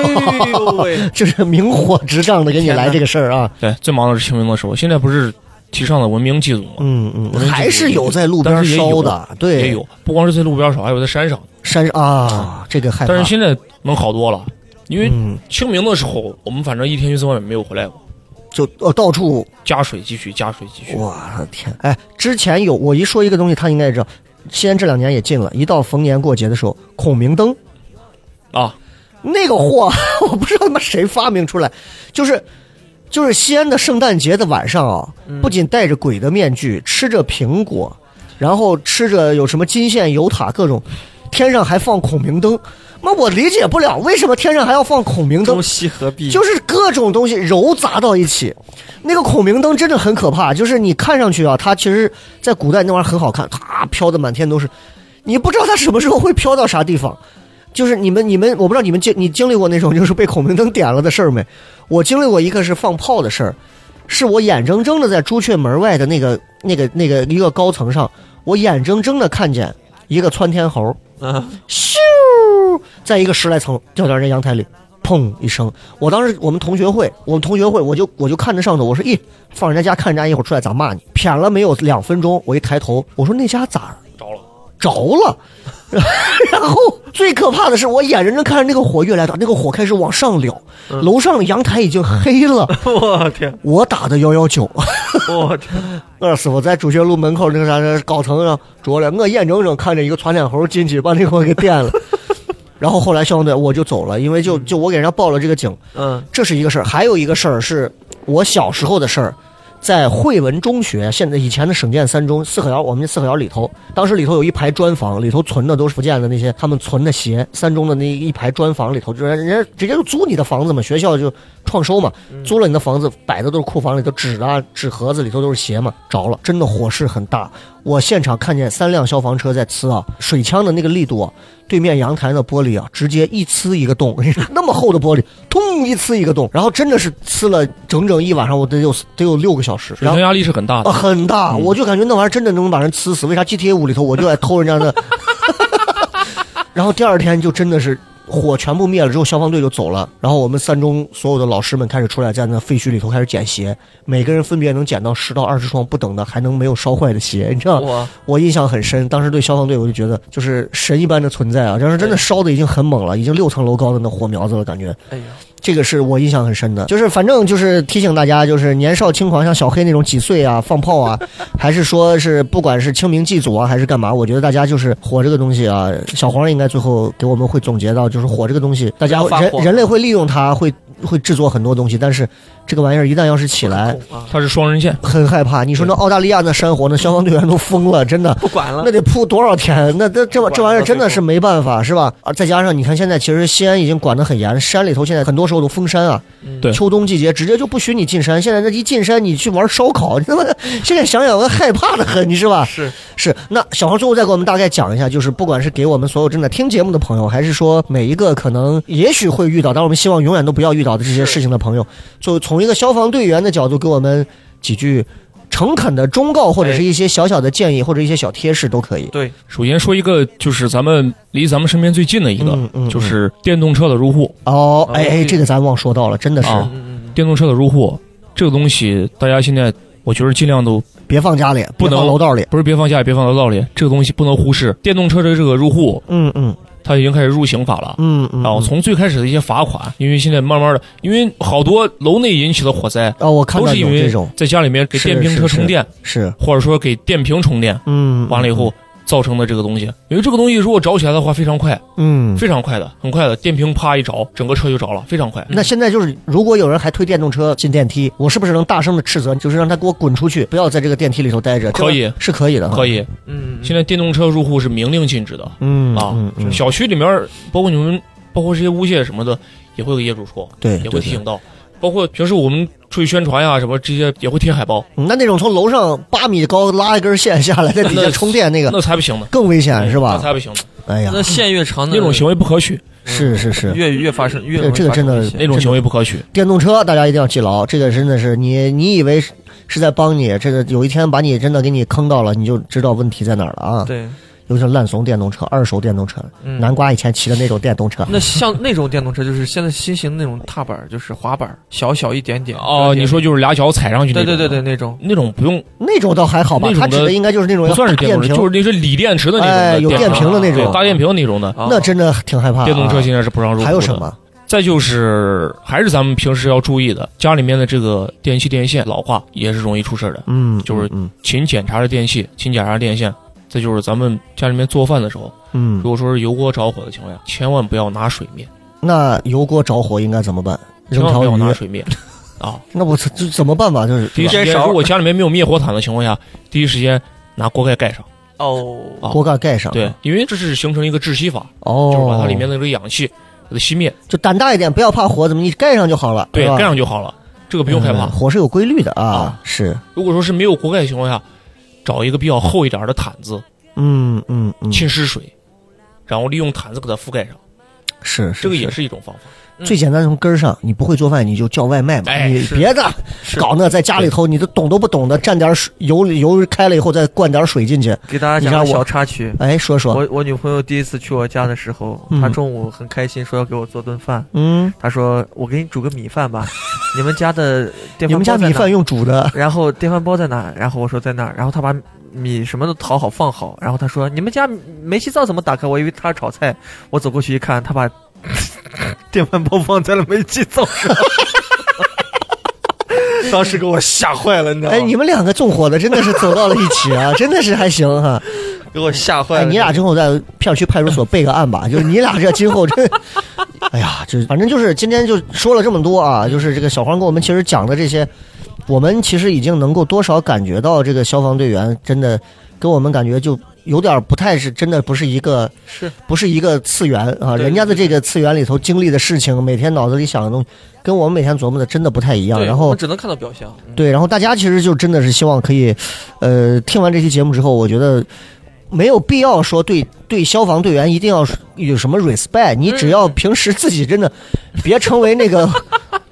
S3: 呦喂！
S2: 就是明火执仗的给你
S3: 天哪
S2: 来这个事儿啊！
S4: 对，最忙的是清明的时候。现在不是提倡的文明祭祖吗？
S2: 嗯
S4: 我
S2: 嗯，
S4: 们
S2: 还是有在路边
S4: 但是也有
S2: 烧
S4: 啊
S2: 的，对，
S4: 也有，不光是在路边烧，还有在山上。
S2: 山啊，这个害怕。
S4: 但是现在能好多了，因为
S2: 嗯
S4: 清明的时候，我们反正一天去四外面没有回来过，
S2: 就呃到处
S4: 加水继续，加水继续。
S2: 我的天！哎，之前有我一说一个东西，他应该知道。西安这两年也禁了，一到逢年过节的时候，孔明灯
S4: 啊，
S2: 那个货， 我不知道他妈谁发明出来，就是就是西安的圣诞节的晚上啊，不仅戴着鬼的面具，吃着苹果，然后吃着有什么金线油塔各种，天上还放孔明灯。那我理解不了，为什么天上还要放孔明灯
S3: 中？西合璧，
S2: 就是各种东西揉杂到一起。那个孔明灯真的很可怕，就是你看上去啊，它其实在古代那玩意儿很好看，它飘的满天都是，你不知道它什么时候会飘到啥地方。就是你们你们，我不知道你们经你经历过那种就是被孔明灯点了的事儿没？我经历过一个是放炮的事儿，是我眼睁睁的在朱雀门外的那个那个那个一个高层上，我眼睁睁的看见一个窜天猴，
S3: 啊
S2: 咻，在一个十来层掉到人家阳台里，砰一声。我当时我们同学会，我们同学会，我就我就看着上头，我说咦，放人家家看人家一会儿出来咋骂你？谝了没有两分钟，我一抬头，我说那家咋
S4: 着了？
S2: 着了。 然后最可怕的是，我眼睁睁看着那个火越来越大，那个火开始往上燎，楼上的阳台已经黑了。
S3: 我天，
S2: 我打的幺幺九，
S3: 我天，
S2: 饿死我在主学路门口那个啥啥高层上着了，我眼睁睁看着一个窜天猴进去把那个给电了。然后后来消防队我就走了，因为就就我给人家报了这个警，
S3: 嗯
S2: 这是一个事儿。还有一个事儿是我小时候的事儿，在惠文中学，现在以前的省建三中四合窑，我们那四合窑里头，当时里头有一排砖房，里头存的都是福建的那些他们存的鞋，三中的那一排砖房里头，就是人家直接就租你的房子嘛，学校就创收嘛，租了你的房子，摆的都是库房里头纸啊、纸盒子里头都是鞋嘛，着了，真的火势很大。我现场看见三辆消防车在呲啊，水枪的那个力度啊，对面阳台的玻璃啊，直接一呲一个洞， 那么厚的玻璃，通一呲一个洞，然后真的是呲了整整一晚上，我得有得有六个小时，
S4: 水
S2: 然后
S4: 层。压力是很大的
S2: 啊，。很大，我就感觉那玩意儿真的能把人呲死。为啥 GTA 五里头我就爱偷人家的？ 然后第二天就真的是火全部灭了之后，消防队就走了。然后我们三中所有的老师们开始出来，在那废墟里头开始捡鞋，每个人分别能捡到十到二十双不等的，还能没有烧坏的鞋。你知道，
S3: 我
S2: 我印象很深，当时对消防队我就觉得就是神一般的存在啊！当时真的烧的已经很猛了，已经六层楼高的那火苗子了，感觉。
S3: 哎呀，
S2: 这个是我印象很深的，就是反正就是提醒大家，就是年少轻狂，像小黑那种几岁啊放炮啊，还是说是不管是清明祭祖啊还是干嘛，我觉得大家就是火这个东西啊，小黄应该最后给我们会总结到，就是火这个东西，啊大家
S3: 不要发
S2: 人
S3: 火
S2: 人类会利用它，会会制作很多东西，但是这个玩意儿一旦要是 起来，
S3: 恐啊，
S4: 它是双刃剑，
S2: 很害怕。你说那澳大利亚那山火，那消防队员都疯了，真的。
S3: 不管了
S2: 那，得铺多少天？那这这这玩意儿真的是没办法，是吧？啊，再加上你看现在其实西安已经管得很严，山里头现在很多时候都封山啊。
S3: 嗯
S4: 对
S2: 秋冬季节直接就不许你进山。现在那一进山，你去玩烧烤，你他妈的 现在想想我害怕的很，你是吧？
S3: 是
S2: 是。那小黄最后再给我们大概讲一下，就是不管是给我们所有正在听节目的朋友，还是说每一个可能也许会遇到，但我们希望永远都不要遇到的这些事情的朋友，就从一个消防队员的角度给我们几句。诚恳的忠告，或者
S4: 哎
S2: 是一些小小的建议，或者一些小贴士都可以。
S3: 对，
S4: 首先说一个，就是咱们离咱们身边最近的一个
S2: 嗯嗯，嗯
S4: 就是嗯电动车的入户
S2: 哦，
S3: 哦
S2: 哎哎，
S3: 对
S2: 这个咱忘说到了，真的是、
S4: 啊。
S3: 嗯嗯
S4: 电动车的入户这个东西，大家现在我觉得尽量都
S2: 别放家里，
S4: 不
S2: 别放
S4: 能
S2: 楼道里。
S4: 不是别放家里，别放楼道里，这个东西不能忽视。电动车的这个入户，
S2: 嗯嗯
S4: 它已经开始入刑法了。
S2: 嗯嗯。
S4: 啊，
S2: 嗯
S4: 从最开始的一些罚款，因为现在慢慢的，因为好多楼内引起的火灾，
S2: 哦，我看
S4: 都
S2: 到
S4: 是因
S2: 有
S4: 为
S2: 这种，
S4: 在家里面给
S2: 是
S4: 电瓶车充电，
S2: 是，
S4: 或者说给电瓶充电，
S2: 嗯，
S4: 完了以后造成的这个东西。因为这个东西如果着起来的话，非常快，
S2: 嗯，
S4: 非常快的，很快的，电瓶啪一着，整个车就着了，非常快。
S2: 那现在就是，如果有人还推电动车进电梯，我是不是能大声的斥责，就是让他给我滚出去，不要在这个电梯里头待着？
S4: 可以
S2: 这个是可以的，
S4: 可
S2: 以。
S4: 以，
S3: 嗯，嗯
S4: 现在电动车入户是明令禁止的
S2: 嗯
S4: 啊
S2: 嗯嗯，
S4: 小区里面包括你们，包括这些物业什么的，也会有业主说，
S2: 对，
S4: 也
S2: 对
S4: 会提醒。到。包括平时我们出去宣传呀什么，这些也会贴海报，
S2: 嗯对那那种从楼上八米高拉一根线下来，在底下
S4: 那
S2: 充电那个
S4: 那才不行呢，
S2: 更危险是
S4: 那
S2: 吧？
S4: 才不行呢，
S2: 哎呀
S3: 那，线越长的
S4: 那种行为不可取，
S2: 是是是，
S3: 越越发生越
S2: 这这个真的
S3: 容易发生危险
S4: 那种行为不可取。
S2: 电动车大家一定要记牢，这个真的是你你以为是是在帮你，这个有一天把你真的给你坑到了，你就知道问题在哪儿了啊！
S3: 对，
S2: 尤其是烂怂电动车、二手电动车，
S3: 嗯
S2: 南瓜以前骑的那种电动车，
S3: 那像那种电动车，就是现在新型的那种踏板儿，就是滑板儿，小小一点点。
S4: 哦，你说就是俩脚踩上去
S3: 对
S4: 那种，啊
S3: 对对对，，那种
S4: 那种不用，
S2: 那种倒还好吧
S4: 那，种
S2: 它
S4: 的
S2: 指的应该就是那种
S4: 不算是
S2: 要打
S4: 电动车，
S2: 瓶，
S4: 就是那是锂电池的那种
S2: 哎，
S4: 的
S2: 有
S4: 电
S2: 电
S4: 池
S2: 瓶的那
S4: 对
S2: 种，
S4: 大电瓶那种的
S3: 啊
S2: 那真的挺害怕啊。
S4: 电动车，现在是不让入户的。
S2: 还有什么？
S4: 再就是还是咱们平时要注意的，家里面的这个电器电线老化也是容易出事儿的，
S2: 嗯，
S4: 就是
S2: 嗯
S4: 勤检查着电器，勤检查着电线。再就是咱们家里面做饭的时候，
S2: 嗯
S4: 如，果说是油锅着火的情况下，千万不要拿水灭，
S2: 那油锅着火应该怎么办？
S4: 千
S2: 扔
S4: 万
S2: 条
S4: 不要拿
S2: 鱼？
S4: 水灭。啊，
S2: 那我这这怎么办吧？就是
S4: 第一时
S3: 煎
S4: 间
S3: 勺
S4: 如果家里面没有灭火毯的情况下，第一时间拿锅盖盖上。
S3: 哦，
S4: 啊
S2: 锅盖盖上，
S4: 对，因为这是形成一个窒息法，
S2: 哦，
S4: 就是把它里面的这个氧气给它熄灭，
S2: 就胆大一点，不要怕火，怎么你盖上就好了，
S4: 对，
S2: 哦吧
S4: 盖上就好了，这个不用害怕
S2: 嗯。火是有规律的啊
S4: 啊，
S2: 是，
S4: 如果说是没有锅盖的情况下，找一个比较厚一点的毯子
S2: 嗯嗯嗯，
S4: 浸湿水，然后利用毯子给它覆盖上，
S2: 是是，
S4: 这个也
S2: 是
S4: 是一种方法。
S2: 最简单，从根儿上，你不会做饭你就叫外卖嘛，
S4: 哎
S2: 你
S4: 是
S2: 别的
S3: 是
S2: 搞那在家里头你都懂都不懂的，蘸点水油油开了以后再灌点水进去，
S3: 给大家
S2: 你
S3: 讲
S2: 让
S3: 个
S2: 我
S3: 小插曲。
S2: 哎，说说，
S3: 我我女朋友第一次去我家的时候，
S2: 嗯
S3: 她中午很开心，说要给我做顿饭。
S2: 嗯，
S3: 她说：“我给你煮个米饭吧，你们家的电饭
S2: 你们家
S3: 煲在
S2: 米
S3: 哪
S2: 饭用煮的，
S3: 然后电饭煲在哪？然后我说在那儿。然后他把米什么都淘好放好。然后他说：“你们家煤气灶怎么打开？”我以为他是炒菜。我走过去一看，他把 电饭煲放在了煤气灶上。当时给我吓坏了，你知道吗？
S2: 哎，你们两个纵火的真的是走到了一起 啊，真的是还行哈、
S3: 给我吓坏
S2: 哎，
S3: 了。
S2: 你俩今后在片区派出所备个案吧，就是你俩这今后这，哎呀，这反正就是今天就说了这么多啊，就是这个小黄跟我们其实讲的这些，我们其实已经能够多少感觉到这个消防队员真的给我们感觉就有点不太是真的不是一个
S3: 是
S2: 不是一个次元啊，
S3: 对
S2: 人家的这个次元里头经历的事情，每天脑子里想的东西，跟我们每天琢磨的真的不太一样，
S3: 对
S2: 然
S3: 我
S2: 后
S3: 们。只能看到表象。嗯，
S2: 对，然后大家其实就真的是希望可以，呃，听完这期节目之后，我觉得没有必要说对对消防队员一定要有什么 respect，你
S3: 嗯
S2: 只要平时自己真的别成为那 个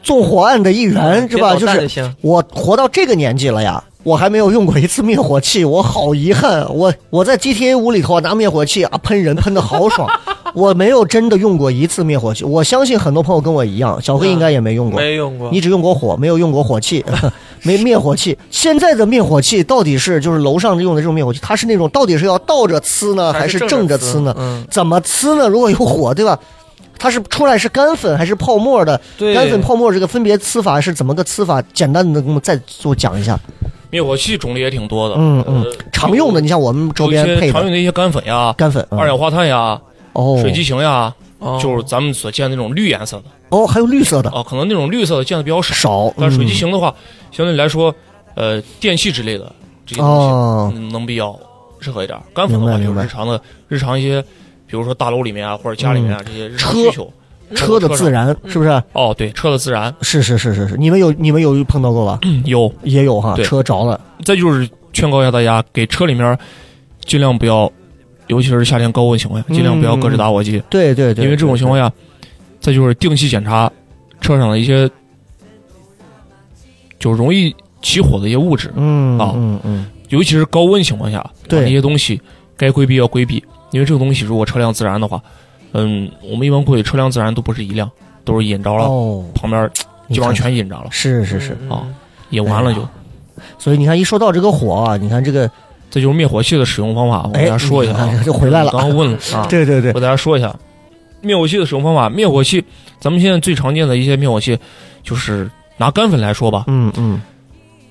S2: 纵火案的一员，是吧？
S3: 嗯别
S2: 就
S3: 捣蛋
S2: 是
S3: 行。
S2: 我活到这个年纪了呀。我还没有用过一次灭火器，我好遗憾。我我在 GTA 五里头啊拿灭火器啊喷人，喷的好 爽。我没有真的用过一次灭火器，我相信很多朋友跟我一样，小
S3: 嗯
S2: 黑应该也没用过。
S3: 没用过。
S2: 你只用过火，没有用过火器， 没灭火器。现在的灭火器到底是就是楼上用的这种灭火器，它是那种到底是要倒着呲呢，还是正着呲呢？
S3: 嗯，
S2: 怎么呲呢？如果有火，对吧？它是出来是干粉还是泡沫的？
S3: 对，
S2: 干粉泡沫这个分别呲法是怎么个呲法？简单的给我们再做讲一下。
S4: 灭火器种类也挺多的，
S2: 嗯嗯
S4: 呃，
S2: 常用的，你像我们周
S4: 有一
S2: 边
S4: 些
S2: 配
S4: 常
S2: 的
S4: 用的一些干粉呀、
S2: 干粉，嗯
S4: 二氧化碳呀、
S2: 哦
S4: 水激情呀，
S3: 哦
S4: 就是咱们所见的那种绿颜色的
S2: 哦，还有绿色的
S4: 啊，可能那种绿色的见的比较少，
S2: 少，
S4: 但是水激
S2: 嗯
S4: 情的话，相对来说，呃，电器之类的这些东西，
S2: 哦，
S4: 嗯，能比较适合一点儿。干粉
S2: 明白
S4: 的话，就
S2: 明白
S4: 是日常的日常一些，比如说大楼里面啊，或者家里面啊这些日常
S2: 车
S4: 需求。
S2: 嗯车的自
S4: 上
S2: 燃是不是？
S4: 哦，对，车的自燃
S2: 是是是是是，你们有你们有碰到过吧？
S4: 嗯有。
S2: 也有哈，
S4: 对
S2: 车着了。
S4: 再就是劝告一下大家，给车里面尽量不要，尤其是夏天高温情况下，尽量不要搁置打火机，
S2: 对对嗯对，
S4: 因为这种情况下，再就是定期检查车上的一些就容易起火的一些物质，
S2: 嗯
S4: 啊
S2: 嗯嗯，
S4: 尤其是高温情况下，
S2: 对
S4: 把那些东西该规避要规避，因为这个东西如果车辆自燃的话，嗯，我们一般会车辆自燃都不是一辆，都是引着了，
S2: 哦，
S4: 旁边
S2: 你
S4: 基本
S2: 看
S4: 上全引着了，
S2: 是是是，
S3: 嗯
S4: 啊，引完了就。
S2: 所以你看，一说到这个火啊，你看这个，
S4: 这就是灭火器的使用方法，我
S2: 哎
S4: 给大家说一下
S2: 你看
S4: 啊。
S2: 就回来了
S4: 刚刚问了 啊，
S2: 对对对
S4: 我，给大家说一下灭火器的使用方法。灭火器，咱们现在最常见的一些灭火器，就是拿干粉来说吧，
S2: 嗯嗯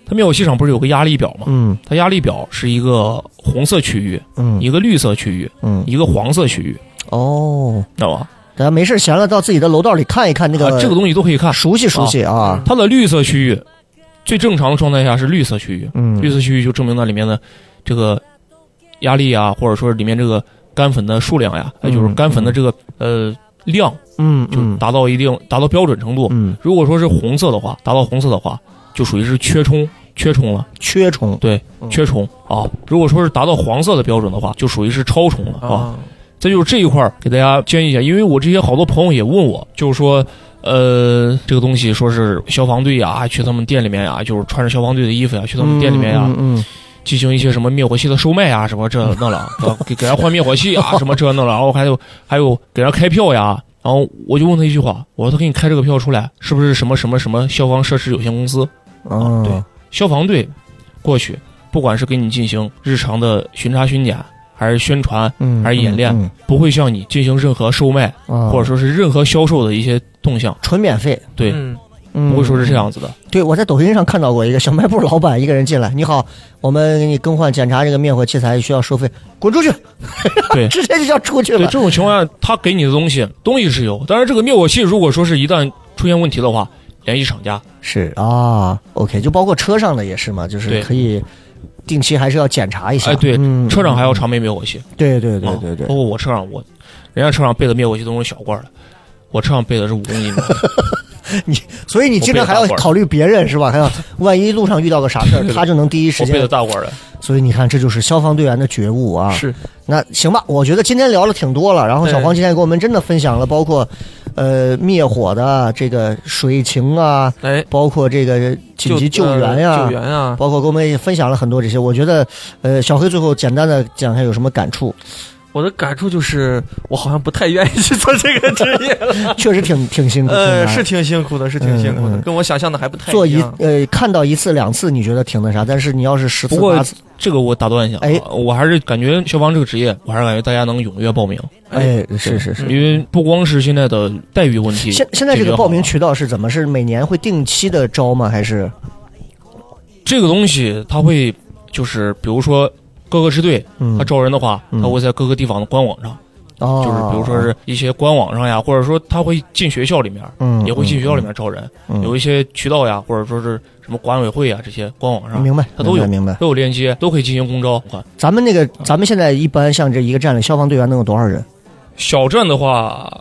S4: 它灭火器上不是有个压力表吗？
S2: 嗯
S4: 它压力表是一个红色区域，
S2: 嗯
S4: 一个绿色区域，
S2: 嗯，
S4: 一个黄色区域，
S2: 哦，
S4: 知道吧？
S2: 大家没事闲了，到自己的楼道里看一看那
S4: 啊，
S2: 个，
S4: 这个东西都可以看。
S2: 熟悉熟悉
S3: 嗯
S2: 啊，
S4: 它的绿色区域，最正常的状态下是绿色区域，
S2: 嗯，
S4: 绿色区域就证明那里面的这个压力啊，或者说里面这个干粉的数量呀，
S2: 嗯
S4: 也就是干粉的这个呃量，
S2: 嗯
S4: 就
S2: 嗯
S4: 达到一定达到标准程度。
S2: 嗯，
S4: 如果说是红色的话，达到红色的话，就属于是缺充。缺充了，
S2: 缺虫，
S4: 对
S2: 嗯，
S4: 缺充啊！如果说是达到黄色的标准的话，就属于是超充
S2: 哦
S4: 了啊。
S3: 啊，
S4: 这就是这一块儿给大家建议一下，因为我这些好多朋友也问我，就是说，呃，这个东西说是消防队呀、去他们店里面呀、就是穿着消防队的衣服呀、啊去他们店里面呀、
S2: 嗯嗯，
S4: 进行一些什么灭火器的售卖呀，什么这那了，啊给给人换灭火器啊，什么这那了，然后还有还有给人开票呀，然后我就问他一句话，我说他给你开这个票出来，是不是什么什么什么消防设施有限公司、啊
S2: 嗯
S4: 对，消防队过去，不管是给你进行日常的巡查巡检，还是宣传，
S2: 嗯，
S4: 还是演练
S2: 嗯
S4: 不会向你进行任何售卖
S2: 嗯啊
S4: 或者说是任何销售的一些动向，
S2: 纯免费，
S4: 对，
S3: 嗯，
S2: 嗯
S4: 不会说是这。样子的。
S2: 对，我在抖音上看到过一个小卖部老板，一个人进来，你好，我们给你更换检查这个灭火器材需要收费，滚出去，
S4: 对
S2: 直接就叫出去
S4: 对
S2: 了
S4: 这。种情况下，他给你的东西东西是有，但是这个灭火器如果说是一旦出现问题的话，联系厂家。
S2: 是啊，OK，就包括车上的也是嘛，就是
S4: 对
S2: 可以定期还是要检查一下。
S4: 哎，对，
S2: 嗯
S4: 车上还要常备灭火器。
S2: 对对对
S4: 啊
S2: 对对
S4: 包，括我车上，我人家车上备的灭火器都是小罐儿的，我车上备的是五公 斤的。
S2: 所以你经常还要考虑别人是吧？还要万一路上遇到个啥 事儿，他就能第一时
S4: 我背的
S2: 间。
S4: 大罐儿的，
S2: 所以你看，这就是消防队员的觉悟啊！
S3: 是
S2: 那行吧，我觉得今天聊了挺多了，然后小
S3: 对
S2: 黄今天给我们真的分享了，包括呃灭火的这个水情啊，
S3: 哎，
S2: 包括这个紧急救援呀、
S3: 呃救援啊，
S2: 包括给我们也分享了很多这些。我觉得，呃，小黑最后简单的讲一下有什么感触，
S3: 我的感触就是，我好像不太愿意去做这个职业 了。
S2: 确实挺挺辛苦，挺
S3: 呃，
S2: 难
S3: 是挺辛苦的，是挺辛苦的，
S2: 啊嗯嗯
S3: 跟我想象的还不太
S2: 做
S3: 一
S2: 一
S3: 样。
S2: 呃看到一次两次你觉得挺那啥，但是你要是十
S4: 不
S2: 次
S4: 过
S2: 八次，
S4: 这个我打断一下，
S2: 哎
S4: 啊我还是感觉消防这个职业，我还是感觉大家能踊跃报名，
S2: 哎，是是是。
S4: 因为不光是现在的待遇问题，
S2: 现现在这个报名
S4: 渠
S2: 渠道是怎么？是每年会定期的招吗？还是
S4: 这个东西，它会就是比如说各个支队，
S2: 嗯
S4: 它招人的话，
S2: 嗯
S4: 它会在各个地方的官网上，
S2: 哦，
S4: 就是比如说是一些官网上呀，或者说他会进学校里面，
S2: 嗯，
S4: 也会进学校里面招人，
S2: 嗯嗯
S4: 有一些渠道呀，或者说是什么管委会呀这些官网上
S2: 明白，
S4: 它都
S2: 明
S4: 有
S2: 白明白。
S4: 都有链接，都可以进行公招。我看
S2: 咱们那个，咱们现在一般像这一个站里，消防队员能有多少人？
S4: 小站的话，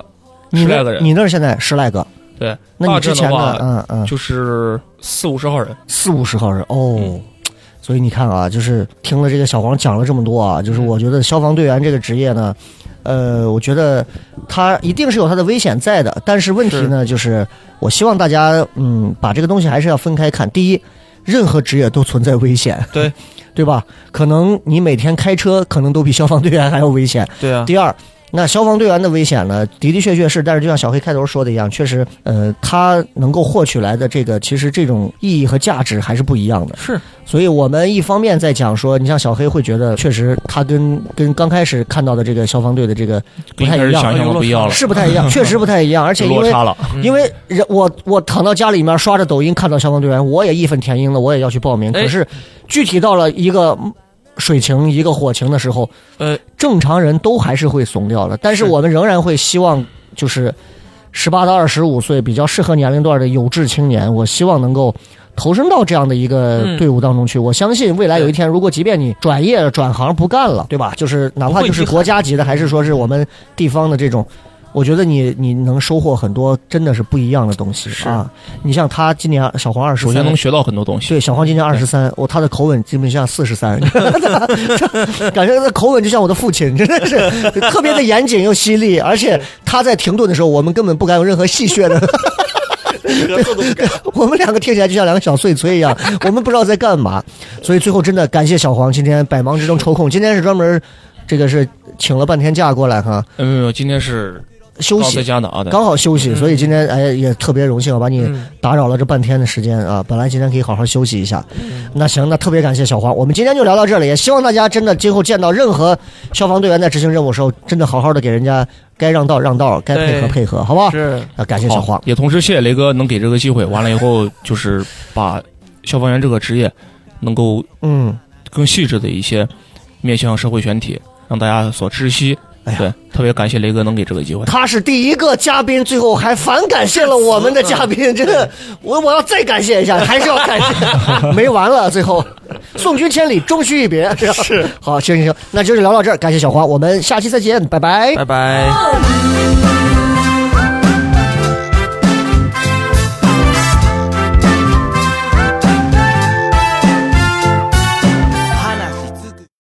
S2: 你
S4: 十
S2: 那
S4: 来个人
S2: 你那儿现在十来个，
S4: 对，
S2: 那
S4: 大
S2: 你之
S4: 站
S2: 前
S4: 的
S2: 呢？
S4: 话
S2: 嗯嗯，
S4: 就是四五十号人。
S2: 四五十号人
S4: 嗯
S2: 哦。所以你看啊，就是听了这个小黄讲了这么多啊，
S4: 嗯
S2: 就是我觉得消防队员这个职业呢，呃，我觉得它一定是有它的危险在的。但是问题呢，就是我希望大家嗯，把这个东西还是要分开看。第一，任何职业都存在危险，
S3: 对
S2: 对吧？可能你每天开车，可能都比消防队员还要危险。
S3: 对啊，
S2: 第二，那消防队员的危险呢，的的确确是，但是就像小黑开头说的一样，确实，呃，他能够获取来的这个，其实这种意义和价值还是不一样的。
S3: 是
S2: 所以我们一方面在讲说，你像小黑会觉得，确实他跟跟刚开始看到的这个消防队的这个不
S4: 跟一
S2: 太
S4: 开
S2: 一
S4: 始想
S2: 样，
S4: 象的不一样了，
S2: 是不太一样，确实不太一样，而且因
S4: 落
S2: 为。
S4: 差了。
S3: 嗯
S2: 因为人我我躺到家里面刷着抖音，看到消防队员，我也义愤填膺了，我也要去报名。
S3: 哎
S2: 可是具体到了一个水情、一个火情的时候，
S3: 呃，
S2: 正常人都还是会怂掉的。但是
S3: 是
S2: 我们仍然会希望，就是十八到二十五岁比较适合年龄段的有志青年，我希望能够。投身到这样的一个
S3: 嗯
S2: 队伍当中去，我相信未来有一天，如果即便你转业了、转行不干了，对吧？就是哪怕
S3: 不会
S2: 就是
S3: 遗憾
S2: 国家级的，还是说是我们地方的这种，我觉得你你能收获很多真的是不一样的东西
S3: 是
S2: 啊！你像他今年小黄二十
S4: 首先
S2: 三
S4: 能，学到很多东西。
S2: 对小黄今年二十三，我他的口吻基本像四十三， 感觉他的口吻就像我的父亲，真 的是特别的严谨又犀利，而且他在停顿的时候，我们根本不敢有任何戏谑的。 我们两个听起来就像两个小碎催一样， 我们不知道在干嘛，所以最后真的感谢小黄今天百忙之中抽空，今天是专门这个是请了半天假过来哈
S4: 哎没有没有，今天是
S2: 休
S4: 刚
S2: 息
S4: 在，家呢啊，对
S2: 刚好休息，所以今天哎也特别荣幸啊把你
S3: 嗯
S2: 打扰了这半天的时间啊，本来今天可以好好休息一下。那行，那特别感谢小黄，我们今天就聊到这里，也希望大家真的今后见到任何消防队员在执行任务的时候，真的好好的给人家该让道让道，该配合
S3: 对
S2: 配合，好不好？
S3: 是，
S2: 啊，感谢小黄
S4: 好，，也同时谢谢雷哥能给这个机会。完了以后，就是把消防员这个职业能够
S2: 嗯。
S4: 更细致的一些面向社会全体，让大家所知悉。
S2: 哎呀
S4: 对，特别感谢雷哥能给这个机会。
S2: 他是第一个嘉宾，最后还反感谢了我们的嘉宾，真的，我我要再感谢一下，还是要感谢，没完了，最后送君千里，终须一别，是吧？是，好，行行行，那就是聊到这儿，感谢小花，我们下期再见，拜拜
S3: 拜拜。
S5: 「